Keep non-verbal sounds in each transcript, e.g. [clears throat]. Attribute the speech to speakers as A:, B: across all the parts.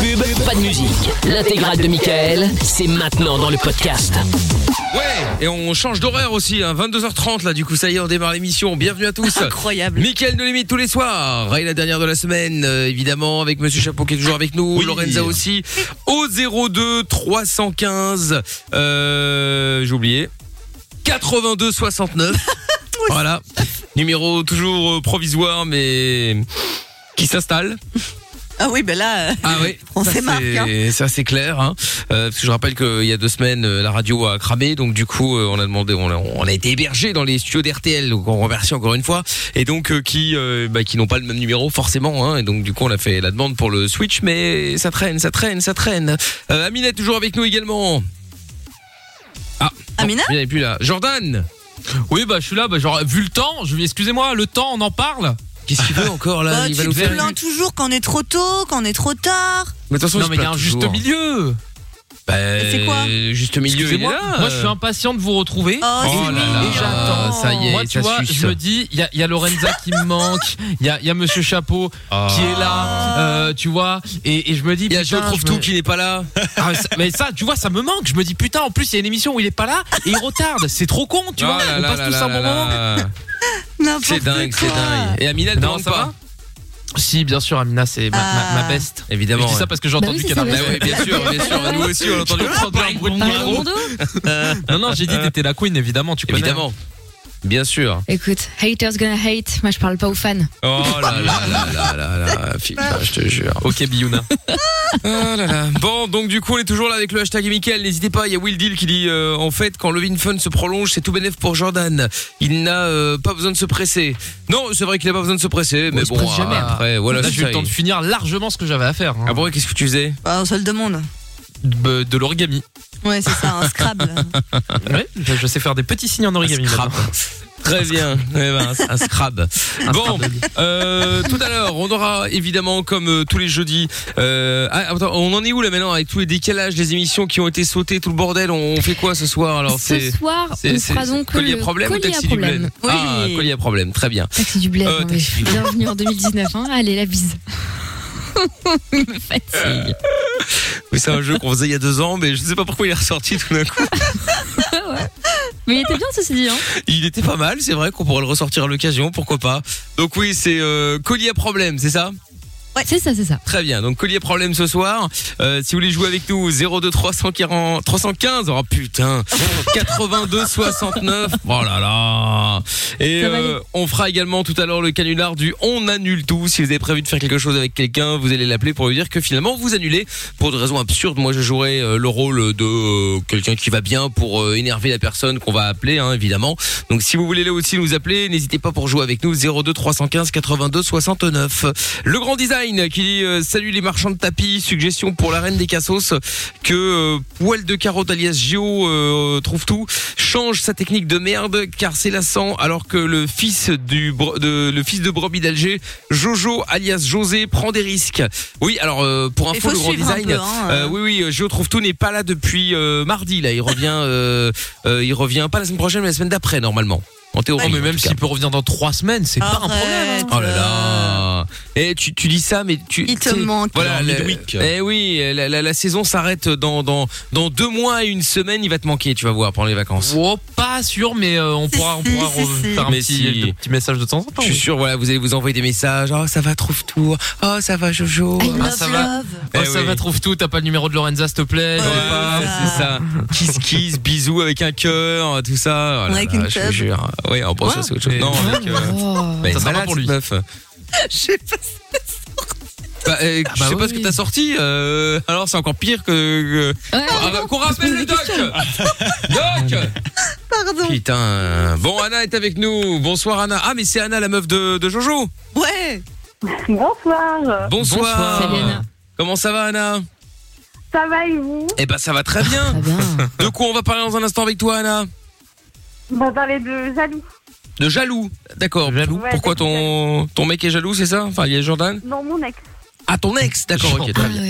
A: pub, pas de musique. L'intégrale de Michael, c'est maintenant dans le podcast.
B: Ouais, et on change d'horaire aussi, hein, 22h30 là, du coup ça y est, on démarre l'émission, bienvenue à tous
C: Incroyable.
B: Mickaël nous limite tous les soirs, et la dernière de la semaine, euh, évidemment, avec Monsieur Chapeau qui est toujours avec nous, Lorenza aussi, au 02 315, euh, j'ai oublié, 82
A: [laughs]
B: 69, voilà, numéro toujours euh, provisoire mais qui s'installe.
C: Ah oui, ben là, euh,
B: Ah oui,
C: on
B: ça,
C: s'est marqué.
B: c'est-
C: hein.
B: Ça c'est clair. hein. Euh, parce que je rappelle qu'il y a deux semaines, euh, la radio a cramé, donc du coup, euh, on a demandé, on a, on a été hébergé dans les studios d'RTL, donc on remercie encore une fois, et donc euh, qui, euh, bah, qui n'ont pas le même numéro forcément, hein, et donc du coup, on a fait la demande pour le Switch, mais ça traîne, ça traîne, ça traîne. Euh, Amina est toujours avec nous également. Ah,
C: Amina
B: il n'est plus là. Jordan.
D: Oui, bah je suis là, bah, genre, vu le temps, je excusez-moi, le temps, on en parle
B: Qu'est-ce qu'il veut encore Oh là
C: Bah,
B: Il va
C: tu
B: nous
C: te
B: faire.
C: plains toujours quand on est trop tôt, quand on est trop tard.
B: Mais de toute façon,
D: Non,
B: se
D: mais il y a
B: plaint
D: un juste
B: toujours.
D: milieu
B: Bah,
C: C'est quoi
B: Juste milieu. il est
D: Excusez-moi,
B: là,
D: moi je
B: euh.
D: suis impatient de vous retrouver.
C: Oh, c'est
B: Oh là
C: mignon.
B: là, ça y est.
D: Moi, tu
B: ça
D: vois,
B: suce.
D: je me dis, il y a, il y a Lorenza qui me manque, il y a, il y a Monsieur Chapeau qui est là, euh, tu vois, et, et je me dis,
B: Ah. Il y a
D: putain,
B: Joe trouve
D: je
B: tout
D: me-
B: qui n'est pas là.
D: Ah, ça- mais ça, tu vois, ça me manque. Je me dis, putain, en plus, il y a une émission où il est pas là et il retarde. C'est trop con,
B: Ah
D: tu vois. on passe tous un bon moment.
C: N'importe
B: C'est dingue, c'est
C: quoi.
B: dingue. Et Amina, elle
D: Non,
B: demande
D: ça
B: pas
D: va Si, bien sûr, Amina, c'est ma, ma, ma
C: Ah.
D: best.
B: Évidemment.
D: je dis
B: ouais.
D: ça parce que j'ai entendu
E: oui, c'est
D: qu'il y en a
E: ça,
B: Bah
D: plein.
B: ouais, bien sûr, bien sûr. Nous aussi, on a entendu
D: J'ai entendu un bruit de micro. Euh,
E: Belmondo
D: [laughs] Non, non, j'ai dit t'étais la queen, évidemment, tu connais.
B: Évidemment. Bien sûr.
E: Écoute, haters gonna hate, moi je parle pas aux fans.
B: Oh là là là là là là, putain, je te jure.
D: Ok,
B: [laughs]
D: Biyouna.
B: Ah là là. Bon, donc du coup, on est toujours là avec le hashtag Michael. N'hésitez pas, il y a Will Deal qui dit euh, en fait, quand le in Fun se prolonge, c'est tout bénef pour Jordan. Il n'a euh, pas besoin de se presser. Non, c'est vrai qu'il n'a pas besoin de se presser, mais
E: il se
B: bon,
E: presse jamais,
B: après, voilà,
D: hein. Là,
B: c'est
D: j'ai eu le
B: ça.
D: temps de finir largement ce que j'avais à faire. hein. Bah,
B: Ah bon, et qu'est-ce que tu faisais
C: Bah, on se le demande.
D: De, de l'origami.
C: Ouais, c'est ça, hein. un Scrabble.
D: [laughs] Ouais, je je sais faire des petits signes en origami.
B: Scrap.
D: maintenant.
B: Très bien, Eh ben, un, un scrab. Bon, euh, tout à l'heure, on aura évidemment, comme euh, tous les jeudis, euh, ah, attends, on en est où là maintenant avec tous les décalages, les émissions qui ont été sautées, tout le bordel On, on fait quoi ce soir Alors
E: Ce
B: c'est
E: soir,
B: c'est-
E: on
B: c'est-
E: fera donc
B: colis à
E: le
B: problème ou
E: colis à
B: taxi du
E: problème.
B: bled Ah,
C: Oui.
B: colis à problème, très bien.
E: Taxi du bled,
B: Euh,
E: non, mais
B: taxi du
E: bienvenue en 2019, hein. allez la bise. Il me fatigue.
B: Oui, Euh, c'est un jeu qu'on faisait il y a deux ans, mais je sais pas pourquoi il est ressorti tout d'un coup.
E: [laughs] Mais il était bien ceci dit, hein.
B: Il était pas mal, c'est vrai qu'on pourrait le ressortir à l'occasion, pourquoi pas. Donc oui, c'est euh, colis à problème, c'est ça
E: C'est ça, c'est ça.
B: Très bien. Donc collier problème ce soir. Euh, si vous voulez jouer avec nous 02 340 315 oh
E: [laughs]
B: putain 82 69 oh là là et
E: Ça va
B: euh, on fera également tout à l'heure le canular du on annule tout si vous avez prévu de faire quelque chose avec quelqu'un vous allez l'appeler pour lui dire que finalement vous annulez pour des raisons absurdes moi je jouerai euh, le rôle de euh, quelqu'un qui va bien pour euh, énerver la personne qu'on va appeler hein, évidemment donc si vous voulez là aussi nous appeler n'hésitez pas pour jouer avec nous 02 315 82 69 le grand design qui dit euh, salut les marchands de tapis, suggestion pour la reine des cassos que euh, poil de carotte alias Gio euh, trouve tout, change sa technique de merde car c'est lassant alors que le fils du bro- de, le fils de brebis d'Alger, Jojo alias José prend des risques. Oui, alors euh, pour
C: Il
B: info
C: faut
B: le grand
C: suivre un
B: design
C: peu, hein,
B: euh,
C: euh.
B: oui oui, euh, Gio trouve tout n'est pas là depuis euh, mardi là, il revient euh, euh, il revient pas la semaine prochaine mais la semaine d'après normalement. En théorie.
D: Oh, mais
B: en
D: même
B: tout cas.
D: s'il peut revenir dans trois semaines,
C: Ah,
D: c'est pas un problème.
C: Arrête.
B: Oh là là Eh, tu, tu dis ça, mais tu...
C: Il te
B: tu sais,
C: manque.
B: Voilà,
D: Il est en
B: la-
D: midweek.
B: eh oui, la, la- la saison s'arrête dans, dans, dans deux mois et une semaine, il va te manquer, tu vas voir, pendant les vacances.
D: Oh, pas sûr, mais euh,
C: Si,
D: on pourra,
C: [laughs]
D: on
C: si,
D: pourra
C: si,
D: re-
C: si.
D: faire un
B: Mais
D: petit,
B: si.
D: un petit message de temps en temps.
B: Je suis sûr, voilà, vous allez vous envoyer des messages. Oh, ça va, trouve tout. Oh, ça va, Jojo.
E: I love
D: Ah, ça va.
C: Love.
D: Oh,
B: Eh
D: ça
B: oui.
D: va, trouve tout. T'as pas le numéro de Lorenza, s'il te plaît. je l'ai
B: Ouais,
D: pas.
B: c'est ça. Kiss, kiss, bisous avec un cœur, tout ça. Oh là
C: Avec
B: là,
C: une
B: je
C: teub.
B: vous jure. Oui, on pense
D: Quoi
B: à autre chose.
D: Mais-
B: Non, avec, euh,
E: Oh.
B: bah,
D: Ça sera pas
B: malade,
D: pour lui.
B: cette meuf.
C: [laughs] Je sais pas.
B: Bah, euh, je
D: bah
B: sais pas
D: oui.
B: ce que t'as sorti. euh, alors, c'est encore pire que. que-
E: Ouais,
B: Ah, bah, Qu'on rappelle le doc Doc
C: Pardon.
B: Putain. Bon, Anna est avec nous. Bonsoir, Anna. Ah, mais c'est Anna, la meuf de, de Jojo.
C: Ouais.
F: Bonsoir,
B: Bonsoir.
E: Salut, Anna.
B: Comment ça va, Anna
F: ça va et vous
B: Eh ben, ça va très bien.
E: Très bien.
B: De quoi on va parler dans un instant avec toi, Anna
F: On va parler de jaloux.
B: De jaloux. D'accord.
D: Jaloux.
F: Ouais,
B: Pourquoi
F: c'est
B: ton, ton mec est jaloux, c'est ça Enfin, il y a Jordan
F: Non, mon ex.
B: À ton ex, d'accord, ok, très bien.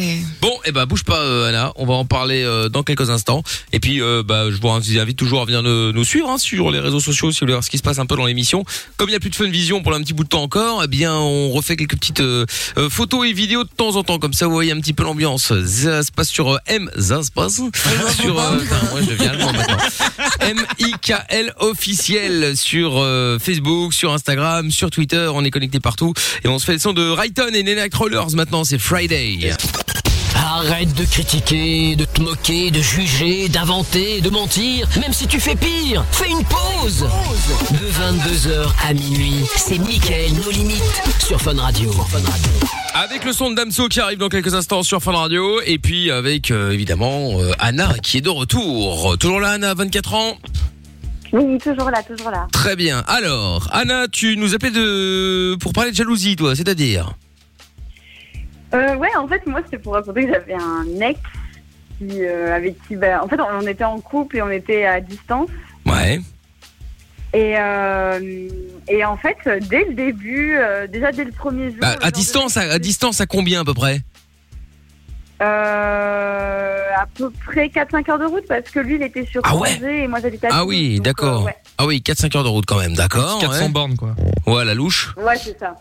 B: Bon, eh ben bouge pas euh, Anna, on va en parler euh, dans quelques instants. Et puis, euh, bah, je vous invite toujours à venir nous, nous suivre hein, sur les réseaux sociaux si vous voulez voir ce qui se passe un peu dans l'émission. Comme il n'y a plus de Fun Vision pour un petit bout de temps encore, eh bien, on refait quelques petites euh, euh, photos et vidéos de temps en temps, comme ça vous voyez un petit peu l'ambiance. Ça se passe sur euh, M, ça se passe sur. euh, putain, moi, je viens allemand maintenant. M-I-K-L officiel sur euh, Facebook, sur Instagram, sur Twitter, on est connecté partout. Et on se fait le son de Rayton et Nena Crawlers maintenant, c'est Friday.
A: Arrête de critiquer, de te moquer, de juger, d'inventer, de mentir, même si tu fais pire. Fais une pause. De 22h à minuit, c'est Mickaël nos limites sur Fun Radio.
B: Avec le son de Damso qui arrive dans quelques instants sur Fun Radio et puis avec euh, évidemment euh, Anna qui est de retour. Toujours là Anna, 24 ans.
F: Oui, toujours là, toujours là.
B: Très bien. Alors Anna, tu nous appelais de pour parler de jalousie toi, c'est-à-dire
F: Euh, ouais, en fait, moi, c'était pour raconter que j'avais un ex qui, euh, avec qui, bah, en fait, on était en couple et on était à distance.
B: Ouais.
F: Et, euh, et en fait, dès le début, euh, déjà dès le premier jour.
B: Bah,
F: le
B: à
F: jour
B: distance à, à distance à combien à peu
F: de-
B: près
F: euh, à peu près 4-5 heures de route parce que lui, il était sur
B: Ah ouais
F: Angers et moi, j'habitais à
B: Ah
F: Toulouse,
B: oui,
F: donc,
B: d'accord.
F: euh, ouais.
B: Ah oui, 4 5 heures de route quand même, d'accord.
D: 400
B: ouais.
D: bornes, quoi.
B: Ouais, la louche,
F: Ouais, c'est ça.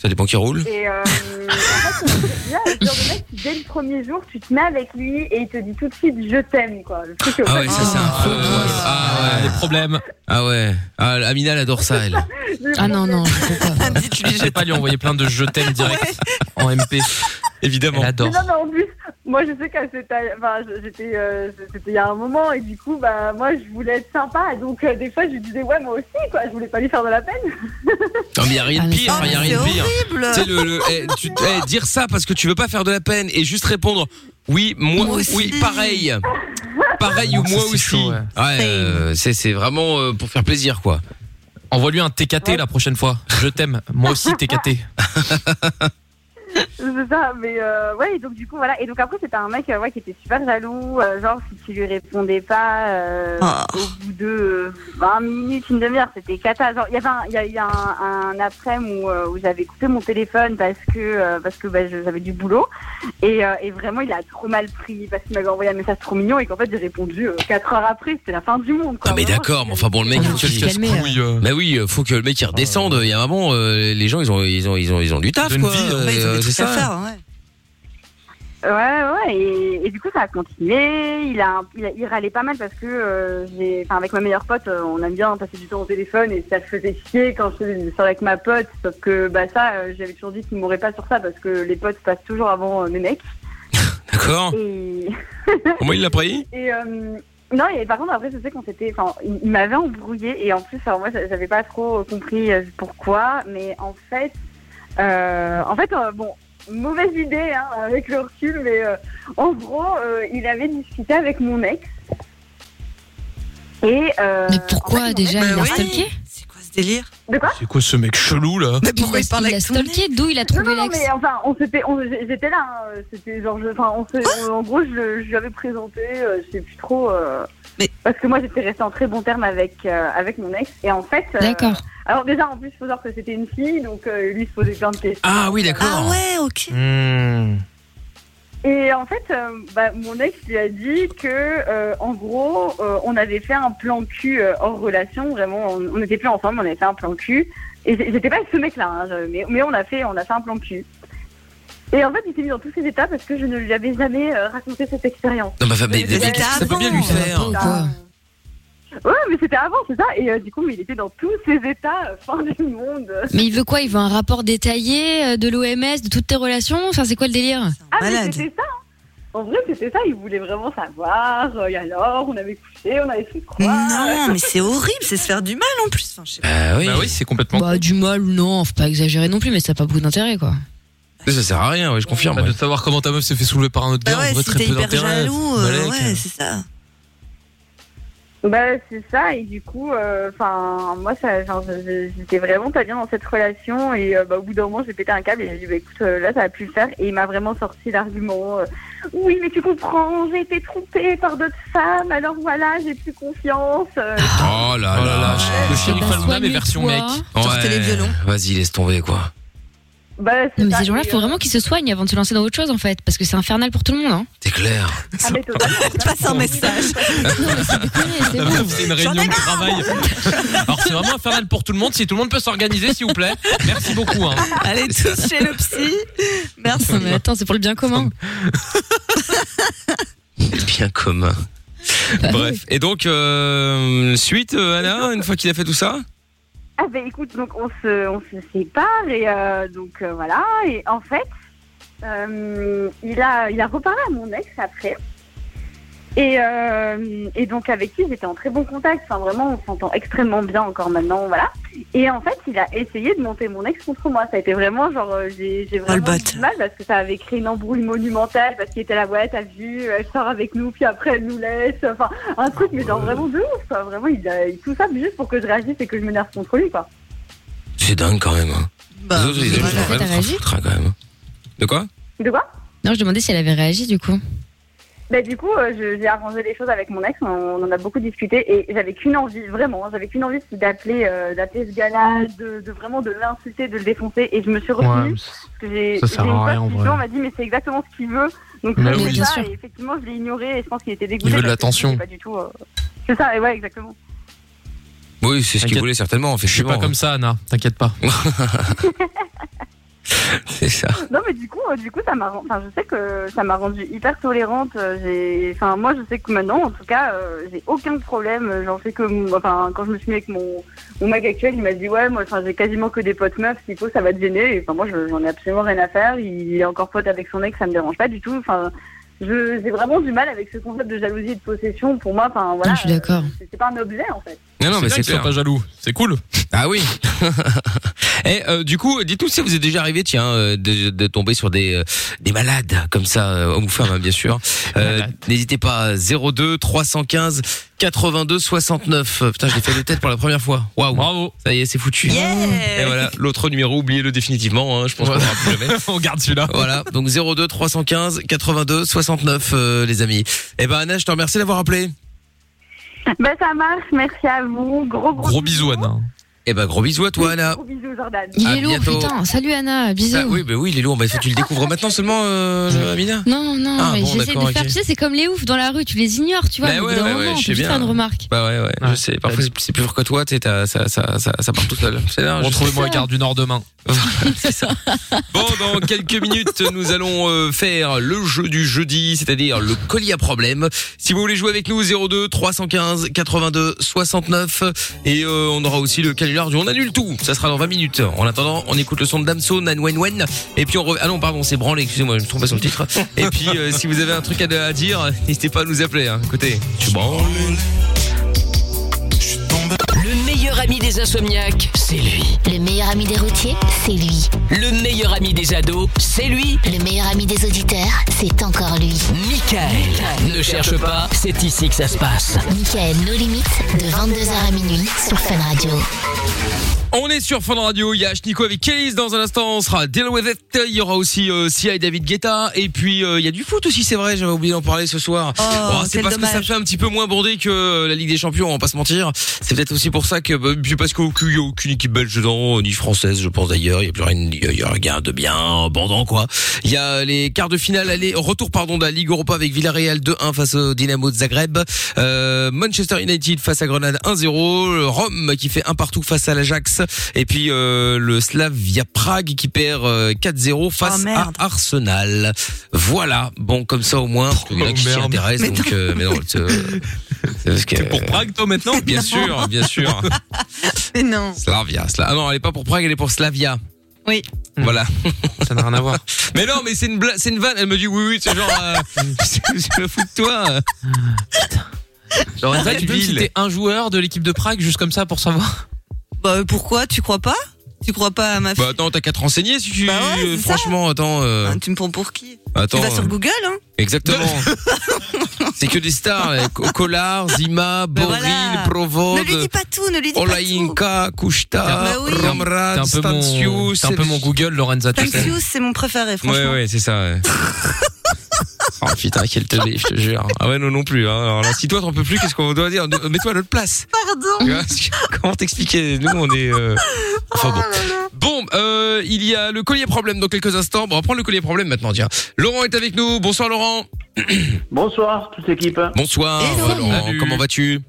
B: ça dépend qui roule.
F: Et euh, en fait, c'est bien, le genre de mec qui, dès le premier jour, tu te mets avec lui et il te dit tout de suite je t'aime, quoi. Le truc, au
B: Ah
F: fait, hein.
B: ouais, ça c'est un peu- Ah
D: Des
B: ouais.
D: problèmes.
B: Ah ouais. Ah, Amina elle adore ça elle.
F: je-
E: Ah non, non, je peux pas.
D: Je sais pas lui envoyer plein de je t'aime direct en MP.
B: Évidemment.
D: Elle
F: Mais
D: adore.
F: non, mais en plus, moi je sais qu'à cette taille- enfin, je- j'étais, euh, c'était il y a un moment et du coup, bah, moi je voulais être sympa. Donc euh, des fois, je lui disais ouais, moi aussi, quoi. Je voulais pas lui faire de la peine.
B: Non mais y a rien de
E: Ah, mais
B: pire,
E: ça,
B: y a rien de
C: c'est
B: pire.
C: horrible.
B: Tu sais, le, le- eh, tu- eh, dire ça parce que tu veux pas faire de la peine et juste répondre oui, moi,
C: Moi aussi.
B: oui, pareil. Pareil ou
D: Ça,
B: moi
D: c'est
B: aussi.
D: chaud, ouais.
B: ouais, euh, c'est c'est vraiment euh, pour faire plaisir quoi.
D: Envoie-lui un TKT la prochaine fois. Je t'aime. Moi aussi TKT.
F: C'est ça, mais euh, ouais, et donc du coup, voilà. Et donc après, c'était un mec euh, ouais, qui était super jaloux. euh, genre, si tu lui répondais pas, euh,
C: Ah.
F: au bout de euh, 20 minutes, une demi-heure, c'était cata. Genre, il y avait un, il y a eu un, un après-midi où, euh, où j'avais coupé mon téléphone parce que, euh, parce que bah, je- j'avais du boulot. Et, euh, et vraiment, il a trop mal pris parce qu'il m'avait envoyé un message trop mignon et qu'en fait, j'ai répondu 4 heures après. C'était la fin du monde, quoi.
B: Non Ah mais
F: Vraiment,
B: d'accord,
F: c'était-
B: mais enfin bon le mec.
E: Ah, non,
B: tu
E: tu
B: le-
E: te calmer, euh.
D: hein.
B: Bah oui, euh, faut que le mec il
D: Ah.
B: redescende. Il y a un moment, euh, les gens ils ont ils ont ils ont ils ont du taf
D: Donne
B: quoi.
D: vie, hein.
B: Euh,
C: Ouais, ils ont des
B: c'est
C: trucs à
B: ça.
C: faire, hein, ouais.
F: Ouais, ouais, et, et du coup ça a continué. Il a, il, a- il râlait pas mal parce que euh, j'ai, enfin avec ma meilleure pote, euh, on aime bien passer du temps au téléphone et ça le faisait chier quand je sortais avec ma pote. Sauf que bah ça, euh, j'avais toujours dit qu'il mourrait pas sur ça parce que les potes passent toujours avant euh, mes mecs.
B: [laughs] D'accord.
F: Et,
B: Comment il
C: [laughs]
B: l'a pris
F: et euh, non, et par contre après je sais qu'on s'était, enfin il, il m'avait embrouillé et en plus alors moi j'a- j'avais pas trop euh, compris euh, pourquoi, mais en fait, euh, en fait euh, bon mauvaise idée hein, avec le recul, mais euh, en gros, euh, il avait discuté avec mon ex. Et euh,
E: Mais pourquoi
F: en fait, mon
E: déjà
F: ex- euh,
E: Il a
C: Bah oui.
E: stalké
C: C'est quoi ce délire
D: C'est quoi ce mec chelou là
C: Mais pourquoi
E: Il
C: il parle
E: l'a
C: avec tout le monde
E: stalké D'où il a
F: Non,
E: trouvé
F: non, non,
E: l'ex
F: mais enfin, on s'était, on- j'- j'étais là. hein, C'était genre, je- enfin, on s'est- on- en gros, je, le- je lui avais présenté, euh, je sais plus trop, euh,
C: Mais-
F: parce que moi, j'étais restée en très bon terme avec euh, avec mon ex. Et en fait, euh,
E: D'accord.
F: Alors déjà, en plus, faut savoir que c'était une fille, donc euh, lui il se posait plein de questions.
B: [laughs] Ah oui, d'accord.
C: Ah ouais, ok.
D: Hmm.
F: Et en fait, euh, bah, mon ex lui a dit que, euh, en gros, euh, on avait fait un plan cul euh, hors relation. Vraiment, on on n'était plus ensemble, on avait fait un plan cul. Et j'- j'étais pas avec ce mec-là, hein, je- mais, mais on a fait, on a fait un plan cul. Et en fait, il s'est mis dans tous ses états parce que je ne lui avais jamais euh, raconté cette expérience.
A: Ah,
B: Non mais, enfin, mais, mais,
C: Mais
B: qu'est-ce que ça peut
C: avant,
B: bien lui
C: euh,
B: faire.
E: Ou quoi
F: Ouais, mais c'était avant, c'est ça. Et euh, du coup, mais il était dans tous ses états, euh, fin du monde.
E: Mais il veut quoi Il veut un rapport détaillé euh, de l'OMS, de toutes tes relations Enfin, c'est quoi le délire
C: C'est un
F: Ah, mais
C: Malade.
F: c'était ça. hein. En vrai, c'était ça. Il voulait vraiment savoir. euh, Et alors, on avait couché, on avait fait croire.
C: Non, mais c'est horrible, c'est se faire du mal en
B: [laughs]
C: plus. Enfin, je sais pas.
B: Bah oui.
D: Bah oui, c'est complètement.
E: Bah, du mal, non, faut pas exagérer non plus, mais ça n'a pas beaucoup d'intérêt, quoi.
B: Ça sert à rien, ouais, je confirme.
D: Bah,
B: ouais.
D: De savoir comment ta meuf s'est fait soulever par un autre
C: Bah
D: gars, en
C: ouais,
D: vrai,
C: si
D: très
C: t'es
D: peu
C: hyper
D: d'intérêt.
C: jaloux, euh,
D: Balèque.
C: ouais, c'est ça.
F: [laughs] Bah, c'est ça, et du coup, euh, enfin, moi, ça, genre, je- je- j'étais vraiment pas bien dans cette relation, et euh, bah, au bout d'un moment, j'ai pété un câble, et j'ai dit, bah, écoute, euh, là, ça va plus le faire, et il m'a vraiment sorti l'argument, euh, oui, mais tu comprends, j'ai été trompée par d'autres femmes, alors voilà, j'ai plus confiance. euh.
D: Oh
B: Oh là
D: là
B: là.
D: là, le
E: Eh
D: Cyril
E: ben,
D: Fallouna, mais
E: soigne-toi.
D: version mec.
B: Ouais.
C: Sortez les violons.
B: Vas-y, laisse tomber quoi.
F: Bah,
E: Non, mais
F: ça.
E: ces gens-là,
F: Et,
E: faut
F: euh,
E: vraiment qu'ils se soignent avant de se lancer dans autre chose, en fait, parce que c'est infernal pour tout le monde. [laughs] Hein.
B: C'est clair.
F: ah,
B: [laughs]
F: mais totalement,
E: Bah,
C: Passe un message.
E: [laughs] non, mais c'est déconné,
C: [laughs]
E: c'est bon.
D: C'est une
C: J'en ai
D: réunion de travail. Alors c'est vraiment infernal pour tout le monde. Si tout le monde peut s'organiser, s'il vous plaît. Merci beaucoup.
E: [laughs]
D: hein.
C: Allez tous chez le psy. Merci.
E: Non, mais attends, c'est pour le bien commun.
B: Bien commun. Bref. Et donc, euh, suite, euh, Anna, une fois qu'il a fait tout ça
F: Ah bah écoute, donc on se, on se sépare et euh, donc euh, voilà. Et en fait, euh, il, a, il a reparlé à mon ex après. Et, euh, et donc avec qui j'étais en très bon contact. Enfin vraiment, on s'entend extrêmement bien encore maintenant. Voilà. Et en fait, il a essayé de monter mon ex contre moi. Ça a été vraiment genre, euh, j'ai j'ai
C: Oh, le
F: vraiment
C: bâtard.
F: eu du mal parce que ça avait créé une embrouille monumentale parce qu'il était là, ouais, t'as vu, elle sort avec nous, puis après elle nous laisse. Enfin, un truc, mais genre vraiment de ouf. quoi. Vraiment, il a tout ça juste pour que je réagisse et que je m'énerve contre lui, quoi.
B: C'est dingue quand même. hein.
C: Bah,
B: Les autres, ils
E: voilà.
B: ils ont rien
E: T'as
B: à
E: réagi
B: foutre, hein, quand même. De quoi
F: [laughs] De quoi
E: Non, je demandais si elle avait réagi du coup.
F: Bah, du coup, euh, je- j'ai arrangé les choses avec mon ex, on, on en a beaucoup discuté et j'avais qu'une envie, vraiment, hein, j'avais qu'une envie c'est d'appeler euh, d'appeler ce gars-là, de, de vraiment de l'insulter, de le défoncer et je me suis retenue parce que j'ai
D: ça sert
F: j'ai
D: à
F: une pote
D: rien, en
F: qui
D: vrai.
F: joue, on m'a dit mais c'est exactement ce qu'il veut. Donc
D: Mais
F: je
E: oui.
F: fais
E: Bien
F: ça,
E: sûr.
F: et effectivement, je l'ai ignoré et je pense qu'il était dégoûté.
D: Il veut de
F: parce que
D: l'attention.
F: c'est Pas du tout. euh, C'est ça, et ouais, exactement.
B: Oui, c'est ce qu'il
D: T'inquiète.
B: voulait certainement.
D: Je suis pas comme ça, Anna. T'inquiète pas.
B: C'est ça.
F: [laughs] Non mais du coup, euh, du coup, ça m'a, ren- enfin, je sais que ça m'a rendue hyper tolérante. euh, J'ai, enfin, moi, je sais que maintenant, en tout cas, euh, j'ai aucun problème. euh, J'en sais que, mon- enfin, quand je me suis mis avec mon, mon mec actuel, il m'a dit ouais, moi, enfin, j'ai quasiment que des potes meufs. S'il faut, ça va te gêner. Et, enfin, moi, je- j'en ai absolument rien à faire. Il est encore pote avec son ex, ça me dérange pas du tout. Enfin, je, j'ai vraiment du mal avec ce concept de jalousie et de possession. Pour moi, enfin, voilà.
E: Non, Ah, je suis
F: euh,
E: d'accord.
F: c'est- C'est pas un objet, en fait.
B: Non, non,
D: bien
B: mais c'est
D: qu'ils soient
B: clair.
D: pas jaloux. C'est cool.
B: Ah oui. [laughs] Et euh, du coup, dites-nous si vous êtes déjà arrivé, tiens, euh, de, de tomber sur des euh, des malades comme ça, euh, hommes ou femmes, hein,
D: [laughs]
B: bien sûr. Euh,
D: Malades.
B: N'hésitez pas. 02 315 82 69. Euh, Putain, je l'ai fait de tête pour la première fois. Waouh.
D: Bravo.
B: Ça y est, c'est foutu.
C: Yeah.
B: Et voilà, l'autre numéro, oubliez-le définitivement. hein, je pense qu'on
D: Voilà.
B: l'aura plus jamais.
D: [laughs] On garde celui-là.
B: Voilà, donc 02 315 82 69, euh, les amis. Eh ben Anna, je te remercie d'avoir appelé.
F: Ben, ça marche. Merci à vous. Gros gros.
D: Gros bisous, Anna.
B: Eh ben gros bisous à toi, Anna.
F: Gros bisous, Jordan.
E: Il
B: À
E: est lourd,
B: bientôt.
E: putain. Salut Anna, bisous.
B: Ah oui, bah oui, il est lourd. Bah, faut que tu le découvres maintenant seulement, euh, Amina.
E: Non, non,
B: Ah,
E: mais
B: bon,
E: j'essaie de
B: d'accord,
E: les faire.
B: ok.
E: Tu sais, c'est comme les oufs dans la rue, tu les ignores, tu vois.
B: Bah
E: mais au bout
B: ouais,
E: d'un
B: bah
E: moment,
B: ouais,
E: on
B: je
E: peut
B: sais
E: plus
B: bien.
E: faire une remarque.
B: Bah ouais, ouais, je
D: Ouais.
B: sais. Parfois, c'est- c'est plus fort que toi, t'es, t'as- ça, ça, ça, ça part tout seul. C'est là, Hein, je-
D: Retrouvez-moi à Gare du Nord demain.
B: Bon, dans quelques minutes, nous allons euh, faire le jeu du jeudi, c'est-à-dire le colis à problème. Si vous voulez jouer avec nous, 02 315 82 69. Et euh, on aura aussi le canular du On annule tout. Ça sera dans 20 minutes. En attendant, on écoute le son de Damso, Nan Wen Wen. Et puis on re... Ah non, pardon, c'est branlé, excusez-moi, je me trompe pas sur le titre. Et puis, euh, si vous avez un truc à, à dire, n'hésitez pas à nous appeler. Hein. Écoutez, je suis branlé.
A: Le meilleur ami des insomniaques, c'est lui.
G: Le meilleur ami des routiers, c'est lui.
A: Le meilleur ami des ados, c'est lui.
G: Le meilleur ami des auditeurs, c'est encore lui.
A: Michael. Ne cherche pas, c'est ici que ça se passe.
G: Michael, nos limites, de 22h à minuit sur Fun Radio.
B: On est sur Fun Radio, il y a H. Nico avec Case dans un instant, on sera Deal With It, il y aura aussi euh, Sia et David Guetta, et puis euh, il y a du foot aussi, c'est vrai, j'avais oublié d'en parler ce soir.
C: Oh,
B: c'est
C: quel
B: parce que ça
C: dommage.
B: fait un petit peu moins bondé que euh, la Ligue des Champions, on va pas se mentir. C'est peut-être aussi pour ça que, bah, puis parce qu'il n'y a aucune équipe belge dedans, euh, ni française, je pense d'ailleurs, il n'y a plus rien, il y a- il y a rien de bien bandant, quoi. Il y a les quarts de finale, aller, retour pardon de la Ligue Europa avec Villarreal 2-1 face au Dynamo de Zagreb, Euh, Manchester United face à Grenade 1-0, le Rome qui fait un partout face à l'Ajax, et puis euh, le Slavia Prague qui perd euh, 4-0 face
C: Oh,
B: à
C: merde.
B: Arsenal. Voilà, bon comme ça au moins, parce qu'il y en a qui s'y
D: Oh, merde.
B: intéressent,
C: Mais
B: donc euh, mais non,
C: [laughs]
B: c'est c'est parce que-
D: Pour Prague, toi, maintenant
B: Bien sûr,
C: [laughs]
B: bien sûr.
C: Mais non.
B: Slavia, Sla- Ah non, elle est pas pour Prague, elle est pour Slavia. Hmm.
C: Oui.
B: Voilà.
D: [laughs] Ça n'a rien à voir.
B: [laughs] Mais non, mais c'est une blague, c'est une vanne. Elle me dit oui, oui, c'est genre, euh, [laughs] je me fous de toi. Genre,
D: J'aurais tu
B: tu
D: peux citer un joueur de l'équipe de Prague juste comme ça pour savoir.
C: Bah euh, pourquoi tu crois pas Tu crois pas à ma fille
B: Bah attends, t'as qu'à te renseigner si tu.
C: Bah ouais,
B: euh,
C: c'est ça.
B: franchement, attends, euh,
C: Hein, Tu me prends pour qui
B: attends.
C: Tu vas
B: euh,
C: sur Google hein [laughs]
B: Exactement. c'est que des stars, là. Co- Collard, Zima, Boril,
C: Bah voilà. Ne lui dis
B: Provod,
C: pas tout, ne lui dis pas tout.
B: Olaïnka, Kushta,
C: Bah oui.
D: T'es
B: Ramrad,
D: un peu mon,
B: Stanciu,
D: t'es un peu mon Google, Lorenza, tu
C: Thanks
D: sais.
C: you, c'est mon préféré franchement.
B: Ouais, ouais, c'est ça. ouais. [laughs] Oh putain, quel teubé, je te jure. Ah ouais, non, non plus. hein. Alors là, si toi t'en peux plus, qu'est-ce qu'on doit dire Nous, Mets-toi à notre place.
C: Pardon.
B: Tu vois, Comment t'expliquer Nous, on est. euh, Enfin
C: Oh
B: bon. Bon, euh, il y a le collier problème dans quelques instants. Bon, on va prendre le collier problème maintenant, tiens. Laurent est avec nous. Bonsoir, Laurent.
H: Bonsoir, toute l'équipe.
B: Bonsoir,
C: Hello.
B: euh, Laurent.
D: Salut.
B: Comment vas-tu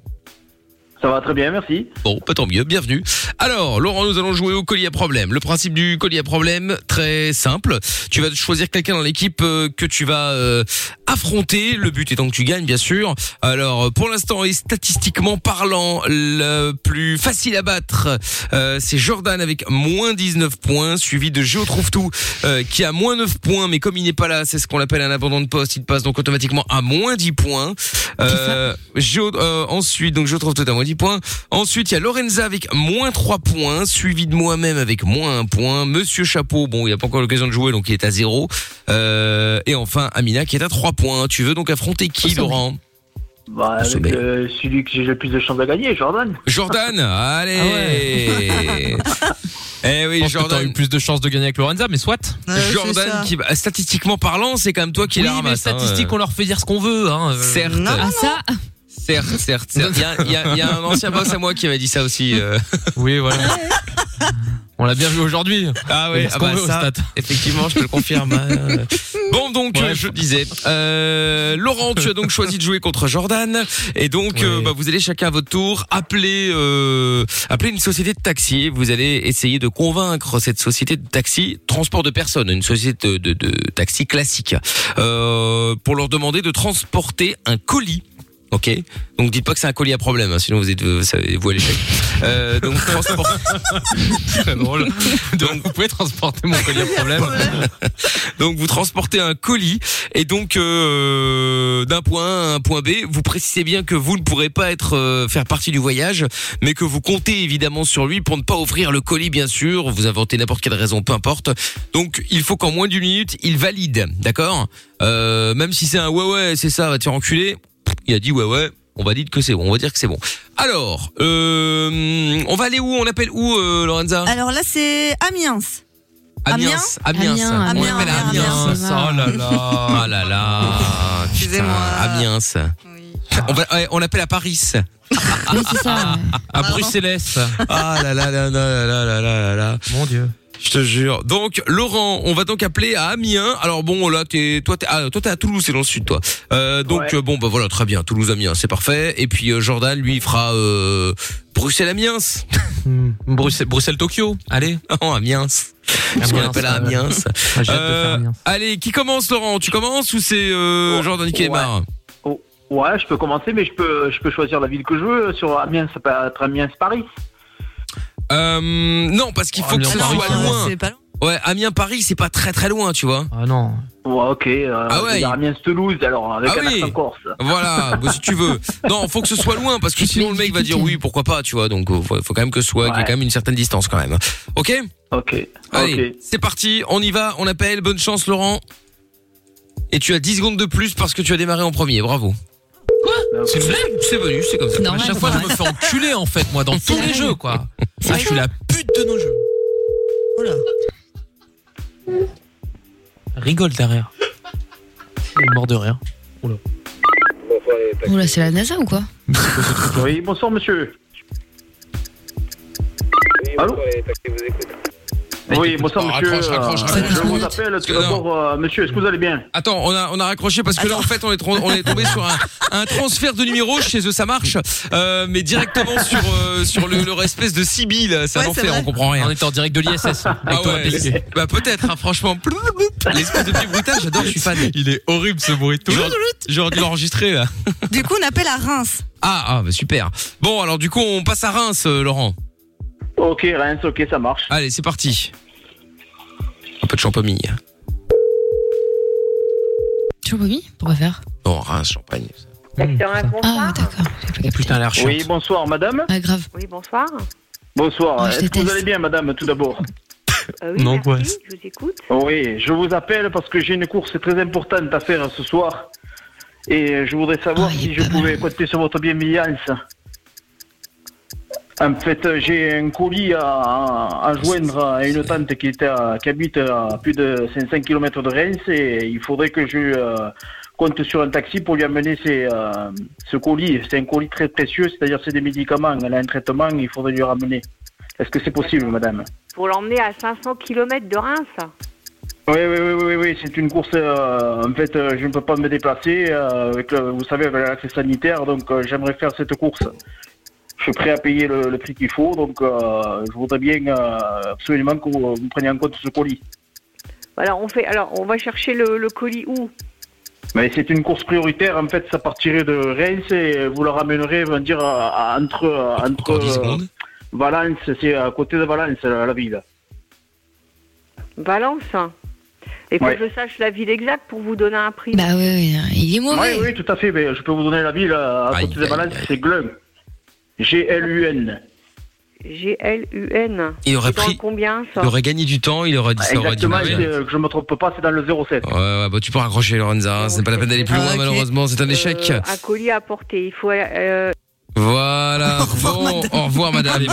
H: Ça va très bien, merci.
B: Bon, pas tant mieux, bienvenue. Alors, Laurent, nous allons jouer au collier à problème. Le principe du collier à problème, très simple. Tu vas choisir quelqu'un dans l'équipe euh, que tu vas euh, affronter. Le but étant que tu gagnes, bien sûr. Alors, pour l'instant, et statistiquement parlant, le plus facile à battre, euh, c'est Jordan avec moins 19 points, suivi de Géo Trouve-Tout euh, qui a moins 9 points, mais comme il n'est pas là, c'est ce qu'on appelle un abandon de poste. Il passe donc automatiquement à moins 10 points. Euh, Géo- euh, ensuite, donc je trouve tout à moins 10 points. Ensuite, il y a Lorenza avec moins 3 points, suivi de moi-même avec moins 1 point. Monsieur Chapeau, bon, il n'a pas encore l'occasion de jouer, donc il est à 0. Euh, et enfin, Amina qui est à 3 points. Tu veux donc affronter qui, Laurent
H: Bah,
B: Au
H: avec
B: sommet.
H: euh, celui que j'ai le plus de chances de gagner, Jordan. [laughs]
B: Jordan Allez [laughs] Eh
D: Ah Je
B: oui,
D: pense que t'aurais
B: Jordan.
D: eu plus de chances de gagner avec Lorenza, mais soit.
C: Ouais, c'est ça.
B: Jordan, qui, bah, statistiquement parlant, c'est quand même toi qui
D: oui,
B: la
D: mais
B: ramasse. hein,
D: statistiques,
B: euh.
D: on leur fait dire ce qu'on veut. Hein. euh.
B: Certes,
C: Non.
E: Ah,
B: [laughs]
E: ça
B: certes, certes, certes. Il y a, il y a- il y a un ancien boss à moi qui m'a dit ça aussi. euh.
D: Oui, voilà. on l'a bien vu aujourd'hui.
B: Ah
D: oui,
B: oui,
D: ah bah ça,
B: effectivement, je te le confirme. hein. bon, donc,
D: Ouais.
B: euh, je disais, euh, Laurent, tu as donc choisi de jouer contre Jordan, et donc
D: Ouais.
B: euh, bah, vous allez chacun à votre tour appeler, euh, appeler une société de taxi. Vous allez essayer de convaincre cette société de taxi, transport de personnes, une société de, de- de taxi classique, euh, pour leur demander de transporter un colis. Ok, donc dites pas que c'est un colis à problème, hein, sinon vous êtes vous, savez, vous à l'échec. Euh, donc transport.
D: Très drôle. Donc, vous pouvez transporter mon collier problème.
B: Donc vous transportez un colis et donc euh, d'un point A à un point B, vous précisez bien que vous ne pourrez pas être euh, faire partie du voyage, mais que vous comptez évidemment sur lui pour ne pas offrir le colis bien sûr, vous inventez n'importe quelle raison, peu importe. Donc il faut qu'en moins d'une minute, il valide, d'accord Euh, Même si c'est un ouais ouais, c'est ça, va te faire enculer, il a dit ouais ouais. On va dire que c'est bon. On va dire que c'est bon. Alors, euh, on va aller où On appelle où, euh, Lorenza
C: Alors là, c'est Amiens. Amiens
B: Amiens.
E: Amiens,
B: On
C: Amiens,
B: appelle
C: Amiens.
B: Amiens.
D: Oh là là.
B: Ah là là
C: Excusez-moi.
B: putain, Amiens ça. On, va- ouais, on l'appelle à Paris
E: Oui, c'est
B: [laughs]
E: ça.
D: À Bruxelles.
B: Ah là là là là là là là là là là
D: Mon Dieu.
B: Je te jure Donc Laurent on va donc appeler à Amiens Alors bon là t'es toi t'es ah, toi, t'es à Toulouse c'est dans le sud toi Euh, Donc
H: Ouais.
B: euh, bon bah voilà très bien Toulouse Amiens c'est parfait Et puis euh, Jordan lui il fera euh, Bruxelles Amiens
D: Hmm.
B: [laughs]
D: Bruxelles, Bruxelles, Tokyo. [laughs] Allez.
B: Oh Amiens Parce qu'on appelle à Amiens
D: Ah, J'ai hâte de faire
B: Euh,
D: Amiens.
B: Allez qui commence Laurent Tu commences ou c'est euh,
H: Ouais.
B: Jordan qui
H: Oh, Ouais.
B: démarre
H: Ouais, je peux commencer, mais je peux, je peux choisir la ville que je veux. Sur Amiens, ça peut être Amiens, Paris.
B: Euh, non parce qu'il
D: Oh,
B: faut que
D: Amiens,
B: ce
D: Paris,
B: soit
D: ouais.
B: loin
C: C'est pas loin.
B: Ouais, Amiens Paris, c'est pas très très loin, tu vois.
D: Ah non.
H: Ouais, ok. euh,
B: Ah ouais.
H: il y a Amiens, Toulouse, alors, avec
B: Ah
H: un
B: oui.
H: accent corse. [laughs]
B: Voilà, bah, si tu veux. Non, faut que ce soit loin parce que sinon le mec va dire oui, pourquoi pas, tu vois. Donc euh, faut, faut quand même que ce soit qu'il y ait
H: Ouais.
B: quand même une certaine distance quand même. OK
H: Ok.
B: Allez,
H: Ok.
B: c'est parti, on y va, on appelle, bonne chance Laurent. Et tu as 10 secondes de plus parce que tu as démarré en premier, bravo. C'est c'est venu, c'est comme ça.
E: C'est
D: À
E: normal.
D: chaque
E: c'est
D: fois, je
E: normal.
D: me fais enculer en fait, moi, dans
E: C'est
D: tous les
E: vrai.
D: jeux, quoi. Ah, je suis la pute de nos jeux.
C: Oh là.
D: Rigole derrière. Il est mort de rien.
E: Oh là, c'est la NASA ou quoi
H: Oui, bonsoir, monsieur. Allô Oui, bonsoir,
B: Oh,
H: monsieur.
B: raccroche, raccroche,
H: Euh,
B: raccroche.
H: Je vous appelle tout
B: que non.
H: d'abord, euh, monsieur, est-ce que vous allez bien
B: Attends, on a on a raccroché parce que là en fait on est tro- on est tombé sur un, un transfert de numéro chez eux ça marche, euh, mais directement sur euh, sur le, leur espèce de CB là, c'est un
C: Ouais, c'est
B: enfer,
C: vrai.
B: on comprend rien.
D: On était en direct de l'ISS.
B: Ah ouais, bah peut-être, hein, franchement. L'espèce de petit bruitage, j'adore, je suis fan.
D: Il est horrible ce bruit.
B: J'aurais- J'aurais dû l'enregistrer là.
C: Du coup, on appelle à Reims.
B: Ah, ah bah, super. Bon, alors du coup, on passe à Reims, euh, Laurent.
H: Ok, Reims, ok, ça marche.
B: Allez, c'est parti. Un peu de champomille.
E: Tu l'as pas mis Pourquoi faire
A: Oh,
B: Non, Reims, champagne.
E: Ah, d'accord. j'ai pas capté.
D: Putain, elle a l'air chiante.
H: Oui, bonsoir, madame.
E: Ah, grave.
F: Oui, bonsoir.
H: Bonsoir.
E: Oh, je
H: Est-ce que vous
E: déteste.
H: allez bien, madame, tout d'abord
F: Euh, oui,
D: Non,
F: merci,
D: quoi.
F: Je vous écoute.
H: Oui, je vous appelle parce que j'ai une course très importante à faire ce soir. Et je voudrais savoir
E: Ah, il est
H: si je
E: pas
H: pouvais compter sur votre bienveillance. En fait, j'ai un colis à, à joindre à une tante qui, est à- qui habite à plus de 500 km de Reims et il faudrait que je euh, compte sur un taxi pour lui amener ses, euh, ce colis. C'est un colis très précieux, c'est-à-dire c'est des médicaments. Elle a un traitement, il faudrait lui ramener. Est-ce que c'est possible, madame
F: Pour l'emmener à 500 km de Reims.
H: oui, oui, oui, oui, oui, oui, c'est une course. euh, en fait, euh, je ne peux pas me déplacer. euh, avec le- vous savez, avec l'accès sanitaire, donc euh, j'aimerais faire cette course. Je suis prêt à payer le, le prix qu'il faut, donc euh, je voudrais bien euh, absolument que vous, vous preniez en compte ce colis.
F: Voilà, on fait. Alors, on va chercher le, le colis où
H: Mais c'est une course prioritaire, en fait, ça partirait de Reims et vous le ramènerez, on va dire, à- à- entre, à- entre
A: Encore 10
H: euh,
A: secondes.
H: Valence, c'est à côté de Valence, la, la ville.
F: Valence. Et faut
H: Ouais.
F: que je sache la ville exacte pour vous donner un prix.
I: Bah oui, oui, il est
H: Oui,
I: mauvais.
H: oui, tout à fait, mais je peux vous donner la ville, euh, à
A: Aïe,
H: côté de
A: aïe,
H: Valence,
A: aïe.
H: c'est Glun. G-L-U-N.
F: G-L-U-N.
A: Il aurait
F: C'est dans le
A: pris,
F: combien ça
A: il aurait gagné du temps, il aurait dit ça, aurait dit
H: Exactement,
A: ouais.
H: c'est- euh, que je me trompe pas, c'est dans le 07.
A: Ouais, ouais, bah tu peux raccrocher Lorenza, hein, c'est pas la peine d'aller plus
J: Ah,
A: loin
J: ok.
A: malheureusement, c'est un échec.
F: Euh, un colis à porter. Il faut. euh,
A: Voilà,
J: Au revoir,
A: bon,
J: madame.
A: au revoir madame.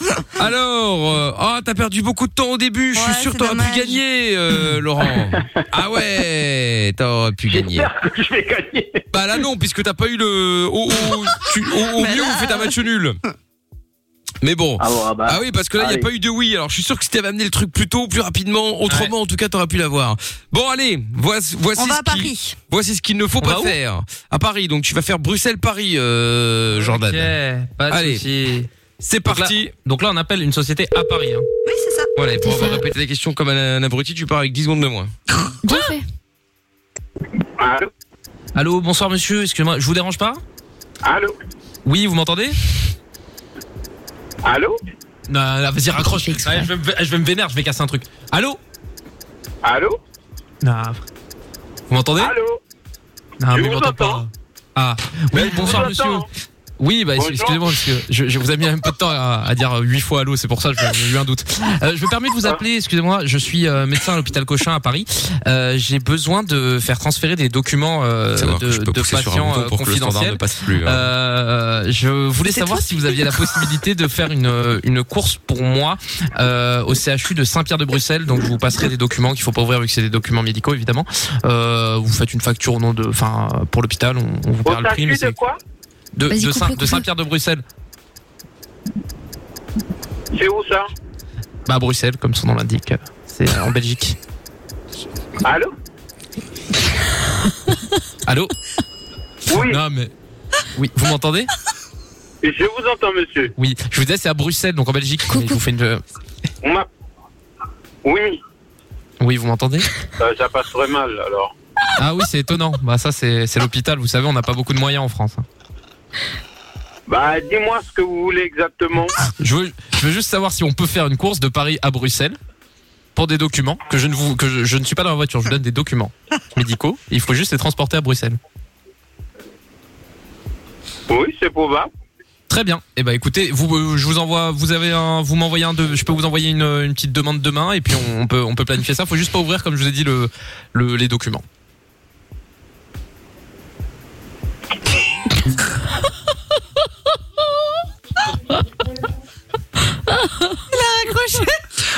J: [laughs]
A: Alors, euh, ah t'as perdu beaucoup de temps au début, je suis
J: Ouais,
A: sûr que
J: c'est
A: t'aurais pu
J: dommage.
A: gagner
H: [laughs]
A: euh, Laurent. ah ouais, t'aurais pu gagner.
H: J'espère que je vais gagner.
A: Bah là non, puisque t'as pas eu le... Au, au- tu- au- au
H: Bah
J: Mais
A: mieux,
J: là-
A: vous faites un match nul. Mais bon.
H: Ah, bon, ah bah.
A: Ah oui, parce que là, il n'y a
H: allez.
A: pas eu de oui. Alors, je suis sûr que si t'avais amené le truc plus tôt, plus rapidement, autrement, en tout cas, t'aurais pu l'avoir. Bon, allez, voici, voici,
J: On va
A: ce,
J: à
A: Qui,
J: Paris.
A: voici ce qu'il ne faut
B: On
A: pas
B: va où
A: faire. À Paris, donc tu vas faire Bruxelles-Paris, euh, Jordan.
B: Ok, pas de
A: Allez.
B: souci.
A: C'est
B: Donc
A: parti.
B: Donc là, on appelle une société à Paris. hein.
J: Oui, c'est ça.
A: Voilà, et pour
I: C'est
A: avoir
I: ça.
A: répété les questions comme un, un abruti, tu pars avec 10 secondes de moins.
I: Bien fait.
H: Allô
B: Allô, bonsoir monsieur, excusez-moi, je vous dérange pas
H: Allô
B: Oui, vous m'entendez
H: Allô
B: Non, non, vas-y, raccroche.
I: Fais exprès.
B: Ouais, je, vais, me- je vais me vénère, je vais casser un truc. Allô
H: Allô
B: Non. Vous m'entendez
H: Allô Je
B: Non, mais je
H: vous
B: m'entends
H: entends.
B: pas. Ah, oui, bonsoir monsieur. Oui, bah
H: Bonjour.
B: excusez-moi, parce que je, je vous ai mis un peu de temps à, à dire euh, huit fois allô, c'est pour ça que j'ai- j'ai eu un doute. Euh, je me permets de
H: Ah.
B: vous appeler, excusez-moi, je suis euh, médecin à l'hôpital Cochin à Paris. Euh, j'ai besoin de faire transférer des documents euh,
A: Savoir que
B: de,
A: je peux
B: de
A: pousser sur un
B: patients
A: bouton
B: euh,
A: pour que le standard ne
B: confidentiels.
A: passe plus. hein.
B: Euh, je voulais
J: C'est
B: savoir
J: toi.
B: si vous aviez la possibilité de faire une, euh, une course pour moi euh, au CHU de Saint-Pierre de Bruxelles. Donc je vous passerai des documents qu'il faut pas ouvrir vu que c'est des documents médicaux évidemment. Euh, vous faites une facture au nom de, enfin pour l'hôpital, on, on vous perd le prix, mais
H: de
B: c'est
H: quoi
B: de,
I: Vas-y,
B: de
I: coupe-le,
B: Saint- de
I: coupe-le.
B: Saint-Pierre de Bruxelles.
H: C'est où ça
B: Bah Bruxelles, comme son nom l'indique, c'est euh, en Belgique.
H: Allô
B: [laughs] Allô
H: Oui,
B: Non mais. Oui, vous m'entendez
H: je vous entends, monsieur.
B: Oui, je vous disais c'est à Bruxelles, donc en Belgique. Mais je vous fais une... euh,
H: On m'a. Oui,
B: Oui, vous m'entendez
H: euh, ça passe très mal alors.
B: Ah oui, c'est étonnant. Bah ça c'est c'est l'hôpital, vous savez, on n'a pas beaucoup de moyens en France. hein.
H: Bah, dis-moi ce que vous voulez exactement.
B: Je veux, je veux juste savoir si on peut faire une course de Paris à Bruxelles pour des documents que je ne vous que je, je ne suis pas dans la voiture, je vous donne des documents médicaux. Il faut juste les transporter à Bruxelles.
H: Oui, c'est probable.
B: Très bien. Eh ben écoutez, vous euh, je vous envoie vous avez un vous m'envoyez un de je peux vous envoyer une, une petite demande demain et puis on, on peut on peut planifier ça. Faut juste pas ouvrir comme je vous ai dit le, le les documents.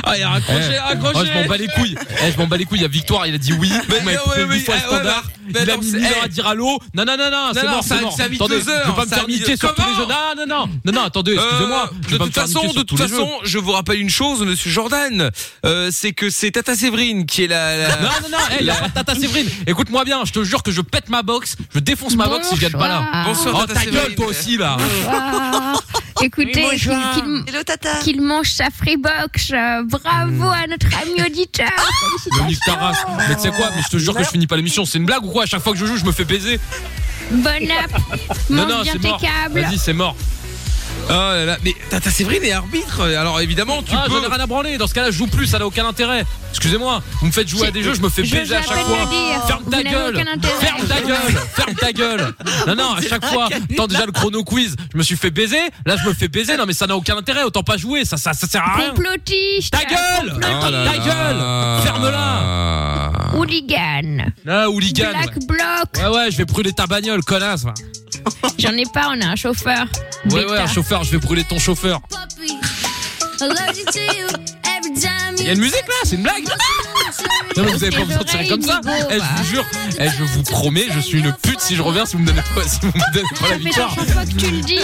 A: Ah, il a raccroché,
B: Eh,
A: raccroché.
B: oh, je m'en bats les couilles. Eh, je m'en bats les couilles. Il y a Victoire, il a dit oui.
A: Mais
B: on m'a
A: non,
B: coupé
A: ouais,
B: huit
A: oui,
B: fois le
A: eh, ouais,
B: standard.
A: bah,
B: il
A: bah,
B: a
A: non,
B: mis
A: c'est-
B: une heure
A: eh.
B: à dire allô. Non, non, non, non, c'est
A: non,
B: mort,
A: ça-
B: c'est mort.
A: ça vit
B: Attendez,
A: deux heures,
B: je vais pas me
A: ça
B: faire
A: vit-
B: niquer sur tous les
A: Comment
B: jeux. Non, non, non, non, non, attendez, excusez-moi.
A: Euh,
B: je
A: de
B: vais pas me
A: toute
B: faire
A: façon,
B: niquer sur
A: de
B: tous
A: toute
B: les jeux.
A: façon, je vous rappelle une chose, Monsieur Jordan, euh, c'est que c'est Tata Séverine qui est la. la-
B: Non, non, non, eh, il y a pas de Tata Séverine. Écoute-moi bien, je te jure que je pète ma box, je défonce ma box si je gagne pas là.
A: Bonsoir.
B: Oh,
A: Tata
B: ta
A: Séverine.
B: gueule, toi aussi là.
I: Bonsoir. Écoutez,
B: Oui,
I: qu'il
B: bonjour.
I: qu'il-
J: Hello, Tata.
I: qu'il mange sa Freebox. Euh, Bravo à notre ami auditeur.
B: Dominique Taras. Mais tu sais quoi, mais je te jure que je finis pas l'émission. C'est une blague ou quoi À chaque fois que je joue, je me fais baiser.
I: Bonne app.
B: Non,
I: Mange
B: non,
I: bien
B: c'est
I: tes
B: mort.
I: câbles.
B: Vas-y, c'est mort.
A: Oh là là, mais Tata Séverine est arbitre. Alors évidemment, tu
B: Ah,
A: peux.
B: j'en ai rien à branler. Dans ce cas-là, je joue plus, ça n'a aucun intérêt. Excusez-moi, vous me faites jouer à des jeux, je me fais
I: Je
B: baiser
I: viens
B: à
I: à
B: chaque
I: peine
B: fois.
I: le dire.
B: Ferme
I: Vous
B: ta
I: n'avez
B: gueule.
I: aucun intérêt.
B: Ferme ta gueule, ferme ta gueule. Non, non, à chaque fois, tant déjà le chrono quiz, je me suis fait baiser. Là, je me fais baiser. Non, mais ça n'a aucun intérêt. Autant pas jouer. Ça, ça, ça sert à rien.
I: Complotiste.
B: Ta gueule,
A: Oh là
B: ta
A: là.
B: gueule, ferme-la.
I: Hooligan.
B: Ah, hooligan.
I: Black Bloc.
B: Ouais, ouais, je vais brûler ta bagnole, connasse. va.
I: J'en ai pas, on a un chauffeur.
B: Ouais,
I: Bêta.
B: ouais, un chauffeur, je vais brûler ton chauffeur. Il y a une musique là, c'est une blague.
D: Non, mais vous avez pas besoin de tirer comme ça. Eh,
I: bah.
D: je vous jure, eh, je vous promets, je suis une pute si je reviens, si vous me donnez pas, si vous me donnez
B: Oh,
D: pas
E: Ça
D: la
E: fait
D: victoire.
E: chaque fois que tu
F: [laughs]
E: le dis.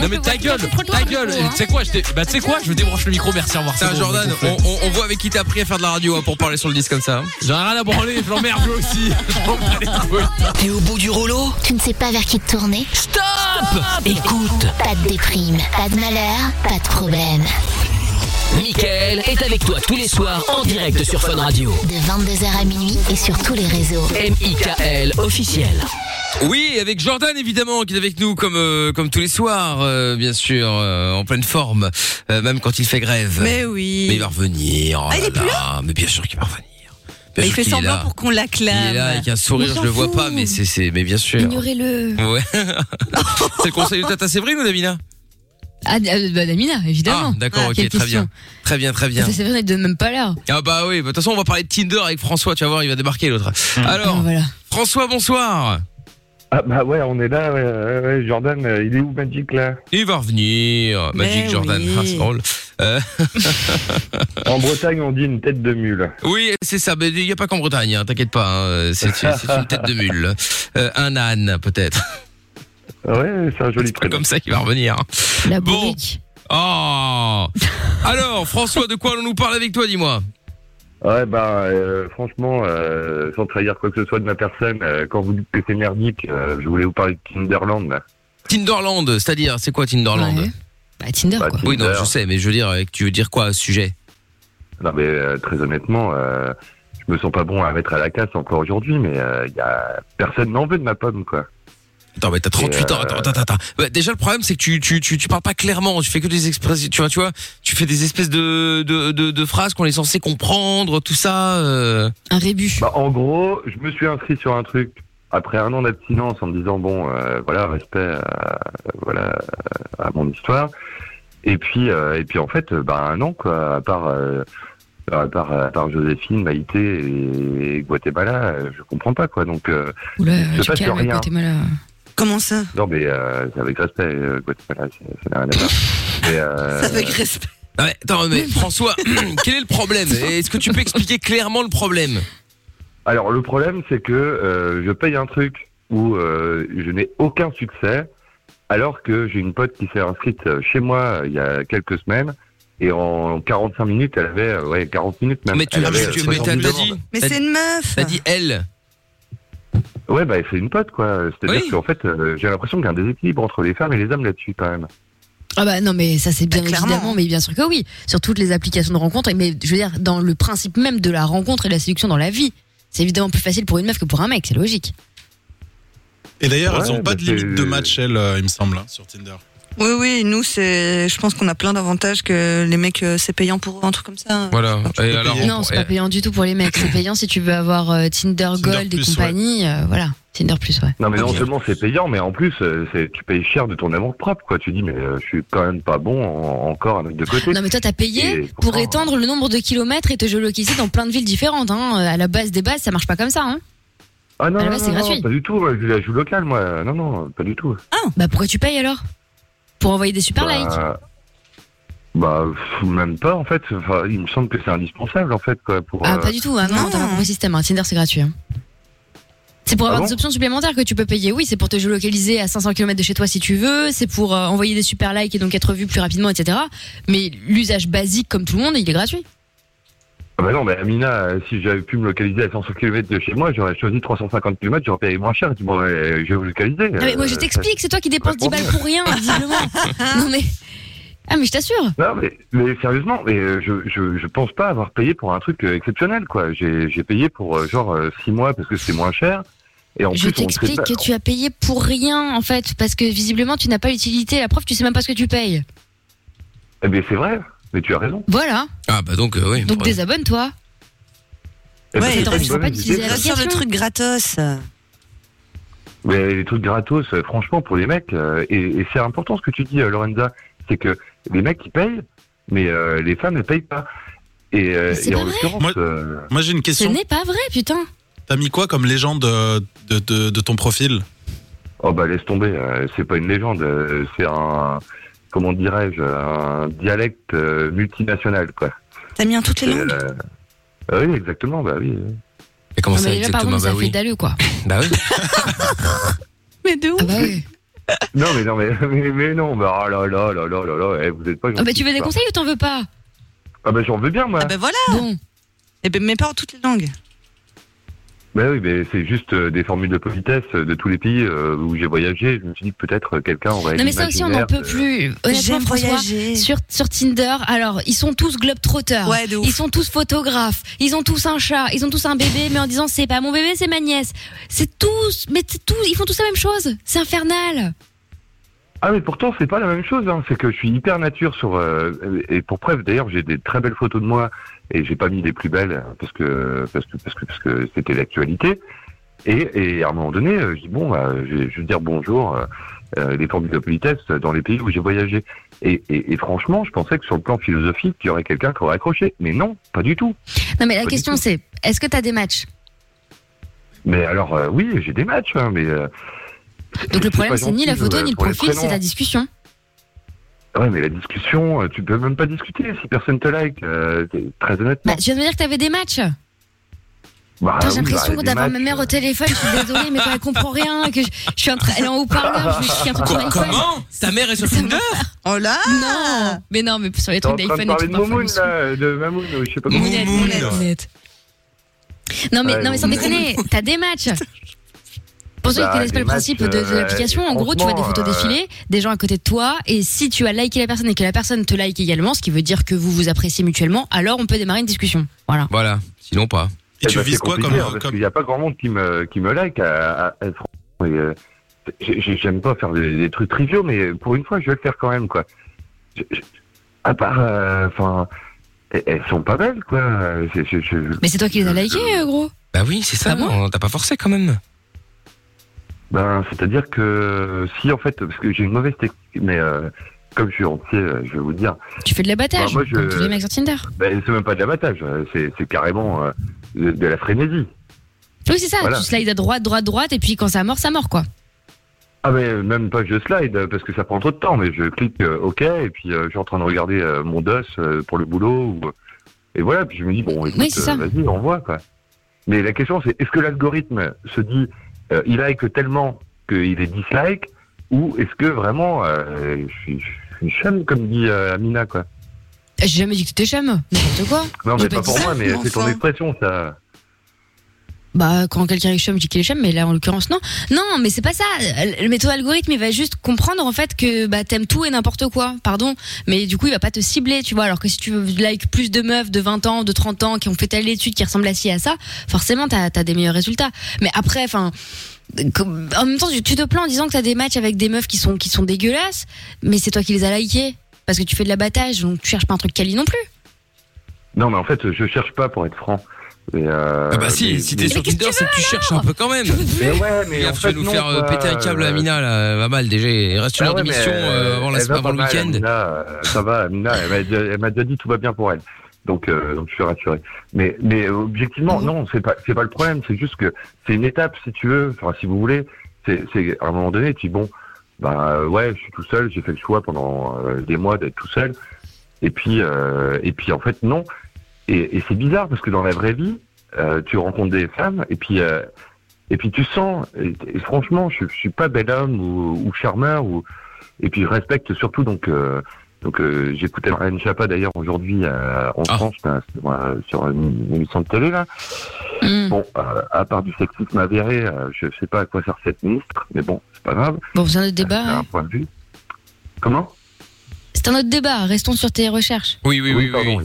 D: Non, mais ta gueule, ta gueule.
E: hein.
D: Et Tu sais quoi, je t'ai- bah, tu sais quoi, je débranche le micro, merci, au revoir.
B: Tiens,
D: c'est bon,
B: Jordan,
D: je
B: on,
D: vais bouffer.
B: on- on voit avec qui t'as appris à faire de la radio hein, pour parler sur le disque comme ça.
D: J'en ai rien à branler, je l'emmerde lui aussi. Je m'en bats les
A: [laughs]
D: couilles.
A: T'es au bout du rouleau
G: Tu ne sais pas vers qui te tourner
A: Stop Écoute,
G: Pas de déprime, pas de malheur, pas de problème.
A: Mickaël est avec toi tous les soirs en direct sur Fun Radio.
G: De 22h à minuit et sur tous les réseaux.
A: M.I.K.L. officiel.
B: Oui, avec Jordan évidemment qui est avec nous comme euh, comme tous les soirs, euh, bien sûr, euh, en pleine forme, euh, même quand il fait grève.
C: Mais
B: Mais il
C: oui.
B: va revenir. oh
C: Ah, il
B: là
C: est plus
B: là, Mais bien sûr qu'il va revenir. Bien
C: Mais il
B: sûr
C: fait
B: qu'il est
C: semblant
B: là.
C: pour qu'on
B: Il est là
C: l'acclame.
B: avec un sourire,
E: On
B: je
E: s'en
B: le vois
E: fout.
B: pas, mais c'est c'est mais bien sûr.
E: Ignorez-le.
B: Ouais. [laughs] c'est le conseil de Tata Séverine ou Davina
E: Ah, euh, bah, Damina, évidemment.
C: Oh,
B: Ah, d'accord,
E: Ah,
B: ok,
E: quelle
B: très bien,
E: question.
B: très bien, très bien.
E: Ça, c'est vrai, elle donne même pas l'heure.
B: Ah bah oui, bah, de toute façon on va parler de Tinder avec François, tu vas voir, il va débarquer l'autre.
E: Ah,
B: Alors,
E: voilà.
B: François, bonsoir.
K: Ah bah ouais, on est là, ouais, ouais, ouais, Jordan, euh, il est où Magic là
B: Il va revenir, Magic
C: Mais
B: Jordan,
C: Ben oui.
B: Ah, c'est drôle. [laughs]
K: En Bretagne, on dit une tête de mule.
B: Oui, c'est ça. Mais il n'y a pas qu'en Bretagne, hein, t'inquiète pas. hein, C'est c'est- c'est une tête de mule, Euh, un âne peut-être.
K: Ouais, c'est un joli
B: C'est
K: prénom.
B: Comme ça qu'il va revenir.
E: La
B: Bon.
E: bourrique.
B: Oh. Alors, François, de quoi allons-nous parler avec toi Dis-moi.
K: Ouais bah euh, franchement, euh, sans trahir quoi que ce soit de ma personne, euh, quand vous dites que c'est merdique, euh, je voulais vous parler de Kinderland. Là.
B: Tinderland, c'est-à-dire, c'est quoi Tinderland
E: Ouais. Bah, Tinder,
K: Bah,
E: quoi.
B: Oui, non,
K: Tinder.
B: je sais, mais je veux dire, euh, tu veux dire quoi à ce sujet
K: Non mais euh, très honnêtement, euh, je me sens pas bon à mettre à la casse encore aujourd'hui, mais euh, y a... personne n'en veut de ma pomme quoi.
B: Attends, mais t'as 38 ans.
K: euh,
B: Attends, attends, attends. Ouais, déjà, le problème, c'est que tu, tu, tu, tu parles pas clairement. Tu fais que des expressions. Tu vois, tu vois, tu fais des espèces de, de, de, de phrases qu'on est censé comprendre, tout ça. euh.
E: Un rébut.
K: Bah en gros, je me suis inscrit sur un truc après un an d'abstinence en me disant bon euh, voilà respect euh, voilà euh, à mon histoire et puis euh, et puis en fait euh, bah un an quoi à part euh, à part, à part Joséphine, Maïté et Guatemala, euh, je comprends pas quoi. Donc euh,
E: Oula,
K: je
E: tu
K: passe
E: calmes,
K: rien.
E: Guatemala.
C: Comment ça
K: non mais euh, c'est avec respect euh, Guatemala, c'est- ça n'a rien
E: [laughs]
K: à voir. Mais, euh,
C: Ça fait que respect.
B: Ah ouais,
C: [laughs]
B: attends, mais François, [clears throat] quel est le problème Est-ce que tu peux expliquer clairement le problème
K: Alors le problème c'est que euh, je paye un truc où euh, je n'ai aucun succès, alors que j'ai une pote qui s'est inscrite euh, chez moi euh, il y a quelques semaines et en 45 minutes elle avait euh, ouais 40 minutes même.
B: Mais tu
K: elle
B: l'as
K: avait,
B: mais tu-
K: euh,
B: mais t'as
K: 70
B: t'as
K: demandes.
B: dit
C: Mais
B: t'as-
C: c'est une meuf.
B: T'as dit elle.
K: Ouais bah c'est une pote quoi. C'est-à-dire
B: Oui.
K: qu'en fait euh, j'ai l'impression qu'il y a un déséquilibre entre les femmes et les hommes là-dessus quand même.
E: Ah bah non mais ça c'est bien
C: Bah, clairement.
E: évidemment mais bien sûr que oui sur toutes les applications de rencontre mais je veux dire dans le principe même de la rencontre et de la séduction dans la vie c'est évidemment plus facile pour une meuf que pour un mec c'est logique
L: Et d'ailleurs, elles
K: Ouais,
L: n'ont pas
K: bah,
L: de limite de
K: c'est-
L: match, elles, euh, il me semble, hein, sur Tinder.
C: Oui, oui, nous, c'est. Je pense qu'on a plein d'avantages que les mecs, euh, c'est payant pour eux, un truc comme ça. hein.
B: Voilà. Et
L: peux
B: alors,
L: payer.
B: on-
E: non c'est pas payant du tout pour les mecs c'est payant si tu veux avoir euh, Tinder
L: Tinder
E: Gold et
L: plus,
E: compagnie euh, voilà Tinder plus ouais
K: Non mais non
B: Ok.
K: seulement c'est payant mais en plus euh, c'est tu payes cher de ton amour propre quoi. Tu dis mais euh, je suis quand même pas bon en- encore un mec de côté.
E: non mais toi t'as payé
K: Et
E: pour
K: pourtant,
E: étendre le nombre de kilomètres et te géolocaliser dans plein de villes différentes hein. à la base des bases ça marche pas comme ça hein.
K: Ah non,
E: Ah, là,
K: non,
E: c'est
K: non,
E: gratuit.
K: pas du tout, moi, je la joue locale moi. Non, non, pas du tout.
E: bah pourquoi tu payes alors pour envoyer des super likes
K: bah, bah, pff, même pas en fait. Enfin, il me semble que c'est indispensable en fait quoi pour.
E: ah
K: euh,
E: pas du tout ah, non,
C: Non.
E: t'as pas compris le système hein. Tinder c'est gratuit hein. C'est pour
K: Ah
E: avoir
K: bon
E: des options supplémentaires que tu peux payer. Oui, c'est pour te géolocaliser à 500 km de chez toi si tu veux. C'est pour euh, envoyer des super likes et donc être vu plus rapidement, etc. Mais l'usage basique, comme tout le monde, il est gratuit.
K: Ah bah non, mais Amina, euh, si j'avais pu me localiser à 500 km de chez moi, j'aurais choisi 350 km, j'aurais payé moins cher, et tu m'aurais géolocalisé.
E: Ah, mais moi, je
K: euh,
E: t'explique. C'est toi qui dépenses 10
K: réponds
E: balles pour rien, visiblement.
K: [laughs]
E: non mais ah mais je t'assure.
K: Non, mais, mais sérieusement, mais euh, je, je, je pense pas avoir payé pour un truc euh, exceptionnel, quoi. J'ai j'ai payé pour euh, genre 6 mois parce que c'est moins cher. Et en
E: Je
K: plus, on sait
E: t'explique
K: pas-
E: que tu as payé pour rien en fait, parce que visiblement tu n'as pas l'utilité. La preuve, tu sais même pas ce que tu payes.
K: Eh bien, c'est vrai, mais tu as raison.
E: Voilà.
B: Ah bah donc, euh, oui.
E: Donc désabonne-toi.
K: Eh ben,
C: Ouais,
K: c'est
C: attends,
K: une
E: je sais
K: bonne
E: pas
K: idée.
E: d'utiliser la-
C: Reste sur le
E: l'application.
C: truc gratos.
K: Mais les trucs gratos, euh, franchement, pour les mecs, euh, et, et c'est important ce que tu dis, euh, Lorenza, c'est que les mecs ils payent, mais euh, les femmes ne payent pas. Et, euh,
E: Mais c'est
K: et
E: pas
K: en
E: vrai.
K: l'occurrence,
L: Moi-
K: euh,
L: Moi, j'ai une
E: Ce
L: question.
E: n'est pas vrai, putain.
L: T'as mis quoi comme légende euh, de, de, de ton profil
K: oh bah laisse tomber, euh, c'est pas une légende, euh, c'est un, comment dirais-je, un dialecte euh, multinational, quoi.
C: T'as mis un toutes les
K: C'est,
C: langues
K: euh, Ah oui, exactement, bah oui.
B: Et
E: Non, mais déjà, par contre,
K: bah
E: ça fait dalleux, quoi.
B: Bah oui.
E: [laughs] Mais de ouf. Ah bah oui.
K: [laughs] Non, mais non, mais, mais, mais non, bah oh là là là là là là, eh, vous êtes pas
E: Ah bah,
K: gentils,
E: tu veux des
K: quoi.
E: conseils ou t'en veux pas
K: Ah bah j'en veux bien, moi.
C: Ah ben voilà Et ben, mais pas en toutes les langues.
K: Bah oui, mais c'est juste euh, des formules de politesse euh, de tous les pays euh, où j'ai voyagé. Je me suis dit que peut-être euh, quelqu'un aurait.
E: Non mais ça aussi on n'en
K: l'imaginaire
E: peut
K: de-
E: plus. Honnêtement
C: J'aime
E: François,
C: voyager.
E: sur sur Tinder, alors ils sont tous globetrotters,
C: Ouais, de ouf.
E: ils sont tous photographes, ils ont tous un chat, ils ont tous un bébé mais en disant c'est pas mon bébé, c'est ma nièce. C'est tous mais c'est tous ils font tous la même chose, c'est infernal.
K: Ah mais pourtant c'est pas la même chose, hein. c'est que je suis hyper nature sur euh, et pour preuve d'ailleurs j'ai des très belles photos de moi et j'ai pas mis les plus belles hein, parce que parce que parce que parce que c'était l'actualité et, et à un moment donné euh, je dis bon bah, je, vais- je vais dire bonjour euh, euh, les formules de politesse dans les pays où j'ai voyagé et, et, et franchement je pensais que sur le plan philosophique il y aurait quelqu'un qui aurait accroché mais non pas du tout
E: Non mais la
K: Pas du
E: question
K: tout.
E: c'est est-ce que t'as des matchs
K: mais alors euh, oui j'ai des matchs hein, mais euh,
E: Donc le
K: c'est
E: problème
K: pas
E: c'est ni la
K: gentil,
E: photo
K: euh,
E: ni le
K: pour les
E: profil, c'est
K: prénoms.
E: la discussion.
K: Ouais, mais la discussion, euh, tu peux même pas discuter si personne te like. euh, t'es- très honnêtement.
E: Bah, tu viens de me dire que t'avais des matchs.
K: Bah
E: Putain,
K: oui,
E: j'ai l'impression
K: bah, des
E: d'avoir ma
K: matchs.
E: mère au téléphone, je suis désolée mais elle comprend rien, que je, je suis en train elle est en haut-parleur, je lui explique un truc sur
B: Quoi,
E: l'iPhone.
B: comment Ta mère est sur Tinder
C: Oh là
E: Non, mais non, mais sur les
K: T'es en
E: trucs
K: train
E: d'iPhone
K: de
E: et tout.
K: parler de
E: parfois, je me
K: Moumoun,
E: suis-
K: là, de Mamoun, ou je sais pas comment.
E: Mounette, Mounette, Mounette. Non mais,
K: Ouais,
E: non mais sans
K: Mounette.
E: déconner, t'as des matchs. Pour ceux qui
K: Bah,
E: connaissent pas
K: des
E: le principe
K: matchs,
E: de, de
K: euh,
E: l'application, en gros, tu vois des
K: franchement,
E: photos
K: euh,
E: défiler, des gens à côté de toi, et si tu as liké la personne et que la personne te like également, ce qui veut dire que vous vous appréciez mutuellement, alors on peut démarrer une discussion. Voilà.
B: Voilà, sinon pas.
K: Et tu vises quoi comme. hein, Parce qu'il n'y a pas grand monde qui me, qui me like. À, à, à- et, euh, j'ai- j'ai- J'aime pas faire des, des trucs triviaux, mais pour une fois, je vais le faire quand même, quoi. Je- je- à part. euh, Enfin. e- elles sont pas belles, quoi. Je- je- je-
E: Mais c'est toi qui les as likés, euh, gros.
B: Bah oui, c'est ça, non, t'as pas forcé quand même.
K: Ben, c'est-à-dire que si en fait, parce que j'ai une mauvaise technique, mais euh, comme je suis entier, euh, je vais vous dire,
E: Tu fais de l'abattage,
K: Bah, moi, je-
E: comme tous les mecs sur Tinder.
K: ben, c'est même pas de l'abattage, euh, c'est, c'est carrément euh, de, de la frénésie.
E: Oui, c'est ça,
K: Voilà.
E: tu slides à droite, droite, droite, et puis quand ça mort, ça mort, quoi.
K: Ah mais euh, même pas que je slide euh, parce que ça prend trop de temps, mais je clique euh, OK et puis euh, je suis en train de regarder euh, mon dos euh, pour le boulot ou, et voilà, puis je me dis bon, écoute,
E: Oui, c'est ça.
K: euh, vas-y, envoie quoi. Mais la question c'est est-ce que l'algorithme se dit euh, il like tellement qu'il est dislike ou est-ce que vraiment euh, je suis je suis une chum, comme dit euh, Amina quoi.
E: J'ai jamais dit que t'étais chum, n'importe quoi.
K: Non,
E: J'ai
K: mais pas
E: dit
K: pour
E: ça,
K: moi, mais c'est ton
E: enfin.
K: expression, ça.
E: Bah, quand quelqu'un est chum, je dis qu'il est chum, mais là, en l'occurrence, non. Non, mais c'est pas ça. Le méthode algorithme, il va juste comprendre, en fait, que, bah, t'aimes tout et n'importe quoi. Pardon. Mais du coup, il va pas te cibler, tu vois. Alors que si tu likes plus de meufs de 20 ans, de 30 ans, qui ont fait telle étude, qui ressemblent à ci, à ça, forcément, t'as, t'as des meilleurs résultats. Mais après, enfin. comme- En même temps, tu tu te plains en disant que t'as des matchs avec des meufs qui sont, qui sont dégueulasses, mais c'est toi qui les as likés. Parce que tu fais de l'abattage, donc tu cherches pas un truc quali non plus.
K: Non, mais en fait, je cherche pas pour être franc. Mais, euh,
B: Ah bah si,
K: mais-
B: si t'es
K: mais-
B: sur Tinder, c'est que tu cherches un peu quand même.
K: Mais ouais, mais en
B: Regarde, tu
K: fait,
B: vas nous
K: non,
B: faire euh,
K: quoi,
B: péter un câble à
K: euh,
B: Amina, là, va mal déjà. Il reste une
K: Ah
B: heure
K: ouais,
B: d'émission
K: mais,
B: euh, avant, la-
K: elle va
B: avant
K: pas
B: le
K: mal,
B: week-end.
K: Amina, euh, ça va, Amina, elle m'a déjà- elle m'a déjà dit tout va bien pour elle. Donc, euh, donc je suis rassuré. Mais, mais objectivement,
B: Mhm.
K: non, c'est pas, c'est pas le problème. C'est juste que c'est une étape, si tu veux, enfin, si vous voulez. C'est, c'est à un moment donné, tu dis bon, bah euh, ouais, je suis tout seul. J'ai fait le choix pendant euh, des mois d'être tout seul. Et puis, euh, et puis en fait, non. Et, et c'est bizarre parce que dans la vraie vie, euh, tu rencontres des femmes et puis euh, et puis tu sens. Et, et franchement, je, je suis pas bel homme ou, ou charmeur ou et puis je respecte surtout donc euh, donc euh, j'écoutais Marlène Chapa d'ailleurs aujourd'hui euh,
E: Ah.
K: en France là, sur, euh, sur une émission de télé là.
E: Mm.
K: Bon, euh, à part du sexisme avéré, euh, je sais pas à quoi sert cette ministre, mais bon, c'est pas grave. Euh,
E: Bon, c'est un autre
K: C'est
E: débat. hein.
K: un point de vue. Comment
E: C'est un autre débat. Restons sur tes recherches.
B: Oui, oui, oui.
K: pardon, oui.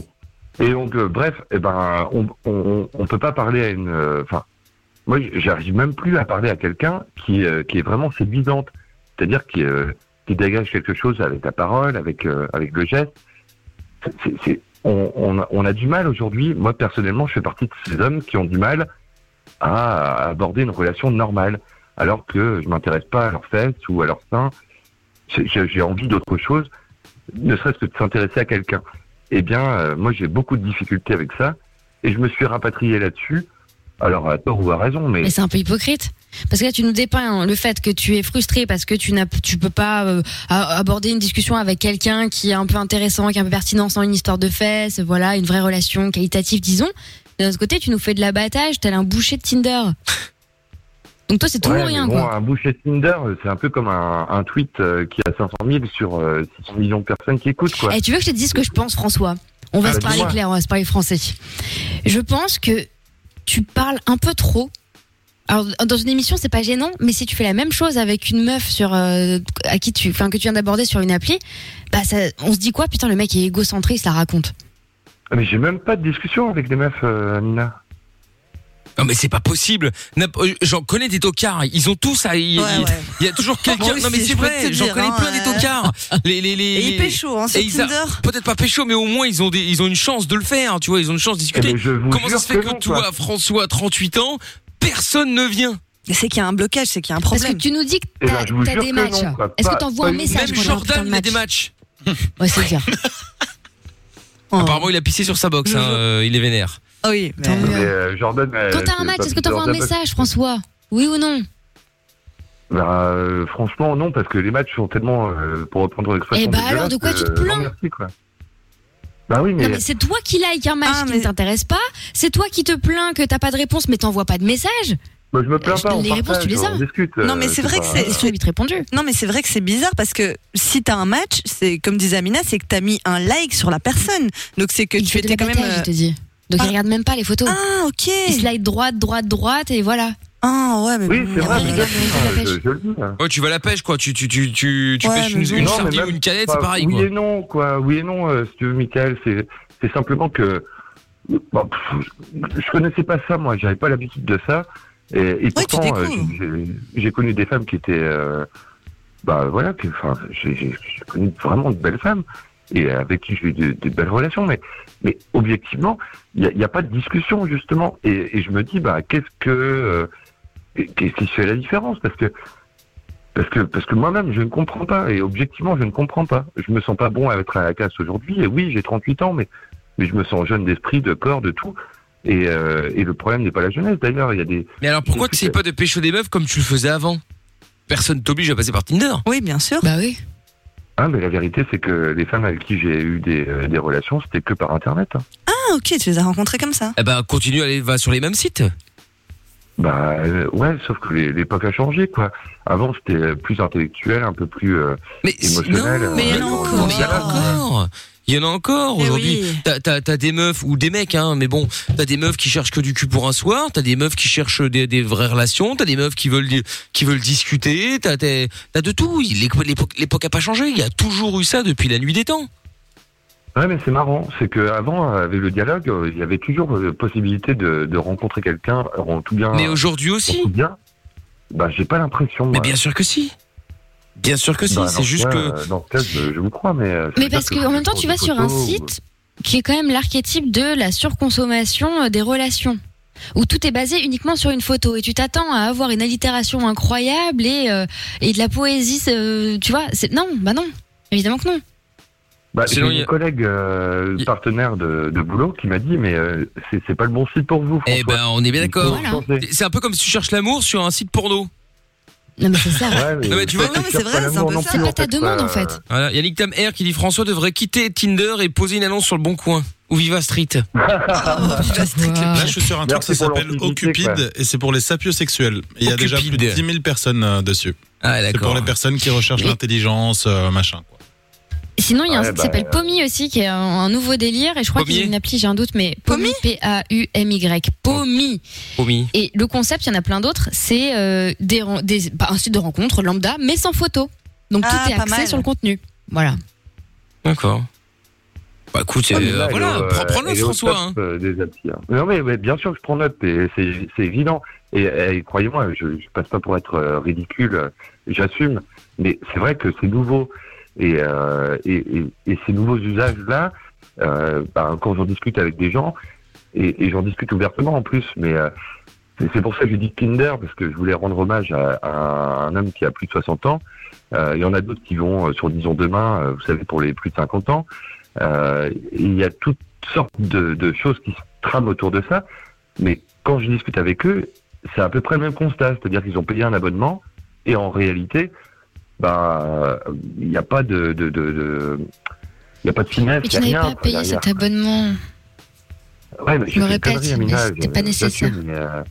K: Et donc, euh, bref, eh ben, on, on, on peut pas parler à une. euh, Enfin, moi, j'arrive même plus à parler à quelqu'un qui, euh, qui est vraiment séduisante, c'est-à-dire qui, euh, qui dégage quelque chose avec la parole, avec euh, avec le geste. C'est- c'est- on, on, a, on a du mal aujourd'hui. Moi, personnellement, je fais partie de ces hommes qui ont du mal à aborder une relation normale, alors que je m'intéresse pas à leurs fesses ou à leurs seins. J'ai- J'ai j'ai envie d'autre chose, ne serait-ce que de s'intéresser à quelqu'un. Eh bien, euh, moi, j'ai beaucoup de difficultés avec ça, et je me suis rapatrié là-dessus. Alors, à tort ou à raison, mais...
E: Mais c'est un peu hypocrite. Parce que là, tu nous dépeins le fait que tu es frustré parce que tu n'as, tu peux pas euh, a- aborder une discussion avec quelqu'un qui est un peu intéressant, qui est un peu pertinent sans une histoire de fesses, voilà, une vraie relation qualitative, disons. D'un autre côté, tu nous fais de l'abattage, tel un boucher de Tinder. Donc toi, c'est tout ou
K: Ouais,
E: rien,
K: mais bon,
E: quoi.
K: Un boucher Tinder, c'est un peu comme un, un tweet euh, qui a 500 000 sur euh, 600 millions de personnes qui écoutent, quoi.
E: Et Eh, tu veux que je te dise ce que je pense, François On va
K: Ah,
E: se
K: bah,
E: parler
K: dis-moi.
E: clair, on va se parler français. Je pense que tu parles un peu trop. Alors, dans une émission, c'est pas gênant, mais si tu fais la même chose avec une meuf sur euh, à qui tu, enfin que tu viens d'aborder sur une appli, bah ça, on se dit quoi Putain, le mec est égocentré, il se la raconte.
K: Ah, Mais j'ai même pas de discussion avec des meufs, euh, Amina.
B: Non mais c'est pas possible. N'imp- euh, J'en connais des tocards. Ils ont tous. à- Il y, il- il y
C: [laughs]
B: a toujours quelqu'un.
C: Moi
B: non mais
C: aussi,
B: c'est
C: je peux
B: vrai.
C: te
B: J'en
C: dire,
B: connais
C: hein,
B: plein des
C: euh. [laughs]
B: tocards. Les les les.
C: Et ils
B: les-
C: pécho, hein, c'est
B: et ils a-
C: Tinder.
B: Peut-être pas pécho, mais au moins ils ont des ils ont une chance de le faire. Tu vois, ils ont une chance de discuter.
K: mais Eh ben, je vous
B: Comment ça
K: jure
B: se fait
K: que
B: que
K: non,
B: toi,
K: quoi.
B: François, 38 ans, personne ne vient
C: C'est qu'il y a un blocage, c'est qu'il y a un problème.
E: Parce que tu nous dis que
B: Eh ben,
E: t'as
B: je vous
E: t'as
B: jure
E: des
B: que
E: matchs.
B: non, quoi.
E: Est-ce que
B: Pas-
E: t'envoies un
B: pas une-
E: message
B: Même
E: quand t'es en
B: Jordan,
E: temps de
B: il y a des
E: match
B: matchs.
E: Ouais, c'est bien.
C: Oh.
B: Apparemment, il a pissé sur sa box. hein, euh, il est vénère.
C: Ah oui.
K: Mais, euh, Jordan. euh,
E: Quand t'as
K: c'est
E: un match,
K: pas
E: est-ce que t'envoies un
K: Jordan, parce-
E: message, François Oui ou non
K: Bah, euh, franchement, non, parce que les matchs sont tellement, euh, pour reprendre l'expression.
E: Eh bah alors, de quoi tu te
K: dégueulasses, euh,
E: plains
K: non, merci, quoi. Bah oui, mais.
E: Non mais c'est toi qui like un match qui ne t'intéresse pas. C'est toi qui te plains que t'as pas de réponse, mais t'envoies pas de message.
K: Bah, je me plains
E: Ah, Je
K: pas.
E: te-
K: on
E: les réponses,
K: partage,
E: tu les as.
K: on discute,
C: Non,
K: euh,
C: mais c'est vrai que
K: pas-
C: c'est. c'est-
E: Non,
C: mais c'est vrai que c'est bizarre parce que si t'as un match, c'est comme disait Amina, c'est que t'as mis un like sur la personne. Donc c'est que tu
E: fait de
C: étais quand même.
E: l'abattage,
C: euh,
E: je te dis. Donc il regarde même pas les photos.
C: Ah ok.
E: Il slide droite, droite, droite et voilà.
C: Ah ouais mais.
K: Oui, c'est vrai, mais là,
E: je,
K: je le dis. hein.
B: Ouais, tu vas à la pêche quoi. Tu tu tu tu, tu
K: Ouais,
B: pêches
K: mais
B: une,
K: bon.
B: une
K: Non, mais
B: sardine
K: même
B: ou une canette,
K: pas-
B: c'est pareil.
K: Oui
B: quoi.
K: et non, quoi. Oui et non, euh, si tu veux, Michael, c'est c'est simplement que bon, pff, je connaissais pas ça, moi. J'avais pas l'habitude de ça. Et, et pourtant, euh, j'ai- j'ai connu des femmes qui étaient, euh, bah voilà, que- enfin, j'ai j'ai- j'ai connu vraiment de belles femmes et avec qui j'ai eu de, de belles relations. Mais, mais objectivement, il n'y a, il y a pas de discussion justement. Et, et je me dis, bah qu'est-ce que euh, qu'est-ce qui fait la différence Parce que parce que, parce que moi-même, je ne comprends pas. Et objectivement, je ne comprends pas. Je me sens pas bon à être à la casse aujourd'hui. Et oui, j'ai 38 ans, mais, mais je me sens jeune d'esprit, de corps, de tout. Et, euh, et le problème n'est pas la jeunesse. D'ailleurs, il y a des.
B: Mais alors pourquoi tu sais pas de pécho des meufs comme tu le faisais avant Personne t'oblige à passer par Tinder.
C: Oui, bien sûr.
E: Bah oui.
K: Ah, mais la vérité, c'est que les femmes avec qui j'ai eu des, euh, des relations, c'était que par Internet. hein.
C: Ah ok, tu les as rencontrés comme ça.
B: Eh ben continue à aller va sur les mêmes sites.
K: Bah euh, ouais, sauf que l'é- l'époque a changé, quoi. Avant, c'était euh, plus intellectuel, un peu plus euh, émotionnel. euh,
B: encore. Il y en a encore. Il y en a encore aujourd'hui. T'as- T'as t'as des meufs ou des mecs, hein, mais bon, t'as des meufs qui cherchent que du cul pour un soir, t'as des meufs qui cherchent des, des vraies relations, t'as des meufs qui veulent di- qui veulent discuter, t'as t'as- t'as de tout. L'époque- L'époque l'époque a pas changé. Il y a toujours eu ça depuis la nuit des temps.
K: Ouais, mais c'est marrant, c'est que avant avec le dialogue, euh, il y avait toujours euh, possibilité de, de rencontrer quelqu'un euh, en tout bien.
B: Mais aujourd'hui aussi.
K: en tout bien. Bah, j'ai pas l'impression. Bah,
B: Mais bien sûr que si. Bien sûr que si, c'est juste que-
K: Dans ce cas, je, je vous crois, mais. euh, ça
E: Mais
K: veut dire
E: parce
K: que
E: que en même temps,
K: sur
E: tu
K: des
E: vas sur un
K: photos,
E: site qui est quand même l'archétype de la surconsommation euh, des relations. Où tout est basé uniquement sur une photo et tu t'attends à avoir une allitération incroyable et, euh, et de la poésie, c'est, euh, tu vois. c'est- Non, bah non, évidemment que non.
K: Bah, j'ai
B: Sinon, il y
K: une
B: a-
K: collègue euh, partenaire de, de boulot qui m'a dit, mais euh, c'est c'est pas le bon site pour vous.
B: Eh ben, on est bien d'accord.
K: Voilà.
B: C'est un peu comme si tu cherches l'amour sur un site porno.
E: Non, mais c'est
K: [laughs]
E: ça.
B: Non, mais tu vois,
E: C'est pas ta demande en fait.
B: Voilà, il y a Nick Tam Air qui dit François devrait quitter Tinder et poser une annonce sur le bon coin ou
K: [laughs]
B: Viva Street.
L: Là, je suis sur un truc
B: Merci
L: qui
B: pour
L: s'appelle
B: l'antiquité, quoi.
L: Occupide et c'est pour les sapiosexuels. Et Il y a déjà plus de 10
B: Occupide.
L: 000 personnes euh, dessus.
K: Ah,
L: c'est
B: d'accord.
L: pour les personnes qui recherchent l'intelligence, euh, machin. quoi.
E: Sinon, il y a un
K: Ah
L: Ouais,
E: site qui
L: bah,
E: s'appelle
K: euh,
E: Pommy aussi, qui est un, un nouveau délire, et je crois qu'il y a une appli, j'ai un doute, mais Pommy, P-A-U-M-Y, Pommy.
B: Promis.
E: Et le concept, il y en a plein d'autres, c'est euh, des, ren- des- bah, un site de rencontre lambda, mais sans photo. Donc
C: Ah,
E: tout est
C: pas
E: axé
C: mal.
E: sur le contenu. Voilà.
B: D'accord. Bah écoute,
K: Ah,
B: euh,
K: mais là,
B: voilà,
K: elle est au-
B: prends- prends-le
K: elle est au
B: François.
K: top,
B: hein.
K: euh, des applis, hein. Non mais, ouais, bien sûr que je prends note, et c'est c'est évident. Et, et croyez-moi, je, je passe pas pour être euh, ridicule, euh, j'assume. Mais c'est vrai que c'est nouveau et, euh, et, et- et ces nouveaux usages là, quand j'en discute avec des gens et, et j'en discute ouvertement en plus, mais euh, c'est- c'est pour ça que j'ai dit Tinder, parce que je voulais rendre hommage à, à un homme qui a plus de 60 ans. Euh, Il y en a d'autres qui vont euh, sur Disons Demain, euh, vous savez, pour les plus de 50 ans. Euh, Il y a toutes sortes de, de choses qui se trament autour de ça. Mais quand je discute avec eux, c'est à peu près le même constat. C'est-à-dire qu'ils ont payé un abonnement et en réalité, bah, il n'y a pas de... de, de, de- il n'y a pas de finesse,
E: Mais
K: il
E: tu
K: n'y
E: n'avais
K: a rien.
E: pas
K: quoi,
E: payé
K: derrière.
E: cet abonnement.
K: Ouais,
E: Je me
K: mais j'ai fait une
E: répète,
K: connerie,
E: mais
K: Amina,
E: c'était
K: je-
E: pas
K: je
E: nécessaire.
K: l'assume, mais, euh,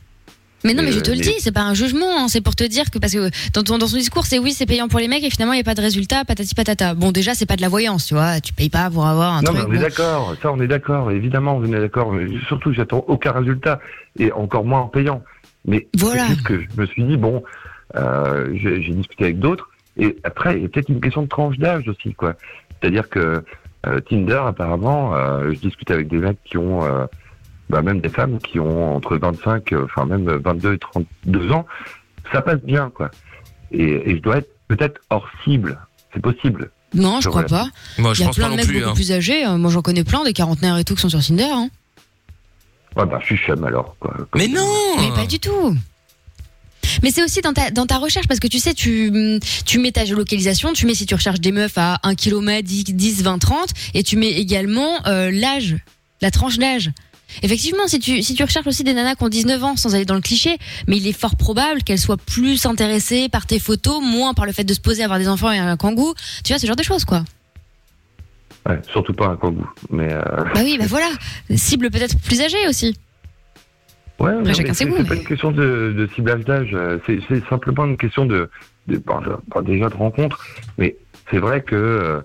E: Mais non, mais je
K: euh,
E: te le dis, c'est pas un jugement, hein, c'est pour te dire que parce que dans ton, dans son discours, c'est oui, c'est payant pour les mecs et finalement il n'y a pas de résultat, patati patata. Bon, déjà, c'est pas de la voyance, tu vois, tu payes pas pour avoir un
K: Non,
E: truc.
K: mais on est
E: bon.
K: d'accord, ça on est d'accord, évidemment on est d'accord, mais surtout j'attends aucun résultat, et encore moins en payant. Mais
E: voilà.
K: juste que je me suis dit, bon, euh, j'ai j'ai discuté avec d'autres, et après, il y a peut-être une question de tranche d'âge aussi, quoi. C'est-à-dire que euh, Tinder, apparemment, euh, je discute avec des mecs qui ont, euh, bah, même des femmes qui ont entre 25, euh, enfin même 22 et 32 ans, ça passe bien, quoi. Et, et je dois être peut-être hors cible, c'est possible.
E: Non, je crois
K: Ouais.
E: pas. Il y a plein de mecs beaucoup plus âgés, euh, moi j'en connais plein, des quarantenaires et tout qui sont sur Tinder. Hein.
K: Ouais, bah, je suis chum alors, quoi.
B: Mais non
E: Mais pas du tout. Mais c'est aussi dans ta, dans ta recherche, parce que tu sais, tu, tu mets ta géolocalisation, tu mets si tu recherches des meufs à 1 km, 10, 20, 30, et tu mets également euh, l'âge, la tranche d'âge. Effectivement, si tu, si tu recherches aussi des nanas qui ont 19 ans, sans aller dans le cliché, mais il est fort probable qu'elles soient plus intéressées par tes photos, moins par le fait de se poser, avoir des enfants et un kangou. Tu vois, ce genre de choses, quoi.
K: Ouais, surtout pas un kangou. Mais euh,
E: Bah oui, bah voilà. Cible peut-être plus âgée aussi.
K: ouais, non, mais
E: bah, chacun
K: c'est
E: ses goûts,
K: c'est pas une question de, de ciblage d'âge, euh, c'est c'est simplement une question de, de- bon, de- bon, déjà de rencontre. Mais c'est vrai que euh,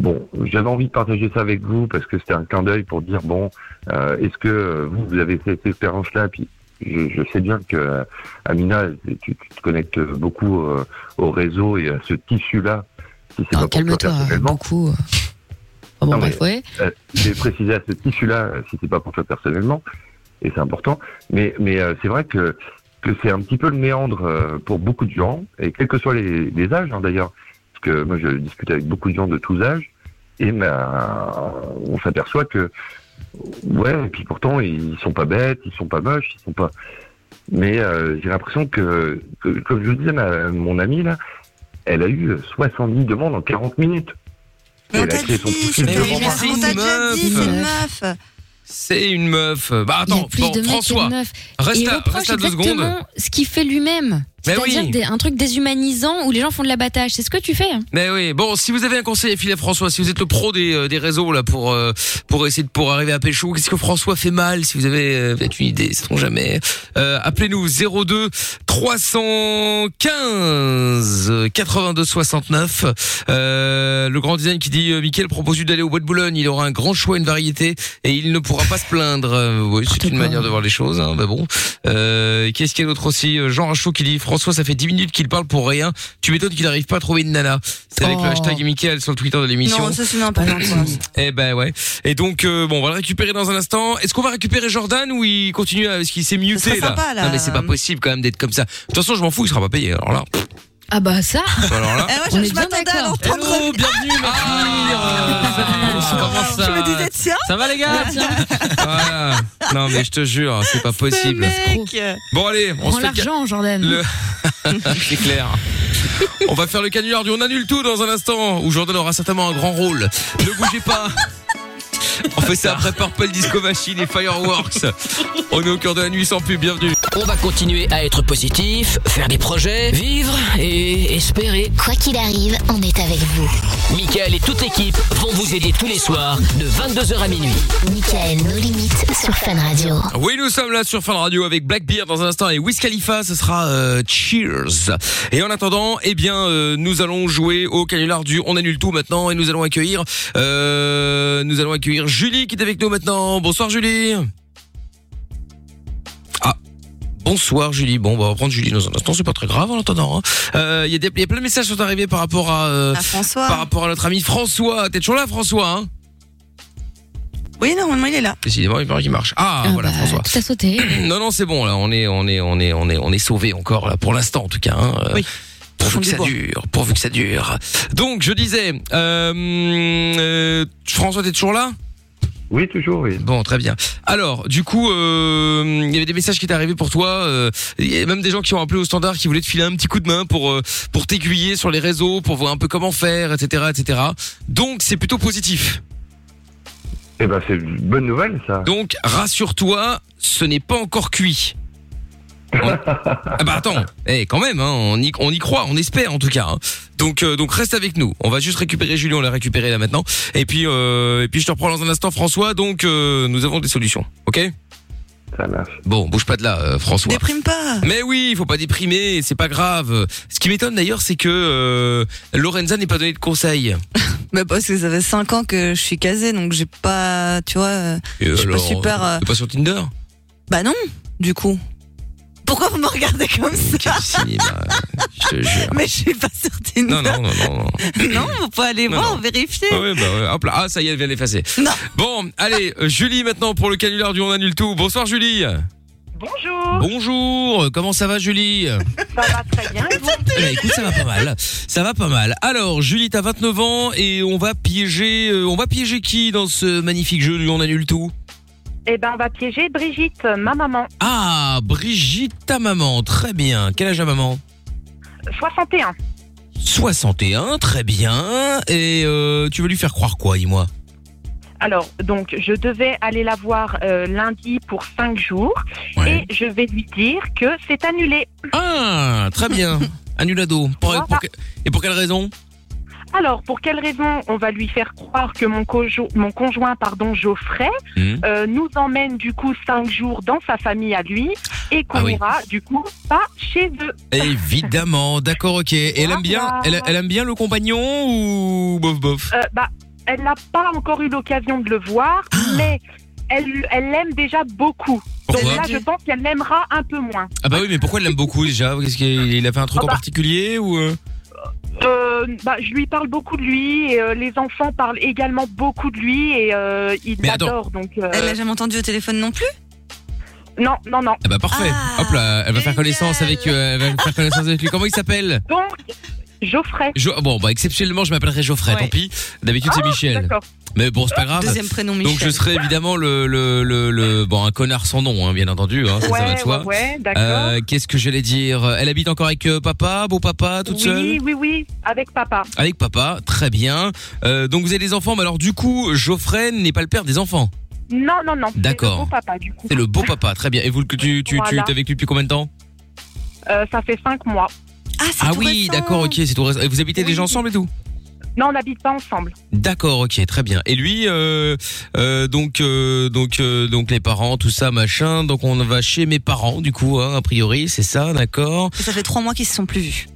K: bon, j'avais envie de partager ça avec vous parce que c'était un clin d'œil pour dire bon, euh, est-ce que euh, vous, vous avez cette expérience-là Puis je, je sais bien que euh, Amina, tu, tu te connectes beaucoup euh, au réseau et à ce tissu-là. Si c'est pas pour toi
E: Ah, Calme-toi,
K: personnellement.
E: beaucoup. euh. Ah bon,
K: Non,
E: bref,
K: mais,
E: ouais.
K: euh, J'ai précisé à ce tissu-là, euh, si c'est pas pour toi personnellement, et c'est important, mais, mais euh, c'est vrai que, que c'est un petit peu le méandre euh, pour beaucoup de gens, et quels que soient les, les âges hein, d'ailleurs, parce que moi je discute avec beaucoup de gens de tous âges, et bah, on s'aperçoit que, ouais, et puis pourtant ils sont pas bêtes, ils sont pas moches, ils sont pas. Mais euh, j'ai l'impression que, que, comme je vous disais, ma- mon amie là, elle a eu 70 demandes en 40 minutes. Et elle a créé son profil
B: mais
K: de
B: oui, mais
K: roman.
B: c'est une meuf.
C: meuf.
B: C'est une meuf. Bah
E: Il y a
B: attends,
E: plus
B: bon,
E: de mecs que
B: François,
E: de meufs. Et
B: reste
E: il
B: là,
E: reproche
B: reste là deux
E: exactement
B: secondes.
E: ce qu'il fait lui-même.
B: Mais
E: C'est-à-dire
B: oui.
E: des- un truc déshumanisant où les gens font de l'abattage. C'est ce que tu fais. hein.
B: Mais oui, bon, si vous avez un conseil à filer à François, si vous êtes le pro des, euh, des réseaux là pour euh, pour essayer de pour arriver à Pécho, qu'est-ce que François fait mal Si vous avez euh, peut-être une idée, sait-on jamais. Euh, Appelez-nous 02 315 82 69. Euh, le grand design qui dit euh, Mickaël propose d'aller au Bois de Boulogne. Il aura un grand choix, une variété, et il ne pourra pas se plaindre. Euh, oui,
C: Ah,
B: c'est une manière de voir les choses. Hein, bah bon. Euh, Qu'est-ce qu'il y a d'autre aussi Euh, Jean Rachaud qui dit François, ça fait 10 minutes qu'il parle pour rien. Tu m'étonnes qu'il n'arrive pas à trouver une nana. C'est avec
C: Oh.
B: le hashtag Mickaël sur le Twitter de l'émission.
C: Non, ça c'est non, pas gentil.
B: Eh ben ouais. Et donc euh, bon, on va le récupérer dans un instant. Est-ce qu'on va récupérer Jordan ou il continue à... Est-ce qu'il s'est muté
C: serait
B: là,
C: sympa, là.
B: Non mais c'est pas possible quand même d'être comme ça. De toute façon, je m'en fous, il sera pas payé. Alors là. pff,
E: Ah bah
B: [laughs]
E: ça.
B: Alors là.
C: Eh, moi, je je m'attendais à l'entendre.
B: bienvenue,
E: [laughs] Ah.
B: Ah,
C: Comment ça Je me disais, tiens.
B: Ça va, les gars Voilà. Non mais je te jure, c'est pas possible.
C: Oh.
B: Bon allez, on
E: Prends
B: se fait ca-
E: l'argent, Jordan.
B: le... [laughs] c'est clair. On va faire le canular du on annule tout dans un instant où Jordan aura certainement un grand rôle. Ne bougez pas. On fait ça après Purple Disco Machine et Fireworks. On est au cœur de la nuit sans pub, bienvenue.
A: On va continuer à être positif, faire des projets, vivre et espérer.
G: Quoi qu'il arrive, on est avec vous.
A: Michael et toute l'équipe vont vous aider tous les soirs de 22h à minuit.
G: Michael, nos limites sur Fun Radio.
B: Oui, nous sommes là sur Fun Radio avec Blackbeard dans un instant et Wiz Khalifa, ce sera euh, Cheers. Et en attendant, eh bien, euh, nous allons jouer au canular du On annule tout maintenant et nous allons accueillir, euh, nous allons accueillir Julie qui est avec nous maintenant. Bonsoir Julie. Ah, Bonsoir Julie. Bon, bah, on va prendre Julie dans un instant. C'est pas très grave en attendant. hein. Euh, Il y, a des- il y a plein de messages qui sont arrivés par rapport à, euh,
C: À François.
B: par rapport à notre ami François. T'es toujours là, François hein
C: Oui, normalement il est là.
B: Décidément, il paraît qu'il marche. Ah, voilà, François.
E: T'as sauté.
B: [clears throat] Non, non, c'est bon, là, on est, on est, on est, on est, on est sauvé encore, là, pour l'instant, en tout cas. hein. Euh, Pourvu que ça dure, pourvu que ça dure. Donc, je disais, euh, euh, François, t'es toujours là
K: Oui, toujours, oui.
B: Bon, très bien. Alors, du coup, euh, il y avait des messages qui étaient arrivés pour toi. euh, Il y a même des gens qui ont appelé au standard, qui voulaient te filer un petit coup de main pour euh, pour t'aiguiller sur les réseaux, pour voir un peu comment faire, etc., etc. Donc, c'est plutôt positif.
K: Eh ben, c'est une bonne nouvelle, ça.
B: Donc, rassure-toi, ce n'est pas encore cuit. On- Ah bah attends, eh, quand même, hein, on, y, on y croit, on espère en tout cas. hein. Donc euh, donc reste avec nous. On va juste récupérer Julie, on l'a récupéré là maintenant. Et puis euh, et puis je te reprends dans un instant François. Donc euh, nous avons des solutions. OK
K: Ça marche.
B: Bon, bouge pas de là euh, François.
C: Déprime pas.
B: Mais oui, il faut pas déprimer, c'est pas grave. Ce qui m'étonne d'ailleurs, c'est que euh, Lorenza n'ait pas donné de conseils.
C: Bah, parce que ça fait 5 ans que je suis casée, donc j'ai pas, tu vois, euh,
B: Et
C: je suis pas
B: alors,
C: super. euh,
B: t'es pas sur Tinder
C: Bah non, du coup. Pourquoi vous me regardez comme ça
B: Je te jure.
C: Mais je suis pas sur Tinder.
B: Non, non, non, non. non.
C: [laughs] Non, vous pouvez aller
B: Non,
C: voir,
B: non.
C: vérifier.
B: Ah ouais, bah ouais. Hop là, ah ça y est, elle vient d'effacer. Bon,
C: [laughs]
B: allez, euh, Julie maintenant pour le canular du On annule tout. Bonsoir Julie.
J: Bonjour.
B: Bonjour, comment ça va Julie
J: Ça va très bien. et vous
B: Eh ben, écoute, ça va pas mal. Ça va pas mal. Alors, Julie, t'as 29 ans et on va piéger, euh, on va piéger qui dans ce magnifique jeu du On annule tout
J: Eh ben, on va piéger Brigitte, ma maman.
B: Ah, Brigitte, ta maman, très bien. Quel âge a maman
J: 61.
B: 61, très bien. Et euh, tu veux lui faire croire quoi, dis-moi
J: Alors, donc, je devais aller la voir euh, lundi pour 5 jours. Et je vais lui dire que c'est annulé.
B: Ah, très bien. Annulado. Pour- pour que- et pour quelle raison
J: Alors, pour quelle raison on va lui faire croire que mon, cojo- mon conjoint, pardon, Geoffrey,
B: Hmm.
J: euh, nous emmène du coup 5 jours dans sa famille à lui et qu'on
B: Ah oui.
J: ira du coup pas chez eux.
B: Évidemment, d'accord, ok. Et elle aime bien, elle, elle aime bien le compagnon ou bof bof
J: Euh, bah, elle n'a pas encore eu l'occasion de le voir,
B: Ah.
J: mais elle elle l'aime déjà beaucoup.
B: Pourquoi
J: Donc là, je pense qu'elle l'aimera un peu moins.
B: Ah bah oui, mais pourquoi elle l'aime beaucoup déjà Qu'est-ce qu'il il a fait un truc en particulier ou euh
J: Euh, bah, je lui parle beaucoup de lui, et, euh, les enfants parlent également beaucoup de lui, et euh, ils
B: Mais attends.
J: l'adorent. Donc, euh,
C: Elle l'a jamais entendu au téléphone non plus
J: Non, non, non.
B: Ah bah parfait. Hop là, elle va faire connaissance avec, euh, elle va faire connaissance avec lui. Comment il s'appelle
J: Donc, Geoffrey.
B: Jo- bon bah exceptionnellement, je m'appellerai Geoffrey. Tant pis. D'habitude c'est
J: Ah,
B: Michel.
J: d'accord.
B: Mais bon, c'est pas grave.
C: Deuxième prénom,
B: Donc je
C: Michel.
B: serai évidemment le, le, le, le- bon un connard sans nom, hein, bien entendu. Hein, ça, ça va de
J: Ouais,
B: soi.
J: ouais, ouais, d'accord.
B: Euh, Qu'est-ce que j'allais dire Elle habite encore avec euh, papa, beau papa, toute
J: oui,
B: seule
J: oui, oui, avec papa.
B: Avec papa, très bien. Euh, donc vous avez des enfants, mais alors du coup, Geoffrey n'est pas le père des enfants.
J: Non, non, non. c'est
B: D'accord.
J: le beau papa, du coup.
B: C'est le beau papa, très bien. Et vous, que tu, tu, tu
J: Voilà.
B: t'es avec lui depuis combien de temps
J: Euh, ça fait 5 mois.
C: Ah,
B: Ah oui, d'accord, ok, c'est tout récent. Et vous habitez déjà ensemble et tout
J: Non, on n'habite pas ensemble.
B: D'accord, ok, très bien. Et lui, euh, euh, donc, euh, donc, euh, donc les parents, tout ça, machin. Donc on va chez mes parents, du coup, hein, a priori, c'est ça, d'accord.
C: Et Ça fait 3 mois qu'ils se sont plus vus.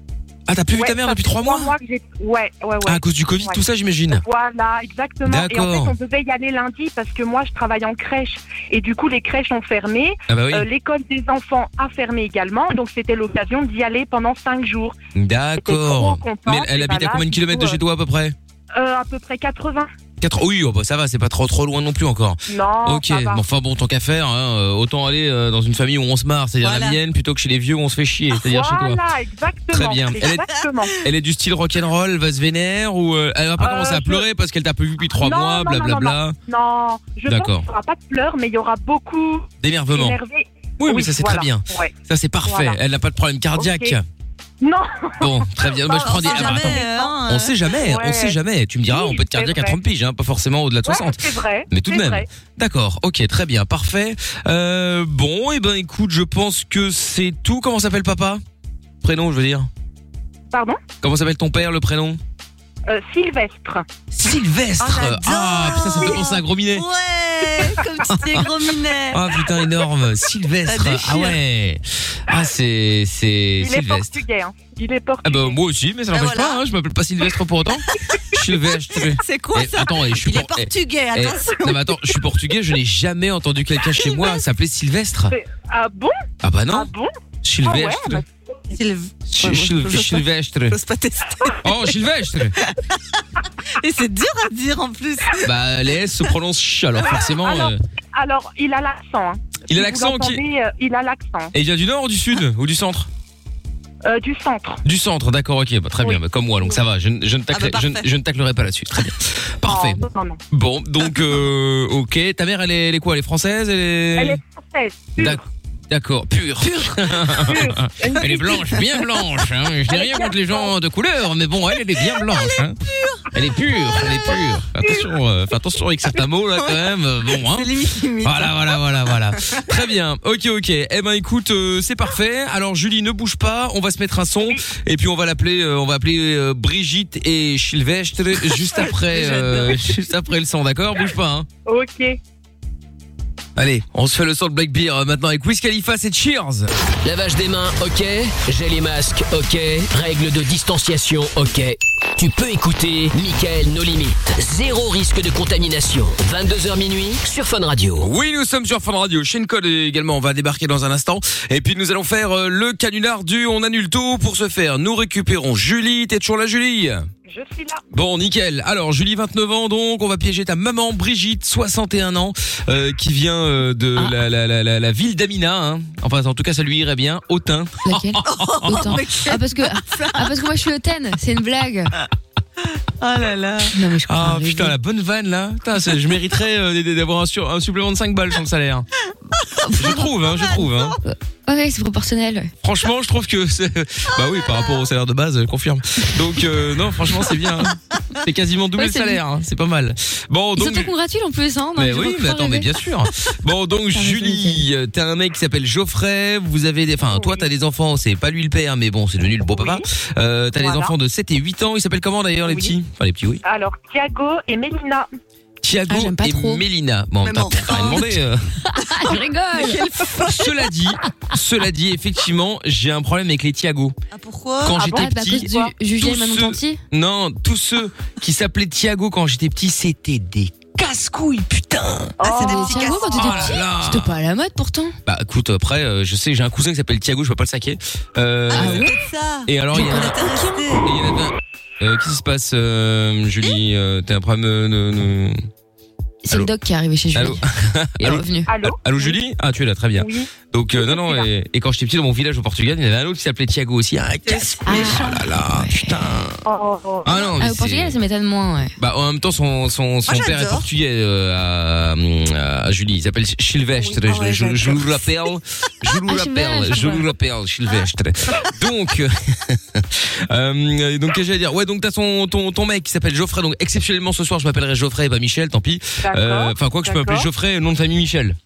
B: Ah, t'as plus vu ta mère depuis 3 mois
J: que j'ai- ouais, ouais, ouais.
B: Ah, à cause du Covid, tout ça, j'imagine.
J: Voilà, exactement. Et en
B: D'accord.
J: fait, on devait y aller lundi parce que moi, je travaille en crèche. Et du coup, les crèches ont fermé. Euh,
B: Ah bah oui.
J: L'école des enfants a fermé également. Donc, c'était l'occasion d'y aller pendant cinq jours.
B: D'accord.
J: J'étais trop contente,
B: Mais elle
J: et
B: habite
J: voilà,
B: à combien de
J: du
B: kilomètres de
J: coup,
B: chez toi à peu près
J: Euh, à peu près 80.
B: Quatre. Oui, oh, bah, ça va, c'est pas trop trop loin non plus encore.
J: Non,
B: Ok,
J: ça va.
B: bon, enfin bon, tant qu'à faire, hein, euh, autant aller euh, dans une famille où on se marre, c'est-à-dire la
J: Voilà.
B: mienne, plutôt que chez les vieux où on se fait chier, c'est-à-dire chez toi.
J: Voilà, exactement.
B: Très bien. Elle est-
J: Exactement.
B: Elle est du style rock'n'roll, elle va se vénère ou euh, elle va pas
J: Euh,
B: commencer à
J: je-
B: pleurer parce qu'elle t'a pas vu depuis trois
J: Non,
B: mois,
J: non, non,
B: blablabla.
J: Non, non. Non, je pense
B: D'accord.
J: qu'il n'y aura pas de pleurs, mais il y aura beaucoup
B: D'énervement.
J: d'énervé.
B: Oui, mais ça c'est
J: voilà,
B: très bien.
J: ouais.
B: Ça c'est parfait.
J: Voilà.
B: Elle n'a pas de problème cardiaque.
J: Ok. Non.
B: Bon,
J: [laughs]
B: très bien. Moi,
J: Bah,
B: je
J: on
B: prends des.
J: sait
B: ah, bah,
J: jamais,
B: attends.
J: hein,
B: on sait jamais, on
J: ouais.
B: sait jamais. Tu me diras, on peut être
J: c'est
B: cardiaque à
J: vrai.
B: 30 piges, hein, pas forcément au-delà de
J: Ouais,
B: 60.
J: c'est vrai,
B: Mais tout de
J: c'est
B: même.
J: vrai.
B: D'accord. Ok, très bien, parfait. Euh, bon, et ben écoute, je pense que c'est tout. Comment s'appelle papa Prénom, je veux dire.
J: Pardon
B: Comment s'appelle ton père, le prénom
J: Euh, Sylvestre. Oh,
B: Sylvestre. ah putain, ça me fait penser à un gros minet.
C: Oh, Ouais, comme si t'es gros minet.
B: [laughs] Ah putain
C: [laughs]
B: énorme, Sylvestre.
C: Ça déchire.
B: Ah ouais. Ah c'est c'est
J: Il est
B: Sylvestre.
J: portugais. hein. Il est portugais.
B: Ah bah moi aussi, mais ça
J: Ben
B: n'empêche
J: voilà.
B: pas, hein, je m'appelle pas Sylvestre pour autant. Sylvestre.
C: [laughs] C'est quoi
B: Eh,
C: ça
B: Attends, eh, je suis
C: Il est
B: por- eh,
C: portugais,
B: eh,
C: attention.
B: Non mais attends, je suis portugais, je n'ai jamais entendu quelqu'un chez moi s'appeler Sylvestre.
J: C'est- Ah bon
B: Ah bah non.
J: Ah bon
B: Sylvestre.
J: Ah ouais,
B: Sil- Sil- Sylvestre. Oh, Sylvestre.
C: Et c'est dur à dire en plus.
B: Bah les S se prononcent ch alors forcément.
J: Alors,
B: euh,
J: alors, il a l'accent. hein.
B: Il a
J: vous
B: l'accent qui-
J: l'entendez, euh, il a l'accent.
B: Et il vient du nord ou du sud ou du centre
J: Euh, du centre.
B: Du centre, d'accord, ok, bah, très bien, bah, comme moi, donc ça va, je, ne- je ne taclerai,
J: bah,
B: je, ne-
J: parfait.
B: je ne taclerai pas
J: [laughs]
B: là-dessus, très bien. Parfait.
J: Oh, non, non.
B: Bon, donc, euh, ok, ta mère, elle est, elle est quoi Elle est française Elle est...
J: Elle est française.
B: D'ac- D'accord, pure. [laughs] elle est blanche, bien blanche. Hein. Je dis rien contre les gens de couleur, mais bon, elle, elle est bien blanche. hein. Elle est pure, Oh elle est pure. Attention, euh, fais attention avec certains mots là quand même. euh, Bon, hein. Voilà, voilà, voilà, voilà. Très bien. Ok, ok. Eh ben, écoute, euh, c'est parfait. Alors, Julie, ne bouge pas. On va se mettre un son et puis on va l'appeler. euh, on va appeler euh, Brigitte et Sylvestre [laughs] juste après, euh, juste après le son. D'accord, bouge pas. Hein.
J: Ok.
B: Allez, on se fait le son de Black Beer euh, maintenant avec Wiz Khalifa, c'est Cheers.
A: Lavage des mains, ok. Gel et masque, ok. Règles de distanciation, ok. Tu peux écouter Michael No Limites. Zéro risque de contamination. 22h minuit sur Fun Radio.
B: Oui, nous sommes sur Fun Radio. Shane Code également, on va débarquer dans un instant. Et puis nous allons faire euh, le canular du On annule tout. Pour ce faire, nous récupérons Julie. T'es toujours là, Julie
J: Je suis là.
B: Bon, nickel. Alors, Julie, 29 ans, donc on va piéger ta maman, Brigitte, 61 ans, euh, qui vient euh, de
J: Ah.
B: la, la, la, la, la ville d'Amina. hein. Enfin, en tout cas, ça lui irait bien. Autun. [laughs]
E: Laquelle Autant. Ah parce que ah parce que moi je suis hautaine, c'est une blague.
C: Oh là là.
B: Ah putain, la bonne vanne là. Putain, c'est- je mériterais euh, d- d- d'avoir un, sur- un supplément de 5 balles sur
J: [laughs]
B: le salaire. Je trouve, hein, je trouve. Hein.
E: Ouais, c'est proportionnel.
B: Franchement, je trouve que c'est. Bah oui, par rapport au salaire de base, je confirme. Donc, euh, non, franchement, c'est bien. hein. C'est quasiment double
E: Ouais,
B: le
E: c'est
B: salaire. hein. C'est pas mal. Bon,
E: Ils
B: donc.
E: sont congratules en plus hein. donc
B: Mais
E: je
B: oui,
E: peux
B: mais
E: pas
B: attends, mais
E: rêver.
B: bien sûr. Bon, donc Julie, euh, t'as un mec qui s'appelle Geoffrey. Vous avez des, enfin, toi, t'as des enfants. C'est pas lui le père, mais bon, c'est devenu le beau papa. Euh, t'as des
J: Voilà. Ah.
B: enfants de 7 et 8 ans. Ils s'appellent comment d'ailleurs les petits Enfin, les petits, oui.
J: Alors, Thiago et
C: [laughs]
J: Mélina.
B: Thiago et Mélina. Bon,
J: Mais
B: t'as
J: bon.
B: t'as rien demandé. euh.
E: je rigole.
B: Cela dit, cela dit, effectivement, j'ai un problème avec les Thiago.
E: Pourquoi
B: Quand j'étais
E: bah, à cause
B: petit,
E: du jugé
B: tous
E: Manon
B: ceux-
E: Tanti.
B: Non, tous ceux qui s'appelaient Thiago quand j'étais petit, c'était des casse-couilles, putain.
E: Ah, c'est des petits Thiago quand
B: Oh
E: t'étais
B: là
E: petit,
B: là.
E: c'était pas à la mode pourtant.
B: Bah écoute, après, euh, je sais, j'ai un cousin qui s'appelle Thiago, je peux pas le saquer. Euh,
E: Ah, ça.
B: Et alors, il y en a il y en a un. Euh, Qu'est-ce qui se passe, euh, Julie Euh, T'as un problème euh, de. de-
E: C'est le doc qui est arrivé chez Julie.
B: Allô [laughs] Allô
J: Allô
B: Allô, Julie Ah, tu es là, très bien. Donc, euh, non, non, et, et quand j'étais petit dans mon village au Portugal, il y en avait un autre qui s'appelait Thiago aussi. Ah, casse Oh là là, putain
E: Oh.
B: Ah non, mais
E: au
B: c'est-
E: Portugal, ça m'étonne moins, ouais. Ah,
B: Bah, en même temps, son, son, son père est
E: j'adore.
B: portugais euh, à, à Julie. Il s'appelle Silvestre.
E: Oui, ah
B: Je-
E: ouais,
B: je, je
E: j'adore. [laughs]
B: vous rappelle. Je vous
E: Ah,
B: rappelle.
E: Sylvestre,
B: Je
E: ouais.
B: vous
E: [laughs]
B: rappelle, Silvestre. Donc, euh, [laughs] euh, donc, qu'est-ce que j'allais dire Ouais, donc t'as ton, ton, ton mec qui s'appelle Geoffrey. Donc, exceptionnellement, ce soir, je m'appellerai Geoffrey et pas Michel, tant pis.
E: D'accord,
B: Euh, Enfin, quoi que je peux appeler
E: d'accord. euh,
B: Geoffrey, nom de famille Michel.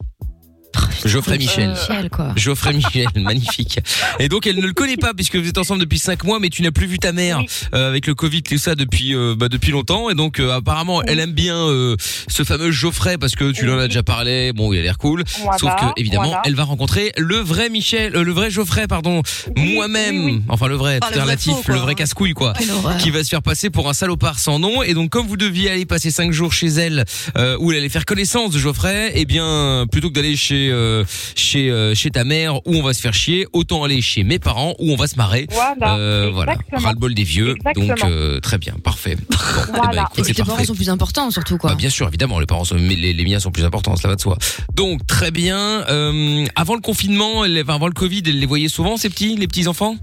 B: Geoffrey Michel.
E: Michel, quoi.
B: Geoffrey Michel, [laughs] magnifique. Et donc elle ne le connaît pas puisque vous êtes ensemble depuis 5 mois, mais tu n'as plus vu ta mère euh, avec le Covid tout ça depuis euh, bah, depuis longtemps. Et donc euh, apparemment elle aime bien euh, ce fameux Geoffrey parce que tu lui en as déjà parlé. Bon, il a l'air cool.
J: Voilà,
B: Sauf que évidemment
J: voilà.
B: elle va rencontrer le vrai Michel, euh, le vrai Geoffrey, pardon, moi-même. Enfin le vrai,
J: Ah,
B: tout
J: le
B: est
J: vrai
B: relatif,
J: faux, quoi.
B: le vrai casse-couille quoi,
J: Quelle horreur.
B: qui va se faire passer pour un salopard sans nom. Et donc comme vous deviez aller passer 5 jours chez elle euh, où elle allait faire connaissance de Geoffrey, eh bien plutôt que d'aller chez euh, chez euh, chez ta mère où on va se faire chier, autant aller chez mes parents où on va se marrer.
J: Voilà,
B: Euh, voilà,
J: exactement.
B: ras-le-bol des vieux. Donc
J: Exactement.
B: euh, très bien,
J: [laughs]
B: parfait. Bon, eh ben,
E: Voilà.
B: écoute,
E: Et puis
B: c'est
E: tes parents
B: parfait.
E: sont plus importants, surtout, quoi.
B: Bah, bien sûr, évidemment, les parents sont, mais les, les miens sont plus importants, cela va de soi. Donc très bien. Euh, avant le confinement, elle- enfin, avant le Covid, elle les voyait souvent ces petits, les petits enfants.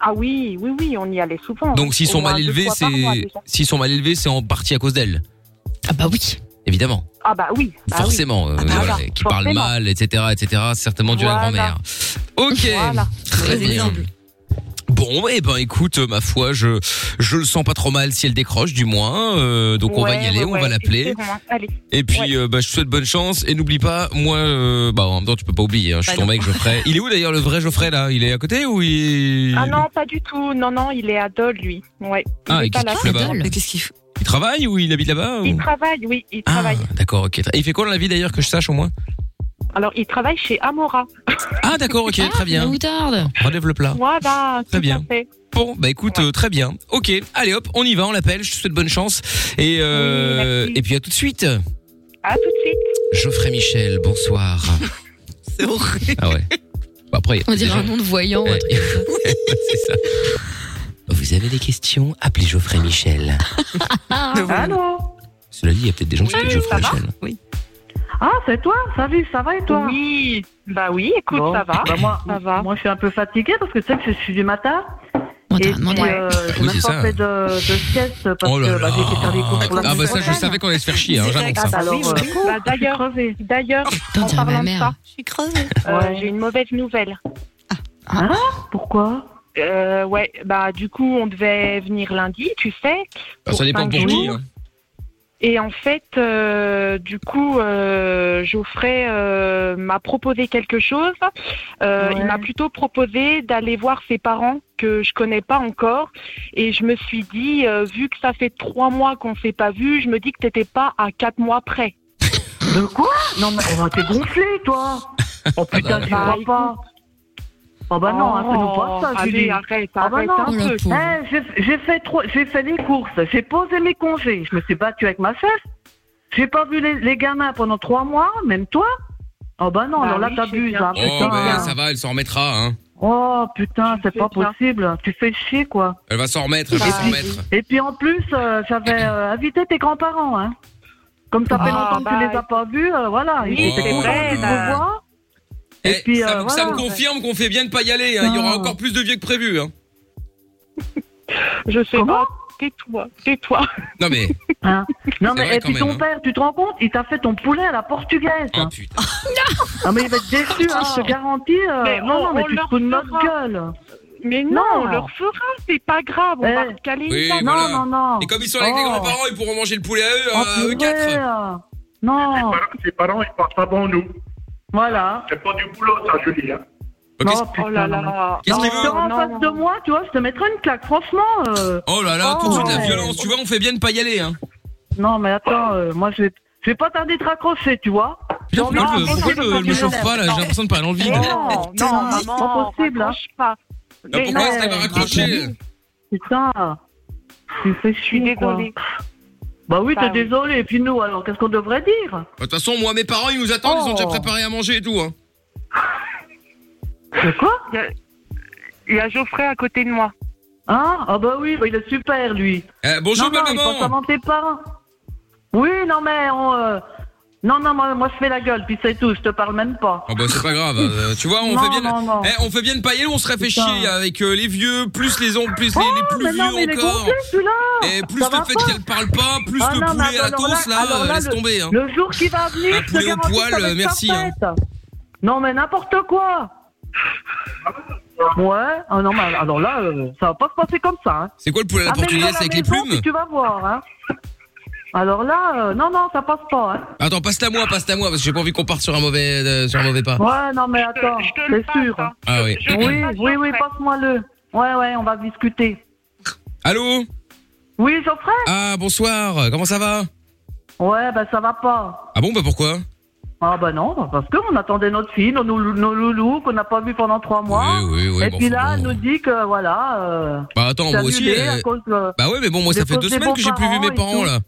J: Ah oui, oui, oui, on y allait souvent.
B: Donc s'ils
J: Au
B: sont
J: moins
B: mal
J: deux
B: élevés,
J: fois par mois,
B: c'est
J: déjà.
B: s'ils sont mal élevés, c'est en partie à cause d'elle.
E: Ah bah oui.
B: Évidemment.
J: Ah bah oui. bah oui.
B: forcément, euh,
J: Ah bah
B: voilà,
J: voilà,
B: qui parle
J: forcément.
B: mal, etc., etc. c'est Certainement dû à la
J: Voilà.
B: grand-mère. Ok. Très bien. Bon, eh ben écoute, euh, ma foi, je je le sens pas trop mal si elle décroche, du moins. euh, donc on va y
J: Ouais,
B: aller,
J: ouais,
B: on
J: ouais,
B: va l'appeler.
J: espérons, hein. Allez.
B: Et puis, euh, bah, je te souhaite bonne chance. Et n'oublie pas, moi, euh, bah en même temps, tu peux pas oublier. hein, je suis
J: Bah
B: ton
J: non.
B: mec, Geoffrey. Il est où d'ailleurs le vrai Geoffrey là Il est à côté ou il
J: Ah non, pas du tout. Non, non, il est à Dole, lui. Ouais. Il
B: Ah,
J: est
B: et
J: pas
B: qu'est-ce
J: là.
B: qu'il fait là-bas Oh. Mais
J: qu'est-ce qu'il fait
B: Il travaille ou il habite là-bas ou-
J: Il travaille, oui,
B: Ah.
J: il travaille.
B: D'accord, ok. Et il fait quoi dans la vie d'ailleurs que je sache au moins
J: Alors, il travaille chez Amora.
B: Ah d'accord, ok, très bien. Relève le plat.
J: Voilà,
B: Très
J: tout
B: bien.
J: à fait.
B: Bon, bah écoute, euh, très bien. Ok, allez hop, on y va, on l'appelle. Je te souhaite bonne chance. Et, euh, et puis à tout de suite.
J: À tout de suite.
B: Geoffrey Michel, bonsoir.
C: C'est horrible.
B: Ah ouais. Bah, après, il y a
E: On dirait
B: des gens-
E: un nom de voyant.
B: [laughs] Ouais. C'est ça. Vous avez des questions Appelez Geoffrey Michel.
M: Ah,
F: Allô
B: Cela dit, il y a peut-être des gens qui s'appellent Geoffrey Michel.
F: Ah, c'est toi Salut, ça va et toi
J: Oui, bah oui, écoute, ça va.
F: moi,
J: Ça va.
F: moi, je suis un peu fatiguée parce que tu sais que je suis du matin.
N: Bon, t'as
J: Et
N: rien demandé.
J: puis, euh, j'ai
B: Oui,
J: même
B: c'est
J: pas
B: ça.
J: fait de, de sieste parce
B: Oh là
J: que bah, j'ai été faire des cours pour la
B: Ah bah ça, je
J: semaine
B: savais qu'on allait se faire chier, hein, j'annonce
J: Ah,
B: ça.
J: bah alors, euh, bah, d'ailleurs, d'ailleurs, en parlant de ça, je suis crevée. J'ai une mauvaise nouvelle. Ah,
M: hein
J: pourquoi ouais, bah du coup, on devait venir lundi, tu sais.
B: Bah, ça dépend
J: cinq
B: pour qui.
J: jours.
B: hein.
J: Et en fait, euh, du coup, euh, Geoffrey euh, m'a proposé quelque chose. Euh, Il m'a plutôt proposé d'aller voir ses parents que je connais pas encore. Et je me suis dit, euh, vu que ça fait trois mois qu'on s'est pas vu, je me dis que t'étais pas à quatre mois près.
M: De quoi Non, mais on va t'es gonflé, toi Oh putain, tu
J: Bah,
M: vois pas Oh bah non,
J: Oh,
M: hein, fais-nous pas ça,
J: allez,
M: Julie.
J: arrête,
M: Ah bah
J: arrête
M: non.
J: un Oh, la peu. pauvre.
M: Eh, j'ai- j'ai fait trop, j'ai fait les courses, j'ai posé mes congés, je me suis battue avec ma chef. J'ai pas vu les, les gamins pendant trois mois, même toi. Oh bah non,
J: Bah
M: alors là
J: oui,
M: t'abuses.
J: j'ai bien
M: hein,
J: fait.
B: Oh,
M: putain.
B: bah, ça va, elle s'en remettra. Hein.
M: Oh putain, c'est pas possible. Tu fais chier quoi.
B: Elle va s'en remettre, elle va
M: Bah,
B: s'en remettre.
M: Et puis en plus, euh, j'avais euh, invité tes grands-parents. Hein. Comme ça
J: Ah,
M: fait longtemps que tu
J: bah,
M: les as pas vus, euh, voilà.
J: oui,
M: ils étaient
J: c'est
M: contents
J: vrai,
M: de te
J: bah.
M: revoir.
B: Eh,
M: Et puis,
B: ça,
M: euh,
B: ça me
M: voilà.
B: confirme qu'on fait bien de pas y aller. hein. Il y aura encore plus de vieux que prévu. Hein.
J: Je sais pas. Tais-toi, tais-toi.
B: Non
J: [laughs]
B: mais.
M: Hein non mais
B: C'est vrai
M: et
B: quand
M: puis
B: même,
M: ton
B: hein. Oh,
M: père, tu te rends compte, il t'a fait ton poulet à la portugaise. hein. Ah mais il va être déçu, hein, je te garantis. euh,
J: Mais
M: non
J: on-
M: non mais
J: on
M: tu te
J: leur
M: fous de notre
J: fera.
M: gueule.
J: Mais non, on leur fera, c'est pas grave, on
M: Euh.
J: va recaler
B: Oui,
J: ça.
B: voilà. Et comme ils sont
M: Oh.
J: Oh.
B: avec les grands-parents, ils pourront manger le poulet à eux, euh, à eux quatre.
M: Non.
O: Ses parents, ils pensent pas bon nous.
M: Voilà.
O: C'est pas du boulot, ça, Julie. Hein.
M: Non,
J: Oh
M: putain, non, mais-
B: Qu'est-ce qu'il
M: Non,
B: veut
M: si t'es en
B: Non,
M: face de moi, tu vois, je te mettrais une claque, franchement. euh,
B: Oh là là, tout de suite la
M: ouais.
B: violence. Tu vois, on fait bien de pas y aller. Hein.
M: Non, mais attends, euh, moi je vais, je vais pas tarder de te raccrocher, tu vois.
B: Putain, pourquoi
M: Non,
B: je me-
M: mais
B: pourquoi
M: non,
B: je me-
M: non,
B: je me chauffe
M: non,
B: pas là J'ai
M: non.
B: l'impression de parler dans le vide.
J: Non, non, maman,
M: pas possible, hein. Ah,
J: pas.
B: Ah,
J: Mais
B: pourquoi
J: non.
B: est-ce qu'elle m'a raccroché
M: Putain, tu me fais chier.
J: Je suis désolée.
M: quoi. Bah oui,
J: Bah
M: t'es
J: oui.
M: désolé. Et puis nous, alors, qu'est-ce qu'on devrait dire
B: De toute façon, moi, mes parents, ils nous attendent, ils ont déjà
M: Oh.
B: préparé à manger et tout. Hein.
M: quoi
J: Il y a- Il y a Geoffrey à côté de moi.
M: Hein Ah bah oui, bah il est super, lui.
B: Eh, bonjour,
M: non, non,
B: belle
M: il
B: maman.
M: pense avant tes parents. Oui, non, mais on... euh, Non, non, moi, moi, je fais la gueule, puis c'est tout, je te parle même pas.
B: Oh bah c'est pas grave, euh, tu vois, on
M: Non,
B: fait bien,
M: non, non.
B: Eh, on fait bien de pailler, on se fait
M: Putain. Oh,
B: chier avec euh, les vieux, plus les oncles, plus les, les plus
M: mais non, mais il
B: vieux
M: est
B: encore.
M: gonflé, celui-là.
B: Et eh, plus
M: Ça
B: le
M: va
B: fait
M: pas.
B: qu'elle parle pas, plus
M: Ah
B: le
M: non, mais
B: poulet à la
M: alors
B: tosse là,
M: alors
B: euh, laisse
M: le-
B: tomber. Hein.
M: Le jour qui va venir,
B: Un
M: je te
B: poulet au
M: garantis,
B: poil,
M: ça va être
B: merci,
M: sa
B: hein.
M: fête. Non, mais n'importe quoi. Ouais, ah non, mais alors là, euh, ça va pas se passer comme ça. Hein.
B: C'est quoi le poulet à la
M: Amène-le
B: portugaise
M: la
B: avec les
M: maison,
B: plumes
M: puis Tu vas voir. Hein. Alors là, euh, non, non, ça passe pas. Hein.
B: Attends, passe-la moi, passe-la moi, parce que j'ai pas envie qu'on parte sur un mauvais, euh, sur un mauvais pas.
M: Ouais, non, mais attends, c'est sûr.
J: hein.
B: Ah oui.
M: Oui, oui, oui, passe-moi le. Ouais, ouais, on va discuter.
B: Allô
M: Oui, Geoffrey
B: Ah bonsoir, comment ça va
M: Ouais, bah ça va pas.
B: Ah bon, bah pourquoi
M: Ah bah non, bah, parce qu'on attendait notre fille, nos, nos, nos loulous qu'on n'a pas vu pendant trois mois.
B: Oui, oui, oui,
M: Et
B: bon,
M: puis
B: enfin,
M: là, elle nous dit que voilà. euh,
B: Bah attends,
M: c'est
B: moi aussi.
M: annulé
B: euh,
M: à cause de-
B: Bah ouais, mais bon, moi ça
M: des
B: fait
M: fautes
B: deux
M: des
B: semaines que j'ai plus vu mes
M: beaux-parents et
B: parents
M: tout.
B: là.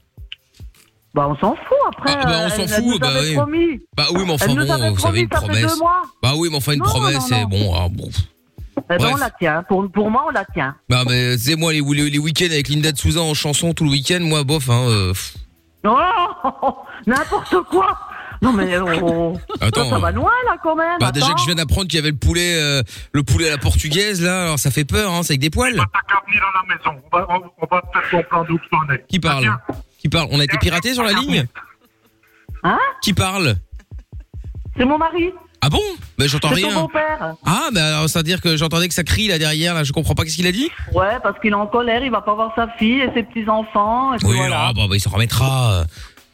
M: Bah on s'en fout après.
B: Ah, bah, on
M: elle-
B: s'en
M: elle
B: fout,
M: nous
B: bah
M: avait
B: oui.
M: promis.
B: Bah oui, mais enfin
M: Elle nous
B: bon,
M: avait
B: vous savez,
M: promis,
B: une
M: ça fait deux
B: promesse.
M: mois.
B: Bah oui, mais enfin une
M: Non, non,
B: promesse,
M: non,
B: c'est
M: non.
B: bon. ah, bon.
M: Eh ben,
B: Bref.
M: on la tient. Pour, pour moi, on la tient.
B: Bah mais c'est moi les, les, les week-ends avec Linda de Souza en chanson tout le week-end, moi bof hein. euh, pff.
M: Oh [laughs] N'importe quoi Non
B: Eh,
M: mais [laughs] on-
B: Attends,
M: ça, ça va
B: euh,
M: loin là quand même.
B: bah déjà
M: attends.
B: que je viens d'apprendre qu'il y avait le poulet, euh, le poulet à la portugaise là, alors ça fait peur hein, c'est avec des poils.
O: On va, on, on va te faire ton plan d'où que t'en es. Bah,
B: Qui parle Qui parle On a été piraté sur la ligne
M: Hein
B: Qui parle
M: C'est mon mari.
B: Ah bon Bah j'entends
M: C'est ton
B: rien.
M: beau-père.
B: Ah bah alors ça veut dire que j'entendais que ça crie là derrière là, je comprends pas qu'est-ce qu'il a dit.
M: Ouais, parce qu'il est en colère, il va pas voir sa fille et ses petits-enfants. et puis
B: Oui,
M: voilà.
B: alors, bah, bah, il s'en remettra. euh,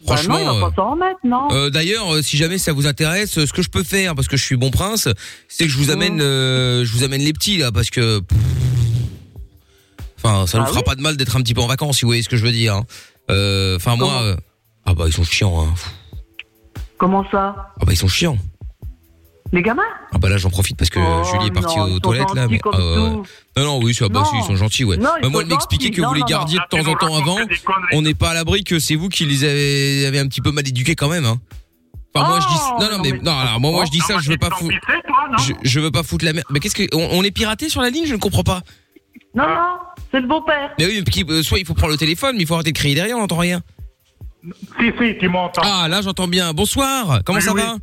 M: Bah
B: Franchement.
M: non, il va
B: euh,
M: pas s'en remettre, non
B: Euh, D'ailleurs, euh, si jamais ça vous intéresse, euh, ce que je peux faire, parce que je suis bon prince, c'est que je vous
M: Mmh.
B: amène, euh, je vous amène les petits là, parce que, pff, enfin, ça nous
M: Ah
B: fera
M: oui
B: pas de mal d'être un petit peu en vacances, si vous voyez ce que je veux dire. hein. Euh, Enfin, moi, euh, ah bah ils sont chiants. Hein.
M: Comment ça
B: Ah bah ils sont chiants.
M: Les gamins
B: Ah bah là, j'en profite parce que
M: Oh,
B: Julie est partie
M: non, ils
B: aux
M: sont
B: toilettes là.
M: gentils
B: Mais,
M: comme
B: ah, ouais, ouais.
M: tout.
B: Non, non, oui, ça, bah,
M: Non.
B: si, ils sont gentils, ouais.
M: Non, ils
B: Bah, moi,
M: sont
B: de m'expliquer
M: gentils.
B: que vous
M: Non,
B: les
M: non, non.
B: gardiez de temps en temps avant, on n'est pas à l'abri que c'est vous qui les avez, avez un petit peu mal éduqués quand même. Hein. Enfin, moi, je
M: Oh,
B: dis, non, non, mais, non, alors, moi, moi, je
O: Oh,
B: dis ça, je veux pas foutre, je, je veux pas foutre la merde. Mais qu'est-ce que, on, on est piraté sur la ligne, je ne comprends pas.
M: Non, non, c'est le beau-père.
B: Mais oui, qui- euh, soit il faut prendre le téléphone, mais il faut arrêter de crier derrière, on n'entend rien.
O: Si, si, tu m'entends.
B: Ah, là, j'entends bien. Bonsoir, Ah, comment
O: Oui,
B: ça
O: oui.
B: va?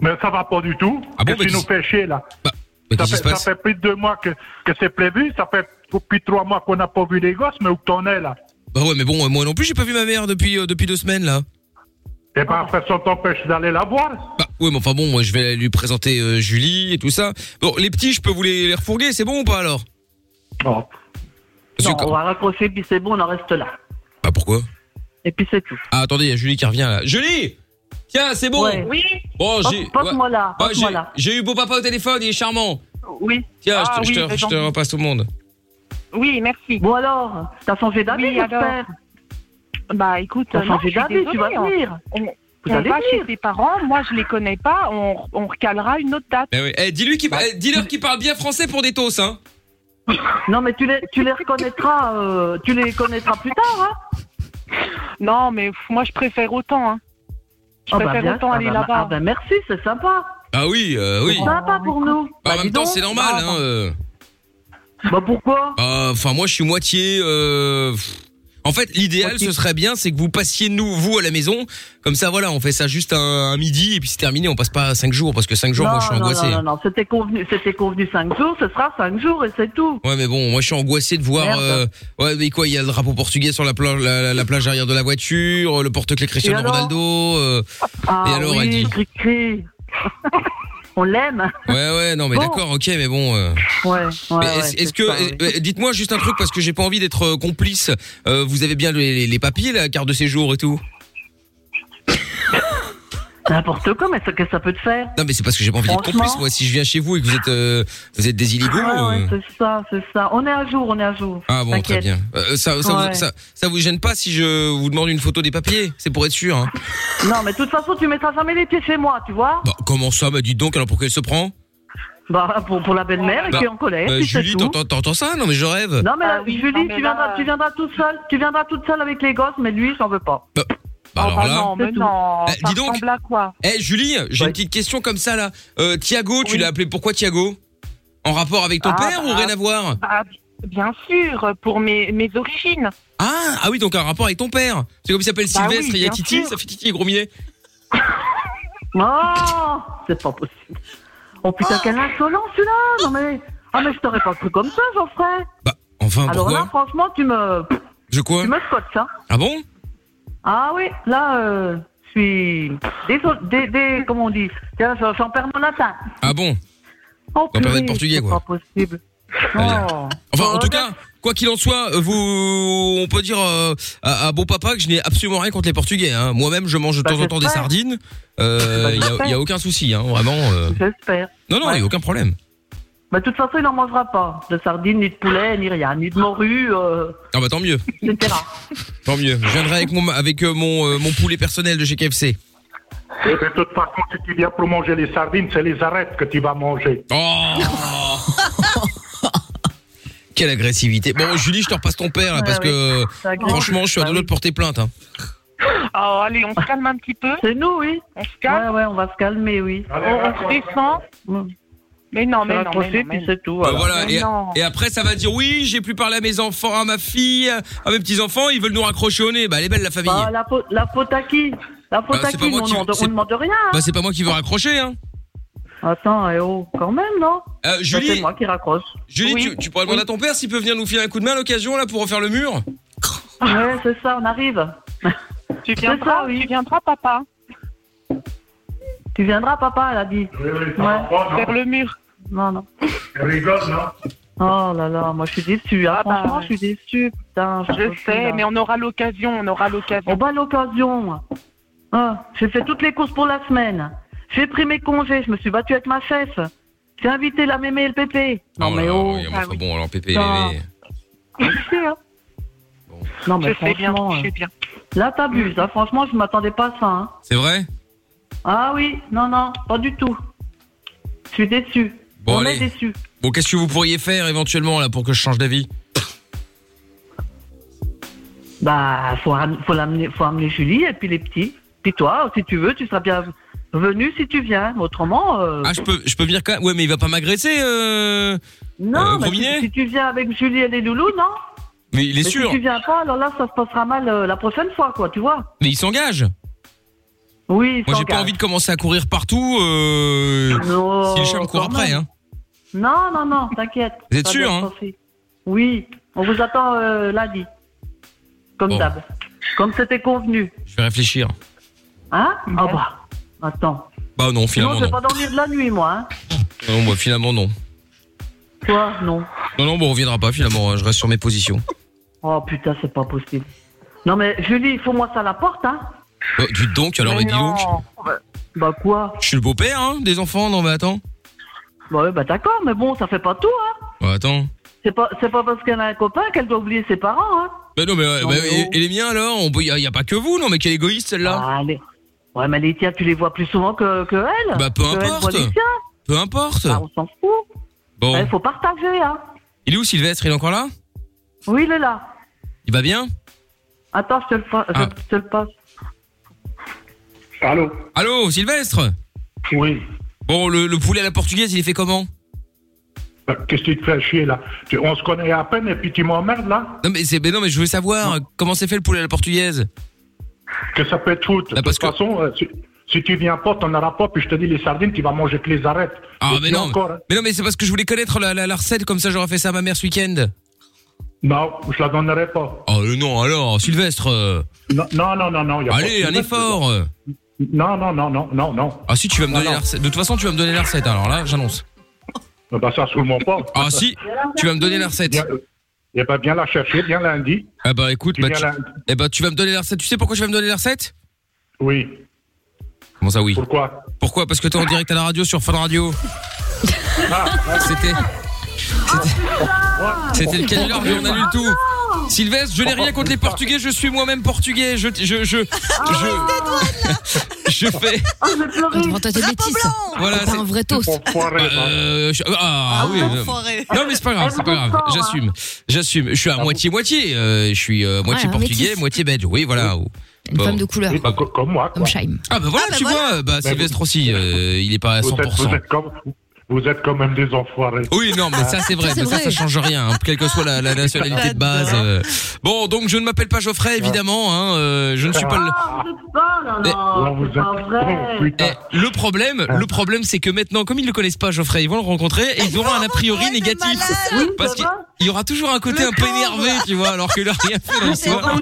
O: Mais ça va pas du tout.
B: Ah bon,
O: Qu'est-ce
B: mais
O: qui nous
B: qu'est-ce-
O: fait chier, là
B: mais
O: ça,
B: qu'est-ce qui
O: fait,
B: se passe
O: ça fait plus de deux mois que, que c'est prévu. Ça fait depuis trois mois qu'on n'a pas vu les gosses, mais où que t'en es là
B: Bah ouais, mais bon, euh, moi non plus, j'ai pas vu ma mère depuis, euh, depuis deux semaines là.
O: Eh ben après, ça t'empêche d'aller la voir.
B: Bah ouais, mais enfin bon, moi je vais lui présenter euh, Julie et tout ça. Bon, les petits, je peux vous les, les refourguer, c'est bon ou pas alors
O: Non.
B: Parce que
M: Non, on va raccrocher, puis c'est bon, on en reste là.
B: Bah pourquoi
M: Et puis c'est tout.
B: Ah attendez, il y a Julie qui revient là. Julie Tiens, c'est bon
M: Ouais. Oui.
B: Bon,
M: Passe-
B: j'ai.
M: Passe-moi là.
B: Ah,
M: Passe-moi
B: j'ai-
M: là.
B: j'ai eu beau papa au téléphone, il est charmant.
M: Oui.
B: Tiens,
M: Ah
B: je, te, je
M: oui,
B: te-
M: c'est
B: je te
M: gentil.
B: repasse tout le monde.
J: Oui, merci.
M: Bon alors, t'as changé d'avis,
J: Oui, alors.
M: j'espère.
J: Bah écoute,
M: T'as
J: euh, non, je
M: changé
J: suis
M: d'avis, tu
J: désolée,
M: vas
J: hein.
M: venir.
J: On,
M: Vous
J: on
M: allez
J: va
M: venir.
J: chez tes parents, moi je les connais pas, on, on recalera une autre date.
B: Eh oui. Eh, dis-lui qu'il
M: Bah,
B: eh, dis-leur qu'il parle bien français pour des tosses, hein.
M: Non, mais tu les, tu les reconnaîtras, euh, tu les connaîtras plus tard, hein
J: Non, mais pff, moi je préfère autant, hein. Je
M: Ah bah,
J: préfère
M: bien.
J: autant
M: Ah
J: aller
M: bah,
J: là-bas.
M: ah bah, merci, c'est sympa.
B: Ah oui, euh, oui.
M: C'est sympa pour nous.
B: Bah,
M: Bah,
B: en même
M: dis
B: temps,
M: donc.
B: c'est normal,
M: Ah,
B: hein. euh.
M: Bah pourquoi
B: Euh, Enfin, moi, je suis moitié. euh, pff. En fait, l'idéal, ce serait bien, c'est que vous passiez nous, vous, à la maison. Comme ça, voilà, on fait ça juste un, un midi et puis c'est terminé. On passe pas cinq jours parce que cinq jours,
M: non,
B: moi, je suis
M: non,
B: angoissé.
M: non, non, non, c'était convenu, c'était convenu 5 jours, ce sera 5 jours et c'est tout.
B: Ouais, mais bon, moi, je suis angoissé de voir.
M: Merde.
B: euh, ouais, mais quoi, il y a le drapeau portugais sur la plage, la, la- la plage arrière de la voiture, le porte-clés Cristiano
M: alors
B: Ronaldo. euh,
M: Ah
B: et alors,
M: oui,
B: elle dit.
M: cri-cri. On l'aime. [laughs]
B: Ouais, ouais, non, mais
M: Bon.
B: d'accord, ok, mais bon. euh.
M: Ouais, ouais,
B: Mais
M: ouais,
B: est-ce est-ce
M: c'est
B: que
M: ça,
B: euh, euh, dites-moi juste un truc parce que j'ai pas envie d'être euh, complice. Euh, vous avez bien les, les- les papiers, la carte de séjour et tout.
M: N'importe quoi, mais ce que ça peut te faire.
B: Non mais c'est parce que j'ai pas envie d'être
M: Franchement.
B: complice. Moi, si je viens chez vous et que vous êtes euh, vous êtes des illégaux.
M: Ah ouais,
B: euh,
M: c'est ça, c'est ça. On est à jour, on est à jour.
B: Ah bon, très
M: T'inquiète.
B: bien. Euh, ça, ça,
M: Ouais.
B: vous, ça, ça vous gêne pas si je vous demande une photo des papiers C'est pour être sûr. Hein.
M: Non, mais de toute façon, tu mettras jamais les pieds chez moi, tu vois.
B: Bah, comment ça Bah dites donc. Alors pourquoi elle se prend
M: Bah, pour, pour la belle-mère et
B: Bah,
M: qui est en colère,
B: bah,
M: puis c'est
B: Julie,
M: tout.
B: t'entends t'entends ça Non mais je rêve.
M: Non, mais là,
J: Ah oui,
M: Julie,
J: non, mais
M: tu,
J: là-
M: viendras, tu viendras toute seule, tu viendras toute seule avec les gosses, mais lui, j'en veux pas.
B: Bah, alors
J: Ah
B: là.
J: non, mais non,
B: Eh,
J: ça
B: dis donc.
J: ressemble à quoi
B: Eh Julie, j'ai une petite question comme ça là. Euh, Thiago, tu l'as appelé pourquoi Thiago En rapport avec ton
J: Ah,
B: père ou
J: bah,
B: rien à voir
J: Bah, Bien sûr, pour mes, mes origines. [gasps]
B: Ah, ah oui, donc un rapport avec ton père. C'est comme il s'appelle
J: Bah
B: Sylvestre,
J: oui,
B: il y a
J: bien
B: Titi,
J: sûr.
B: ça fait Titi et
M: [laughs]
B: Gros Minet.
M: Non, Ah, c'est pas possible. Oh putain, quel insolent celui-là Non mais, ah mais je t'aurais pas cru comme ça, Geoffrey
B: Bah, Enfin,
M: Alors
B: pourquoi
M: là, franchement, tu me...
B: Je quoi
M: Tu me scotches, hein
B: Ah bon
M: Ah oui, là, euh, je suis... Désolé, dé, dé- comment on dit Tiens, j'en j'en perds mon latin.
B: Ah bon
M: Oh,
B: On parlait
M: purée,
B: de portugais,
M: c'est
B: quoi.
M: pas possible.
B: bien.
M: Oh.
B: Enfin, en tout cas, quoi qu'il en soit, euh, vous, on peut dire euh, à, à bon papa que je n'ai absolument rien contre les Portugais. hein. Moi-même, je mange de
M: Bah,
B: temps en temps des
M: j'espère.
B: sardines. Euh,
M: Bah,
B: Il y a-
M: j'espère.
B: il y a, aucun souci, hein, vraiment. euh.
M: J'espère.
B: Non, non, il y a aucun problème.
M: Bah, de toute façon, il n'en mangera pas. De sardines, ni de poulet, ni rien. Ni de morue, euh,
B: Ah bah tant mieux,
M: etc.
B: tant mieux. Je viendrai avec mon avec euh, mon euh, mon poulet personnel de chez KFC.
O: Et de toute façon, si tu viens pour manger les sardines, c'est les arêtes que tu vas manger.
B: Oh Quelle agressivité. Bon, Julie, je te repasse ton père là,
J: Ouais,
B: parce
J: ouais.
B: que
J: Ça agresse.
B: franchement, je suis à deux doigts de porter plainte. hein.
J: Oh, allez, on se calme un petit peu.
M: C'est nous, oui.
J: On se calme.
M: Ouais, ouais, on va se calmer, oui. Mm.
J: On, on se descend. Mais non, mais non, mais
M: Raccrocher,
J: non, mais
M: puis
J: non.
M: c'est tout.
B: Bah, voilà.
J: Mais
B: Et,
J: non.
B: et après, ça va dire oui, j'ai plus parlé à mes enfants, à ma fille, à mes petits enfants. Ils veulent nous raccrocher au nez. Bah, elle est belle la famille.
M: Bah, la, faute, la faute à qui La faute
B: Bah,
M: à qui
B: c'est pas moi
M: Nous,
B: qui-
M: On ne
B: c'est-
M: demande rien. hein.
B: Bah, c'est pas moi qui veux raccrocher, hein.
M: Attends, eh oh, quand même, non Bah,
B: Euh, Julie-
M: C'est moi qui raccroche.
B: Julie, tu, tu pourrais demander à ton père s'il peut venir nous filer un coup de main à l'occasion là pour refaire le mur.
M: Ouais, c'est ça, on arrive.
J: [laughs] Tu viendras, tu viendras, papa.
M: Tu viendras, papa, elle a dit.
J: Ouais. Vers le mur.
M: Non, non.
O: Elle rigole, non
M: Oh là là, moi je suis déçue. hein. Franchement, je suis déçue. Putain, j'en peux
J: Ah, bah, Je
M: plus,
J: sais,
M: là.
J: mais on aura l'occasion, on aura l'occasion.
M: On bat l'occasion. Ah, j'ai fait toutes les courses pour la semaine. J'ai pris mes congés, je me suis battue avec ma chef. J'ai invité la mémé et le pépé. Non,
B: Oh là
M: mais
B: là,
M: oh.
B: oui, mais enfin, bon, alors Pépé,
M: Putain.
B: mais-
M: hein. Non, mais
J: Je sais bien,
M: franchement,
J: je
M: euh,
J: sais bien.
M: Là, t'abuses. hein. Franchement, je m'attendais pas à ça. hein.
B: c'est vrai.
M: Ah oui, non, non, pas du tout. Je suis déçue. On
B: Bon, allez.
M: est déçus.
B: Bon, qu'est-ce que vous pourriez faire éventuellement là pour que je change d'avis
M: Bah, faut, ram- faut, l'amener- faut amener Julie et puis les petits. Puis toi, si tu veux, tu seras bien venu si tu viens. Autrement. euh,
B: Ah, je peux, je peux venir quand même. Ouais, mais il va pas m'agresser. Euh...
M: Non,
B: euh,
M: mais
B: Gros
M: si,
B: Minet
M: si tu viens avec Julie et les loulous, non
B: Mais il est
M: Mais
B: sûr.
M: Si tu viens pas, alors là, ça se passera mal euh, la prochaine fois, quoi, tu vois.
B: Mais il s'engage.
M: Oui,
B: Moi, j'ai pas envie de commencer à courir partout. Euh...
M: Non,
B: si le chat me court
M: quand
B: après,
M: même.
B: hein.
M: Non, non, non, t'inquiète.
B: Vous êtes
M: Ça
B: sûr,
M: va
B: hein
M: passer. Oui, on vous attend euh, lundi. Comme
B: Bon.
M: d'hab. Comme c'était convenu.
B: Je vais réfléchir.
M: Hein Ah bah, attends.
B: Bah
M: Sinon,
B: non, finalement
M: je vais
B: non.
M: pas dormir de la nuit, moi. hein.
B: Non, bah, finalement non.
M: Toi, non.
B: Non, non, bon, on reviendra pas finalement. hein. Je reste sur mes positions.
M: Oh putain, c'est pas possible. Non mais Julie, il faut moi ça à la porte, hein
B: Bah, dites donc, alors, mais dis donc.
M: Bah quoi
B: Je suis le beau-père, hein, des enfants. Non, mais attends.
M: Bah ouais, bah d'accord, mais bon, ça fait pas tout, hein
B: Bah, attends.
M: C'est pas, c'est pas parce qu'elle a un copain qu'elle doit oublier ses parents, hein
B: Bah non, mais, euh, bah, et, et les miens alors On peut- y a, y a pas que vous, non Mais quelle égoïste celle-là
O: Ah.
M: Allez. Ouais, mais les tiens, tu les vois plus souvent que, que elle
B: Bah, peu
M: Que elle
B: importe.
M: voit les tiens.
B: Peu importe.
M: on s'en fout.
B: Bon.
M: Ouais, faut partager, hein
B: Il est où Sylvestre Il est encore là
M: Oui, il est là.
B: Il va bien
M: Attends, je te le, fa- je
B: Ah.
M: te le passe.
B: Allô Allô, Sylvestre
O: Oui.
B: Bon, le, le poulet à la portugaise, il est fait comment
O: Bah, Qu'est-ce que tu te fais chier là Tu- On se connaît à peine et puis tu m'emmerdes là
B: Non, mais, c'est- mais non, mais je veux savoir euh, comment c'est fait le poulet à la portugaise.
O: Que ça peut être foutre. De toute façon, euh, si, si tu viens pas, t'en auras pas, puis je te dis les sardines, tu vas manger que les arêtes.
B: Ah,
O: Et
B: mais
O: puis
B: non.
O: encore, hein.
B: Mais non, mais c'est parce que je voulais connaître la, la, la recette, comme ça j'aurais fait ça à ma mère ce week-end.
O: Non, Bah, je la donnerai pas.
B: Oh euh, non, alors, Sylvestre euh,
O: Non, non, non, non. non, y a
B: Allez,
O: pas-
B: un effort euh.
O: Non, non, non, non, non, non.
B: Ah si, tu vas me
O: Non,
B: donner
O: non.
B: la recette. De toute façon, tu vas me donner la recette, alors là, j'annonce.
O: Bah ça, sous mon pas.
B: Ah si, tu vas me donner la recette.
O: Eh ben, viens la chercher, viens lundi.
B: Ah bah écoute,
O: Tu
B: bah,
O: viens
B: tu...
O: lundi.
B: eh bah, tu vas me donner la recette. Tu sais pourquoi tu vas me donner la recette
O: Oui.
B: Comment ça, oui
O: Pourquoi
B: Pourquoi Parce que t'es en direct à la radio sur Fun Radio.
O: Ah.
B: C'était. C'était le canular, mais on annule tout. Sylvestre, je n'ai rien contre les Portugais, je suis moi-même portugais. Je, je, je, [laughs] Oh, je, je fais.
E: Prends-toi tes bêtises.
B: Voilà,
E: T'es un vrai toast.
B: Euh, je- ah, oui. euh,
E: enfoiré.
B: Non mais c'est pas grave, c'est pas grave. J'assume, j'assume. Je suis à moitié moitié. je suis euh, moitié
E: Ouais, un
B: portugais,
E: métis.
B: moitié belge. Oui voilà.
E: Une femme de couleur.
O: Bah, co- comme moi. Comme
B: Ah bah voilà, tu vois, bah, Sylvestre aussi, euh, il est pas à
O: Vous êtes, vous
B: 100%.
O: êtes comme, vous êtes quand même des enfoirés.
B: Oui, non, mais ça c'est vrai, mais ça ça change rien, hein, quelle que soit la, [laughs] la nationalité de base. euh. Bon, donc je ne m'appelle pas Geoffrey évidemment, hein, euh, je ne suis pas le...
M: Ah, c'est pas, non, non,
B: Eh,
M: c'est pas vrai.
B: eh, le problème, le problème, c'est que maintenant, comme ils le connaissent pas, Geoffrey, ils vont le rencontrer et ils
M: Ah
B: auront un a priori négatif, parce qu'il il y aura toujours un côté un peu énervé, tu vois, alors qu'il a rien fait dans l'histoire.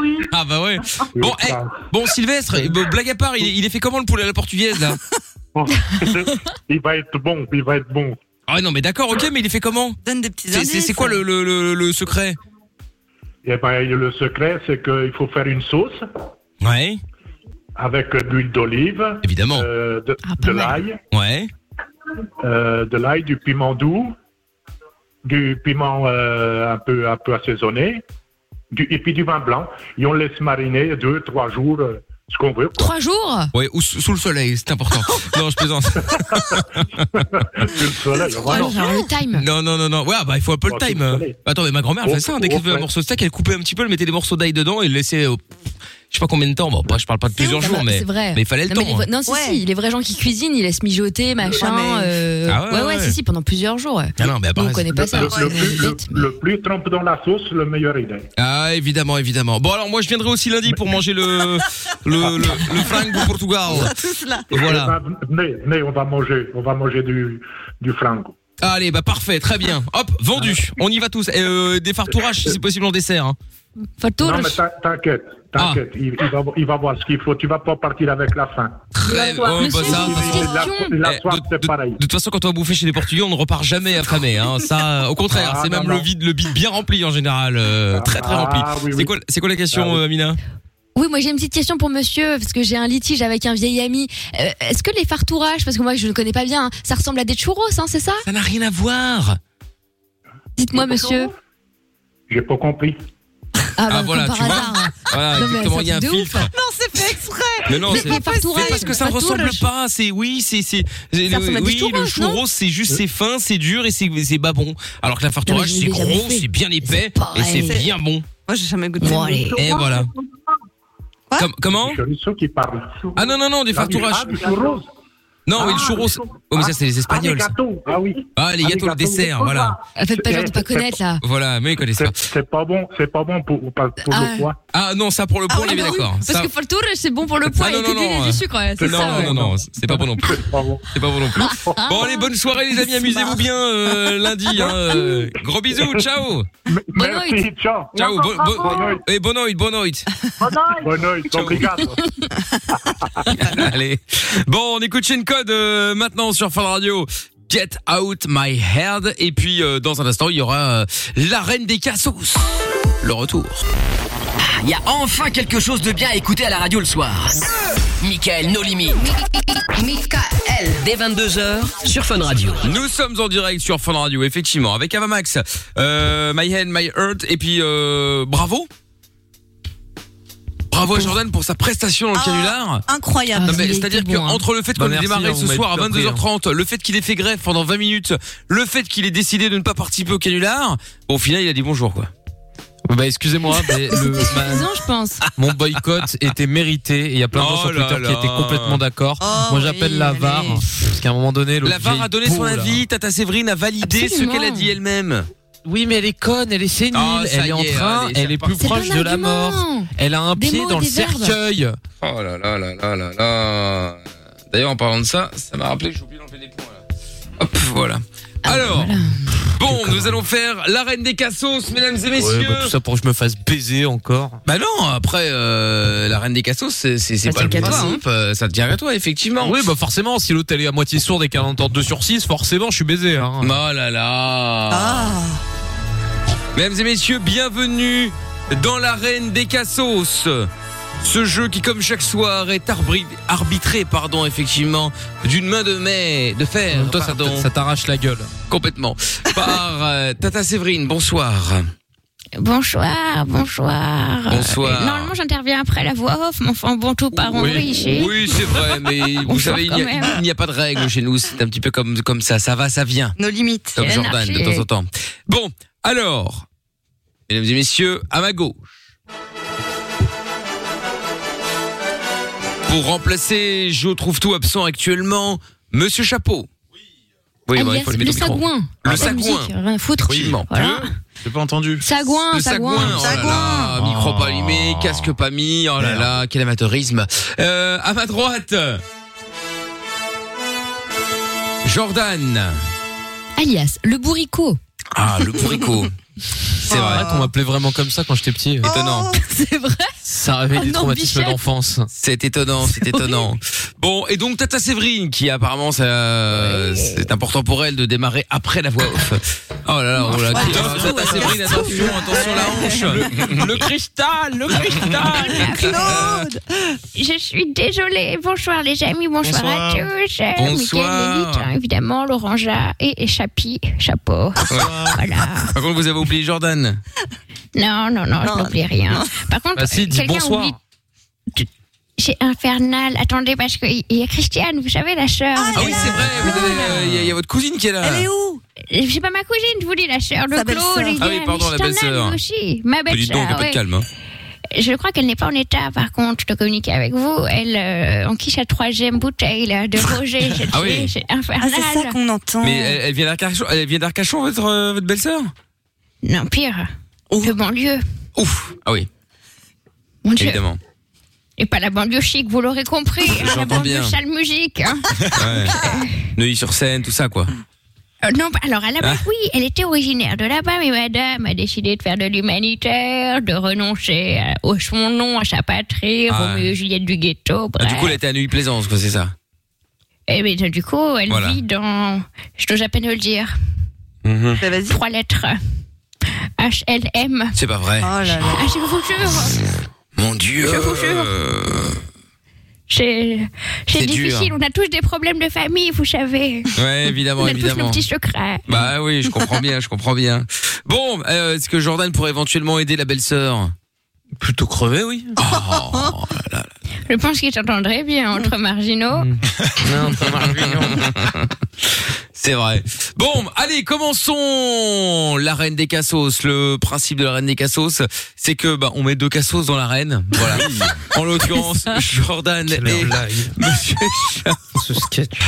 M: oui.
B: Ah bah ouais. Bon, eh, bon Sylvestre, eh, bon, blague à part, il, est- il est fait comment le poulet à la portugaise là
O: Il va être bon, il va être bon.
B: [laughs] Ah non, mais d'accord, ok, mais il est fait comment
C: Donne des petits
B: C'est- c'est- C'est quoi le, le- le- le secret
O: Eh ben, le secret, c'est qu'il faut faire une sauce.
B: Ouais.
O: Avec de l'huile d'olive. Euh,
B: Évidemment.
O: de
E: Ah,
O: de l'ail.
B: Ouais.
O: euh, de l'ail, du piment doux, du piment euh, un, peu, un peu assaisonné, du, et puis du vin blanc. Et on laisse mariner deux, trois jours, euh, ce qu'on veut.
E: Trois jours
B: Ouais, ou sous sous le soleil, Eh, c'est
E: [laughs]
B: important. non, je plaisante.
M: Ah,
E: Oh, genre le time.
B: Non, non, non, non. Ouais, bah, il faut un peu le
E: Oh, tu
B: time.
E: me
B: hein.
E: connais.
B: Attends, mais ma grand-mère elle
E: Oh,
B: faisait ça. hein. Dès
E: oh,
B: qu'elle faisait un
E: ouais.
B: morceau de steak, elle coupait un petit peu, elle mettait des morceaux d'ail dedans et le laissait. euh, pff, je sais pas combien de temps. Bon, bah, je parle pas de plusieurs
E: C'est
B: jours, mais.
E: vrai.
B: Mais il fallait le
E: non, mais
B: temps.
E: les-
B: hein.
E: Non, si, si, les vrais gens qui cuisinent, ils laissent mijoter, machin.
O: Ah, mais-
E: euh,
O: Ah ouais,
E: ouais, ouais,
O: ouais.
E: si, si, pendant plusieurs jours. ouais.
B: Ah non, mais à part-
E: Nous, on connaît pas ça. euh,
O: Le,
E: c'est
O: le
E: une
O: plus, le-
E: bête.
O: le plus trempe dans la sauce, le meilleur il est.
B: Ah, évidemment, évidemment. Bon, alors, moi, je viendrai aussi lundi pour manger le. le, le, le fringue au Portugal.
E: [laughs]
B: Voilà.
O: Eh ben, Venez, venez, on va manger, on va manger du, du frango.
B: Allez, bah, parfait, très bien. Hop, vendu. On y va tous. Et, euh, des fartourages, si c'est possible, en dessert. hein.
O: Non, mais t'in- t'inquiète, t'inquiète,
B: Ah.
O: il, il va, il va voir ce qu'il faut. Tu vas pas partir avec la faim.
B: Très oh, bah, ça,
O: La- la-
B: Eh, de, de- de toute façon, quand on va bouffer chez les Portugais, on ne repart jamais affamé. Hein. Ça, euh, au contraire,
O: Ah,
B: c'est
O: non,
B: même
O: non.
B: le vide, le vide bien rempli en général, euh, très très
O: Ah,
B: rempli.
O: oui,
B: c'est
O: oui.
B: quoi, c'est quoi la question,
O: Ah, oui.
B: euh, Amina
E: Oui, moi j'ai une petite question pour monsieur, parce que j'ai un litige avec un vieil ami. Euh, Est-ce que les fartourages, parce que moi je ne connais pas bien, hein, ça ressemble à des churros, hein, c'est ça
B: Ça n'a rien à voir.
E: Dites-moi, monsieur.
O: J'ai pas compris.
E: Ah, bah,
B: voilà,
E: comme
B: tu
E: par
B: vois.
E: hasard. hein.
B: Voilà,
E: Non, mais
B: exactement,
E: ça,
B: il y a un
E: c'est de ouf.
B: filtre.
C: Non, c'est fait exprès.
B: Mais non, c'est
E: Mais pas tout
B: c'est parce que ça ne
E: pas tout
B: ressemble
E: rush.
B: pas. C'est oui, c'est c'est c'est-
E: ressemble à du
B: oui,
E: churros,
B: le
E: non
B: churros, c'est juste c'est fin, c'est dur et c'est c'est pas bon. Alors que la fartourage,
C: Non, mais je l'ai
B: c'est
C: déjà
B: gros,
C: bouffé.
B: c'est bien épais et c'est
C: pareil.
B: bien bon.
C: Moi, j'ai jamais goûté.
B: Bon, allez. Et voilà. Com- comment
O: Chorizo qui parle.
B: Ah non non non, des
O: Ah, du-
B: fartourages.
O: ah, du churros.
B: Non, mais le
O: Ah,
B: churros.
O: du
B: Oh, mais ça c'est les
O: Ah, des
B: espagnols. ça.
O: gâteaux. Ah oui.
B: Ah, les
O: Ah, des
B: gâteaux, le
O: gâteaux,
B: dessert,
O: des
B: voilà.
E: Ah, Faites pas genre de
O: Eh,
E: pas
O: c'est-
E: connaître là.
B: Voilà, mais ils connaissent pas.
O: C'est pas bon, c'est pas bon pour, pour pour
E: Ah.
O: le foie.
B: Ah non, ça pour le point, on est bien d'accord.
I: Parce
B: Ça-
I: que Foltour, c'est bon pour le poids,
B: Ah, non,
I: il était
B: non,
I: dit,
B: non,
I: il est du sucre, ouais, c'est
B: non,
I: ça.
B: non,
I: ouais.
B: non, non, c'est pas bon non plus. C'est pas bon non plus. Bon, allez, bonne soirée, les amis. Amusez-vous bien euh, lundi. hein, euh, Gros bisous, ciao.
O: Bonne nuit. Ciao.
B: Ciao, Eh, bon, bon,
O: Bonne nuit.
B: et bonne nuit, bonne nuit.
O: Bonne nuit. Obrigado.
B: [laughs] Allez. Bon, on écoute Shin Code euh, maintenant sur Fun Radio. Get out my head. Et puis, euh, dans un instant, il y aura euh, la reine des cassos. Le retour.
A: Il Ah, y a enfin quelque chose de bien à écouter à la radio le soir. Michael, nos limites. Michael. Dès 22h sur Fun Radio.
B: Nous sommes en direct sur Fun Radio, effectivement, avec Avamax, euh, My Hand, My Heart, et puis euh, bravo. Bravo à Jordan pour sa prestation dans le canular.
C: Ah, incroyable.
B: Non, mais
C: Il a
B: C'est-à-dire
C: été bon, hein.
B: qu'entre le fait
C: Bah,
B: qu'on ait
C: merci,
B: démarré
C: hein,
B: ce
C: vous m'avez
B: soir à
C: tout appris,
B: 22h30, le fait qu'il ait fait grève pendant 20 minutes, le fait qu'il ait décidé de ne pas participer au canular, bon, au final, il a dit bonjour, quoi.
M: Bah excusez-moi,
B: [laughs]
M: mais le, ma-
I: Disons, je
B: Ah.
I: pense.
M: mon boycott était mérité. et Il y a plein de gens sur
B: Oh là
M: Twitter qui
B: là.
M: étaient complètement d'accord.
B: Oh
M: Moi j'appelle
B: oui,
M: la
B: allez.
M: VAR, parce qu'à un moment donné,
B: La VAR a donné son avis, Tata Séverine a validé
M: Absolument.
B: ce qu'elle a dit elle-même.
M: Oui, mais elle est conne, elle est sénile,
B: Ah, ça
M: elle
B: y
M: est en
B: est,
M: train,
B: allez, c'est
M: elle est plus
B: reparti.
M: proche
B: C'est
M: de
B: un
M: la mort.
B: argument.
M: Elle a un
B: Des
M: pied
B: mots,
M: dans le
B: des verbes.
M: cercueil.
B: Oh là là là là là là. D'ailleurs, en parlant de ça, ça m'a rappelé que j'ai oublié d'enlever les points là. Hop, Ah, bah voilà. Alors, bon, nous allons faire la reine des cassos, mesdames et messieurs.
M: Ouais, bah, tout ça pour que je me fasse baiser encore.
B: Bah non, après euh, la reine des cassos, c'est c'est c'est
M: Bah,
B: pas le
M: c'est qu'à toi,
B: principe, euh, ça devient à toi effectivement.
M: Oui, bah forcément, si l'autre elle est à moitié sourde et qu'elle entend 2 sur 6, forcément je suis baisé. Hein.
B: Oh là là.
M: Ah.
B: Mesdames et messieurs, bienvenue dans l'arène des Cassos. Ce jeu qui, comme chaque soir, est arbri- arbitré, pardon, effectivement, d'une main de mai, de fer,
M: Toi, ça
B: pardon,
M: t- ça t'arrache la gueule.
B: complètement, par euh, Tata Séverine. Bonsoir.
I: Bonsoir, bonsoir.
B: Bonsoir.
I: Euh, Normalement, j'interviens après la voix off, mais enfin, bon, tout part en vrille chez-
B: oui, c'est vrai, mais
I: [laughs]
B: vous
I: Bonsoir
B: savez, il
I: quand
B: n'y
I: même.
B: a, il n'y a pas de règle chez nous. C'est un petit peu comme comme ça, ça va, ça vient.
C: Nos limites.
B: Comme Jordan de temps en temps. Bon, alors, mesdames et messieurs, à ma gauche. Pour remplacer Joe trouve tout absent actuellement, Monsieur Chapeau. Oui, bah, il
I: Alias
B: faut le mettre
I: Ah, le
B: au micro.
I: sagouin.
B: Le
I: Ah,
B: sagouin.
I: musique, rien à foutre.
B: Effectivement.
I: Voilà.
L: J'ai pas entendu.
I: Sagouin,
B: Le sagouin.
I: sagouin.
B: Oh là là, micro pas allumé,
M: Ah.
B: casque pas mis. Oh là là, quel amateurisme. Euh, à ma droite, Jordan.
I: Alias le bourricot.
B: Ah,
M: [laughs]
B: le bourricot. C'est
M: vrai qu'on m'appelait vraiment comme ça quand j'étais petit.
B: Oh, Étonnant.
I: C'est vrai.
M: Ça réveille
B: Oh
M: des
B: non,
M: traumatismes
B: Bichette.
M: d'enfance.
B: C'est étonnant, c'est étonnant. Bon, et donc Tata Séverine, qui apparemment, ça- c'est important pour elle de démarrer après la voix off. Oh là là, oh là, qui- ah, Tata Séverine, attention, attention la hanche. Le,
M: cristal, le [laughs]
B: cristal.
I: Je suis désolée. Bonsoir les amis, bonsoir,
B: Bonsoir.
I: à tous. Euh,
B: Bonsoir.
I: Mickaël, Lilith, hein, évidemment, Lauranja et, et Chapi, chapeau. Voilà.
B: Par contre, vous avez oublié Jordan.
I: Non, non, non, je n'oublie rien. Par contre,
B: Bah si, dis
I: quelqu'un
B: bonsoir.
I: oublie. C'est infernal. Attendez, parce qu'il y a Christiane, vous savez, la sœur.
B: Ah oui, c'est vrai, vous avez, euh, il y, a- il y a votre cousine qui est là.
I: où Euh, C'est pas ma cousine, je vous dis, la sœur de
B: Sa
I: Claude.
B: belle-sœur.
I: Liliane,
B: Ah oui, pardon, la
I: Christiane,
B: belle-sœur.
I: mais aussi, ma
B: Mais
I: belle
B: Ah, dites donc, un peu de calme. hein.
I: Je crois qu'elle n'est pas en état, par contre, de communiquer avec vous. Elle euh, enquiche la troisième bouteille là, de
B: [laughs]
I: Roger. Je
B: Ah
I: sais,
B: oui.
I: C'est infernal.
C: c'est ça qu'on entend.
B: Mais euh, elle, elle vient d'Arcachon, elle vient d'Arcachon, votre, euh, votre belle-sœur
I: Non, pire.
C: Oh.
I: Le banlieue.
B: Ouf. Ah oui.
I: Mon Dieu. [laughs]
B: Évidemment.
I: Et pas la banlieue chic, vous l'aurez compris. hein, la
B: J'entends
I: banlieue
B: bien.
I: sale musique. hein.
B: [laughs] Ouais. Neuilly-sur-Seine, tout ça, quoi.
I: Euh, non, bah, alors à la base,
B: Ah.
I: oui, elle était originaire de là-bas, mais madame a décidé de faire de l'humanitaire, de renoncer à- au son nom, à sa patrie,
B: Ah.
I: Roméo et Juliette du ghetto.
B: Ah,
I: Bref.
B: du coup, elle était à Neuilly-Plaisance, quoi, c'est ça
I: Eh bien, du coup, elle
B: Voilà.
I: vit dans. Je n'ose à peine le dire. Mhm.
B: Ben,
I: Trois lettres. HLM.
B: C'est pas vrai.
I: Ah, je vous jure.
B: Mon Dieu. Euh,
I: Je vous jure. C'est c'est
B: C'est dur.
I: difficile. On a tous des problèmes de famille, vous savez.
B: Ouais, évidemment,
I: On a tous nos
B: évidemment.
I: petits secrets.
B: Bah oui, je comprends bien, je comprends bien. Bon, euh, est-ce que Jordan pourrait éventuellement aider la belle-sœur Plutôt crever, oui.
I: Je pense qu'ils s'entendraient bien entre
B: Mm.
I: marginaux.
B: C'est vrai. Bon, allez, commençons l'arène des cassos. Le principe de l'arène des cassos, c'est que bah, on met deux cassos dans l'arène. Voilà. en l'occurrence, Jordan et Monsieur Chapeau. Ce sketch.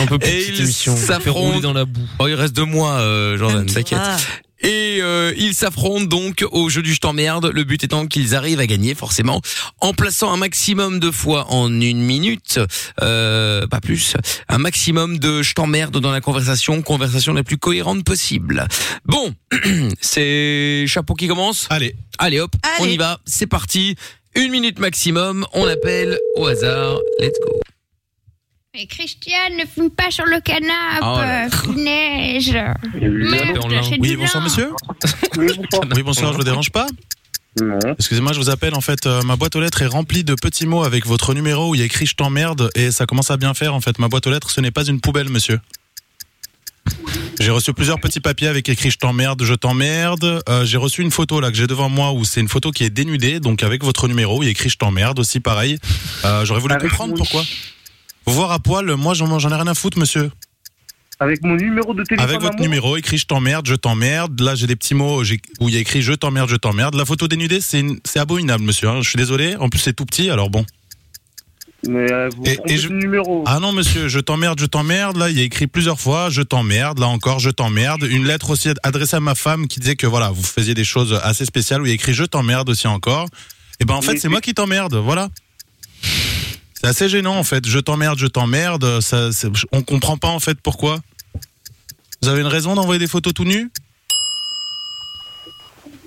M: On peut plus de
B: Et
M: cette
B: ils
M: émission. On fait
B: s'affrontent
M: rouler dans la
B: Oh, il reste deux mois, euh, Jordan, t'inquiète.
M: Ah.
B: Et euh, ils s'affrontent donc au jeu du je t'emmerde, le but étant qu'ils arrivent à gagner forcément en plaçant un maximum de fois en une minute, euh, pas plus, un maximum de je t'emmerde dans la conversation, conversation la plus cohérente possible. Bon, [clears throat] c'est chapeau qui commence
L: Allez.
B: Allez hop, on y va, c'est parti, une minute maximum, on appelle au hasard, let's go.
I: Mais Christiane, ne fume pas sur le canapé,
B: Oh là.
I: euh, punaise. Merde, j'ai du
L: Oui, bonsoir
I: lin.
L: monsieur. [laughs] Oui, bonsoir, je vous dérange pas Excusez-moi, je vous appelle. En fait, euh, ma boîte aux lettres est remplie de petits mots avec votre numéro où il y a écrit je t'emmerde et ça commence à bien faire. En fait, ma boîte aux lettres, ce n'est pas une poubelle, monsieur. J'ai reçu plusieurs petits papiers avec écrit je t'emmerde, je t'emmerde. Euh, j'ai reçu une photo là que j'ai devant moi où c'est une photo qui est dénudée, donc avec votre numéro, il y a écrit je t'emmerde aussi pareil. Euh, J'aurais voulu comprendre pourquoi. Vous voir à poil, moi j'en j'en ai rien à foutre, monsieur.
H: Avec mon numéro de téléphone.
L: Avec
H: à
L: votre
H: moi
L: numéro, écrit je t'emmerde, je t'emmerde. Là, j'ai des petits mots j'ai- où il y a écrit je t'emmerde, je t'emmerde. La photo dénudée, c'est une- c'est abominable, monsieur. hein. Je suis désolé. En plus, c'est tout petit, alors bon.
H: Mais euh, vous trompez de numéro.
L: Ah non, monsieur, je t'emmerde, je t'emmerde. Là, il y a écrit plusieurs fois je t'emmerde. Là encore, je t'emmerde. Une lettre aussi adressée à ma femme qui disait que voilà, vous faisiez des choses assez spéciales où il y a écrit je t'emmerde aussi encore. Et ben en fait,
H: Mais-
L: c'est moi qui t'emmerde. Voilà. C'est assez gênant en fait. Je t'emmerde, je t'emmerde. Ça, c'est- on comprend pas en fait pourquoi. Vous avez une raison d'envoyer des photos tout nus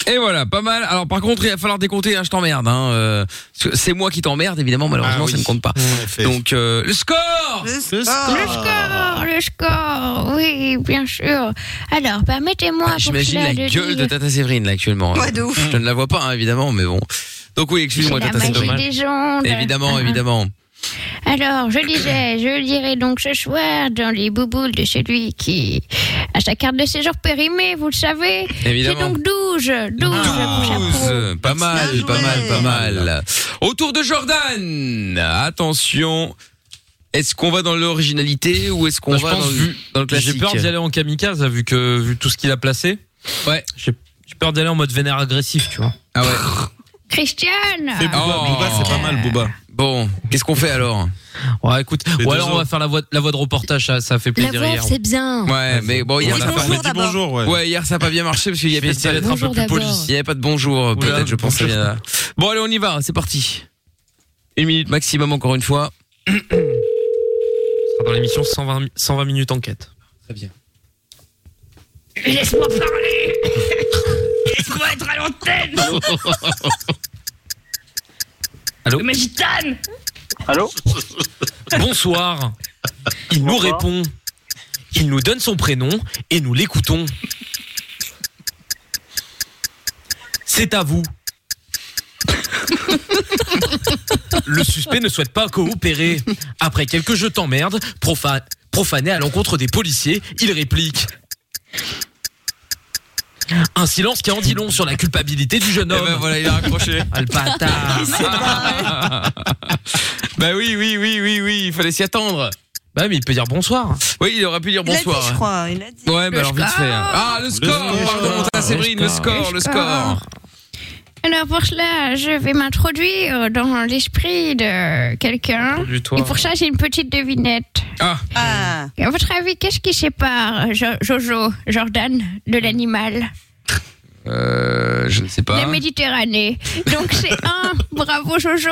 B: Et voilà, pas mal. Alors par contre, il va falloir décompter, hein, je t'emmerde. Hein, euh, parce que c'est moi qui t'emmerde, évidemment, malheureusement,
D: Ah
B: ça ne compte pas. Donc euh, le score
L: Le
I: Le
B: Ah.
I: score, le score, oui, bien sûr. Alors, permettez-moi. pour
B: Ah, J'imagine
I: cela
B: la gueule de
I: dire-
B: Tata Séverine là actuellement. hein.
I: Ouais, de ouf.
B: Je ne la vois pas hein, évidemment, mais bon. Donc oui, excuse-moi
I: C'est la
B: Tata Séverine.
I: magie des ondes.
B: Évidemment,
I: Ah.
B: évidemment.
I: Alors, je disais, je lirai donc ce soir dans les bouboules de celui qui a sa carte de séjour périmée, vous le savez.
B: Évidemment. Ah.
I: J'ai donc 12, 12 pour ah. chapeau.
B: 12, pas mal, pas mal, pas mal. Autour de Jordan. Attention. Est-ce qu'on va dans l'originalité ou est-ce qu'on
D: Bah, je
B: va
D: pense
B: dans le,
D: vu-
B: dans le
D: J'ai
B: classique
D: peur d'y aller en kamikaze, là, vu que euh, vu tout ce qu'il a placé.
B: Ouais.
D: J'ai j'ai peur d'y aller en mode vénère agressif, tu vois.
B: Ah ouais. Oh.
I: Christiane
C: Ah.
L: c'est pas mal, Booba.
B: Bon, qu'est-ce qu'on fait alors
D: Ouais, écoute.
B: Les
D: Ou
B: deux
D: alors on va
B: autres.
D: faire la voix, la voix de reportage, ça, ça fait
E: La
D: plaisir
E: voix,
D: hier.
E: c'est bien.
B: Ouais, mais bon, hier
D: On a
B: ça
D: fait-
B: a
D: on a
B: pas
D: dit bonjour, ouais.
B: hier ça a pas bien marché parce qu'il y avait
D: J'essaie
B: peut-être
D: d'être un peu Bonjour plus d'abord. poli.
B: Il y avait pas de bonjour,
D: Oula,
B: peut-être, je pense.
D: bonjour.
B: ça vient de là. Bon, allez, on y va, c'est parti. Une minute maximum encore
D: [coughs]
B: une fois.
D: Ce sera dans l'émission 120, mi- 120 minutes enquête.
B: Très bien.
I: Laisse-moi [laughs] parler Laisse-moi être à l'antenne
D: Allô
I: Mais gitane
D: Allô [laughs] Bonsoir. Il nous
I: Bonsoir.
D: répond. Il nous donne son prénom et nous l'écoutons. C'est à vous. Le suspect ne souhaite pas coopérer. Après quelques je t'emmerde, profa- profané à l'encontre des policiers, il réplique. Un silence qui en dit long sur la culpabilité du jeune homme.
B: Eh ben voilà, il a raccroché.
D: Ah, le
B: [laughs]
D: bâtard.
B: Bah oui, oui, oui, oui, oui, il fallait s'y attendre.
D: Bah mais il peut dire bonsoir.
B: Oui, il aurait pu dire
C: Il a dit,
B: bonsoir.
C: je
B: hein.
C: crois. Il a dit.
B: Ouais, mais
C: Le
B: alors vite
C: score.
B: fait. hein. Ah, le score, pardon, t'as Séverine, le score, le score.
I: Alors pour cela, je vais m'introduire dans l'esprit de quelqu'un.
B: Introduis-toi.
I: Et pour ça, j'ai une petite devinette.
B: Ah.
I: À votre avis, qu'est-ce qui sépare Jo- Jojo, Jordan, de l'animal
B: Euh, je ne sais
I: La
B: pas. [laughs]
I: Méditerranée. Donc c'est un. Bravo Jojo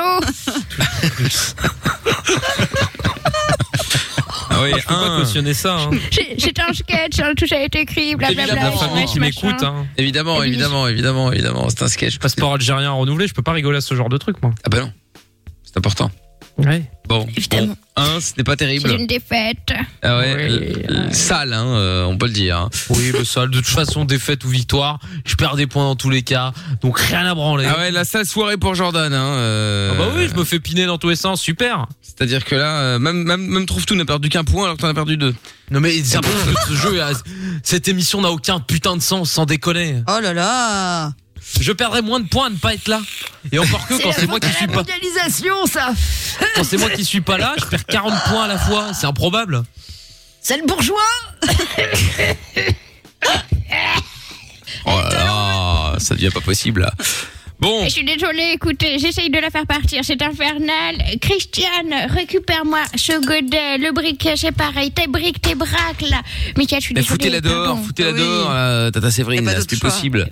B: Ah oui,
D: je peux pas cautionner ça. hein.
I: C'est c'est un sketch, hein, tout ça a été écrit, blablabla.
D: Évidemment, la
I: smash,
D: famille qui
I: machin.
D: m'écoute. Hein.
B: Évidemment, évidemment, évidemment, évidemment. C'est un sketch.
D: Passeport algérien renouvelé, je peux pas rigoler à ce genre de truc, moi.
B: Ah bah non. C'est important.
D: Ouais.
B: Bon, bon. un, ce n'est pas
I: C'est
B: terrible.
I: une défaite.
B: Ah ouais, l- l- sale, hein, euh, on peut le dire. hein.
D: Oui, bah ça, de toute façon, défaite ou victoire, je perds des points dans tous les cas, donc rien à branler.
B: Ah ouais, la sale soirée pour Jordan. Hein, euh,
D: Ah bah oui, je me fais piner dans tous les sens, super.
B: C'est-à-dire que là, euh, même, même, même Trouve-Tout n'a perdu qu'un point alors que t'en as perdu deux.
D: Non mais c'est impossible, ce jeu, euh, cette émission n'a aucun putain de sens, sans déconner.
C: Oh là là
D: Je perdrais moins de points à ne pas être là. Et encore que quand c'est moi qui suis pas,
C: mondialisation, ça
D: quand c'est moi qui suis pas là, je perds 40 points à la fois, c'est improbable.
C: C'est le bourgeois
B: Oh là là, ça devient pas possible là. Bon.
I: Je suis désolée, écoutez, j'essaye de la faire partir, c'est infernal. Christiane, récupère-moi ce godet, le briquet, c'est pareil, tes briques, tes braques, là. Michael, je suis
B: Mais
I: désolée.
B: foutez-la dehors,
I: pardon.
B: foutez-la dehors, euh, Tata Séverine, là, c'est plus possible.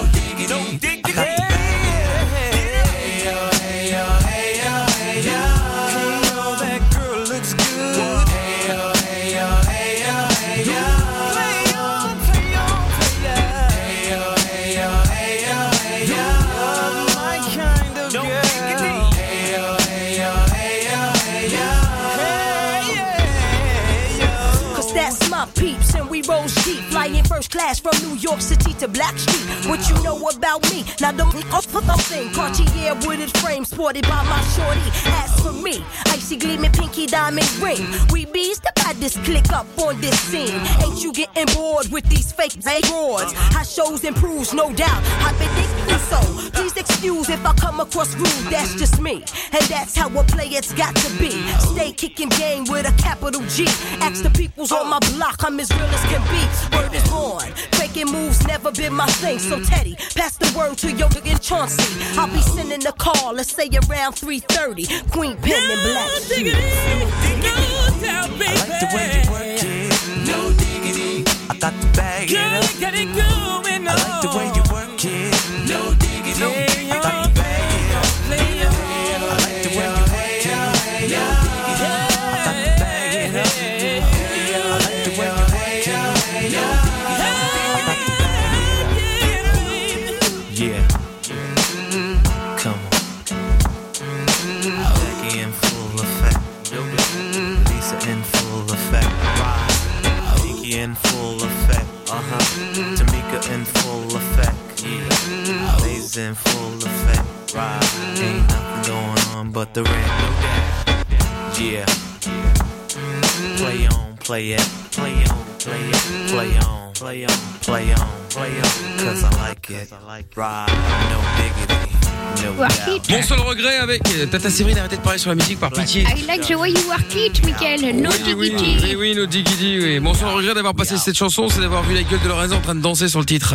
P: diggity. No diggity. I got to bag it up. Hey yo, hey yo, hey yo, hey yo. Hey yo, that girl looks good. Hey yo, hey yo, hey yo, hey yo. Play on, play on, play on. Hey yo, hey yo, hey yo, hey yo. You're my kind of girl. Hey yo, hey yo, hey yo, hey yo. Hey yo.
Q: Cause that's my peeps and we roll deep like flying first class from New York City to Black Street. What you know about me? Now don't off for nothing. Cartier wooded frame sported by my shorty. As for me, icy gleaming pinky diamond ring. We bees the baddest click up on this scene. Ain't you getting bored with these fake broads? I shows improves, no doubt. I've been thinking so. Please excuse if I come across rude. That's just me, and that's how a player's got to be. Stay kicking game with a capital G. Ask the peoples on my block, I'm as real as can be. Word is born. Faking moves never been my thing. So Teddy, pass the word to your and Chauncey. I'll be sending a call. Let's say around 3:30. Queen Pen and Black.
P: I like the way you work it. No diggity. I got the bag. Girl, I got it going on. I like the way you work it. No diggity. I got the bag. I like the way you work it. No diggity. I got the bag. I like the way you work it. No diggity. I got the bag. Yeah. Come on. Back in full effect. Lisa in full effect. Nikki in full effect. Uh huh. Tamika in full effect. Yeah. Blaze in full effect. Right. Ain't nothing going on but the rent. Yeah. Play on, play it. Play on, play it. Play on, play on, play on, play on. Cause I like it. Right. No diggity. No doubt.
B: Mon seul regret avec euh, Tata Séverine, arrêtez de parler sur la musique par pitié.
I: I like the way you work it, Michael. No
B: Oui, oui,
I: diggity.
B: oui, oui, no diggity, oui. Mon seul regret d'avoir passé cette chanson, c'est d'avoir vu la gueule de Lorenzo en train de danser sur le titre.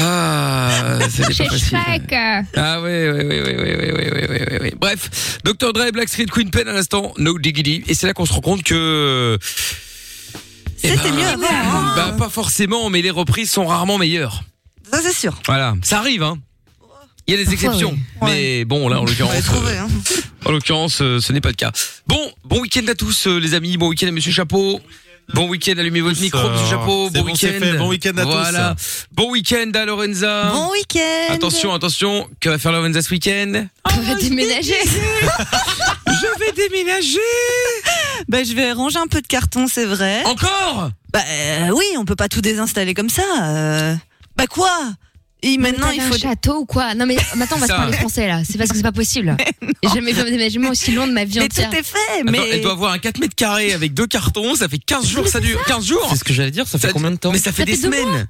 B: Ah, c'était
I: Chez
B: pas facile.
I: Shrek.
B: Ah oui, oui, oui, oui, oui, oui, oui, oui, oui, oui, oui. Bref, Dr. Dre, Black Street, Queen Pen à l'instant, No Diggity. Et c'est là qu'on se rend compte que... C'était
C: mieux avant, hein.
B: Bah pas forcément, mais les reprises sont rarement meilleures.
C: Ça, c'est sûr.
B: Voilà, ça arrive, hein. Il y a des
C: Parfois,
B: exceptions, mais bon, là en
C: On va les
B: l'occurrence,
C: trouver,
B: euh,
C: hein.
B: en l'occurrence, euh, ce n'est pas le cas. Bon, bon week-end à tous, euh, les amis. Bon week-end à Monsieur Chapeau. Bon week-end, allumez votre micro,
L: alors.
B: Monsieur Chapeau.
L: C'est
B: Bon
L: bon, c'est
B: week-end.
L: fait. Bon week-end à tous.
B: Voilà. Bon week-end à Lorenza.
C: Bon week-end. Eh,
B: Attention, attention, que va faire Lorenza ce week-end
C: Oh,
E: On va déménager.
B: [laughs] je vais déménager.
C: Bah, je vais ranger un peu de carton, c'est vrai.
B: Encore
C: Bah euh, oui, on peut pas tout désinstaller comme ça. euh. Bah quoi Et maintenant, il faut
E: un château ou quoi Non mais
B: [laughs]
E: maintenant on va
C: Ça.
E: se parler français là. C'est parce que c'est pas
C: [laughs]
E: possible. J'ai jamais fait un déménagement aussi long de ma vie entière.
C: tout est fait.
B: Attends, elle doit avoir un 4 mètres carrés avec deux cartons, ça fait 15 jours, ça dure 15 jours. C'est ce que j'allais dire, ça fait combien de temps Mais ça fait des semaines.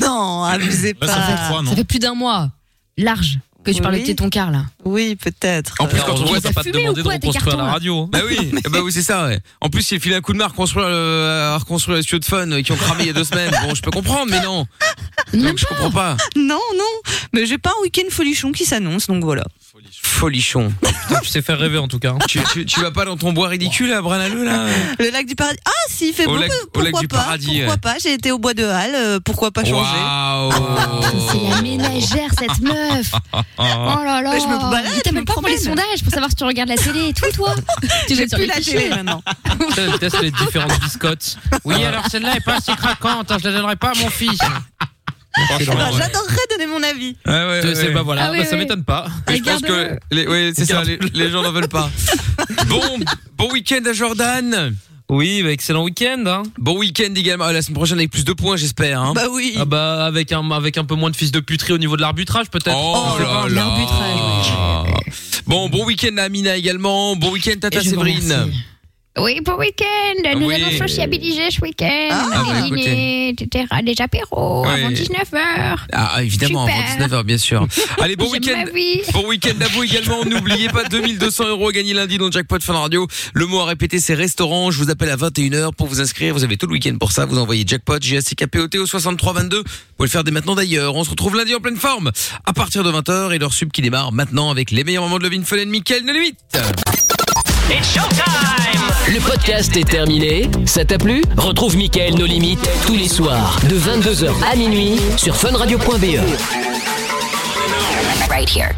C: Non, abusez pas.
E: Ça fait plus d'un mois, large, que tu parlais
C: Oui.
E: de ton car là.
C: Oui, peut-être.
B: En plus,
D: Euh,
B: quand on voit,
E: t'as pas fumé
B: demandé
E: ou quoi, tes cartons, là
D: hein
B: Bah
D: [laughs]
B: oui, bah oui, c'est ça. ouais. En plus, il a filé un coup de main à reconstruire, le- à reconstruire les studios de fun euh, qui ont cramé il y a deux semaines. Bon, je peux comprendre, mais non. Donc, je comprends pas.
C: Non, non. Mais j'ai pas un week-end folichon qui s'annonce, donc voilà.
B: Folichon.
D: tu sais faire rêver en tout cas. hein.
B: Tu, tu- tu vas pas dans ton bois ridicule à Branaleu là
C: Le lac du paradis. Ah, si, il fait
B: Au
C: beau.
B: lac-
C: mais
B: au
C: pourquoi
B: lac du
C: pas
B: paradis,
C: Pourquoi
B: ouais.
C: pas J'ai été au bois de Halle. euh, pourquoi pas changer
B: Waouh
E: Ah, La ménagère cette
C: Ah,
E: meuf. Oh là là.
C: Mais je me balade,
E: Il t'appelle pas pour les sondages pour savoir si tu regardes la télé et tout
C: [laughs]
E: toi. tu
C: J'ai
E: vas sur
C: plus
E: les
C: la
E: fichiers.
C: télé maintenant.
D: Je teste les différentes biscottes. Oui, alors celle-là est pas assez craquante, hein, je la donnerai pas à mon fils.
C: Alors, J'adorerais donner mon avis.
D: C'est bah voilà,
C: Ah oui,
D: bah, ça
C: oui.
D: m'étonne pas.
B: Mais je pense que les, ouais, c'est ça, les, les gens n'en
D: [laughs]
B: veulent pas. Bon, bon week-end à Jordan.
D: Oui, bah, excellent week-end. hein.
B: Bon week-end également. Ah, La semaine prochaine avec plus de points, j'espère. Hein.
C: Bah oui.
D: Ah bah avec un avec un peu moins de fils de puterie au niveau de l'arbitrage peut-être.
B: Oh
D: Je sais
B: là
D: pas.
B: là. Bon, bon week-end à Amina également. Bon week-end Tata Séverine.
I: Oui, bon week-end. Nous
B: Oui.
I: allons sociabiliser ce week-end.
B: Ah, bah,
I: Des dîners, etc. Des apéros
B: Oui.
I: avant 19h.
B: Ah, évidemment,
I: Super.
B: avant 19h,
C: [laughs]
B: bien sûr. Allez, bon
I: J'aime
B: week-end.
I: ma vie.
B: Bon week-end à vous également. N'oubliez pas 2200 euros à gagner lundi dans le Jackpot Fun Radio. Le mot à répéter, c'est restaurant. Je vous appelle à 21h pour vous inscrire. Vous avez tout le week-end pour ça. Vous envoyez Jackpot, JACKPOT au 6322. Vous pouvez le faire dès maintenant d'ailleurs. On se retrouve lundi en pleine forme à partir de 20h et leur sub qui démarre maintenant avec les meilleurs moments de Levin Fun and Mickaël 98.
A: Le podcast est terminé. Ça t'a plu Retrouve Mickaël Nos Limites tous les soirs E. de 22h à minuit sur funradio.be.
R: Right here.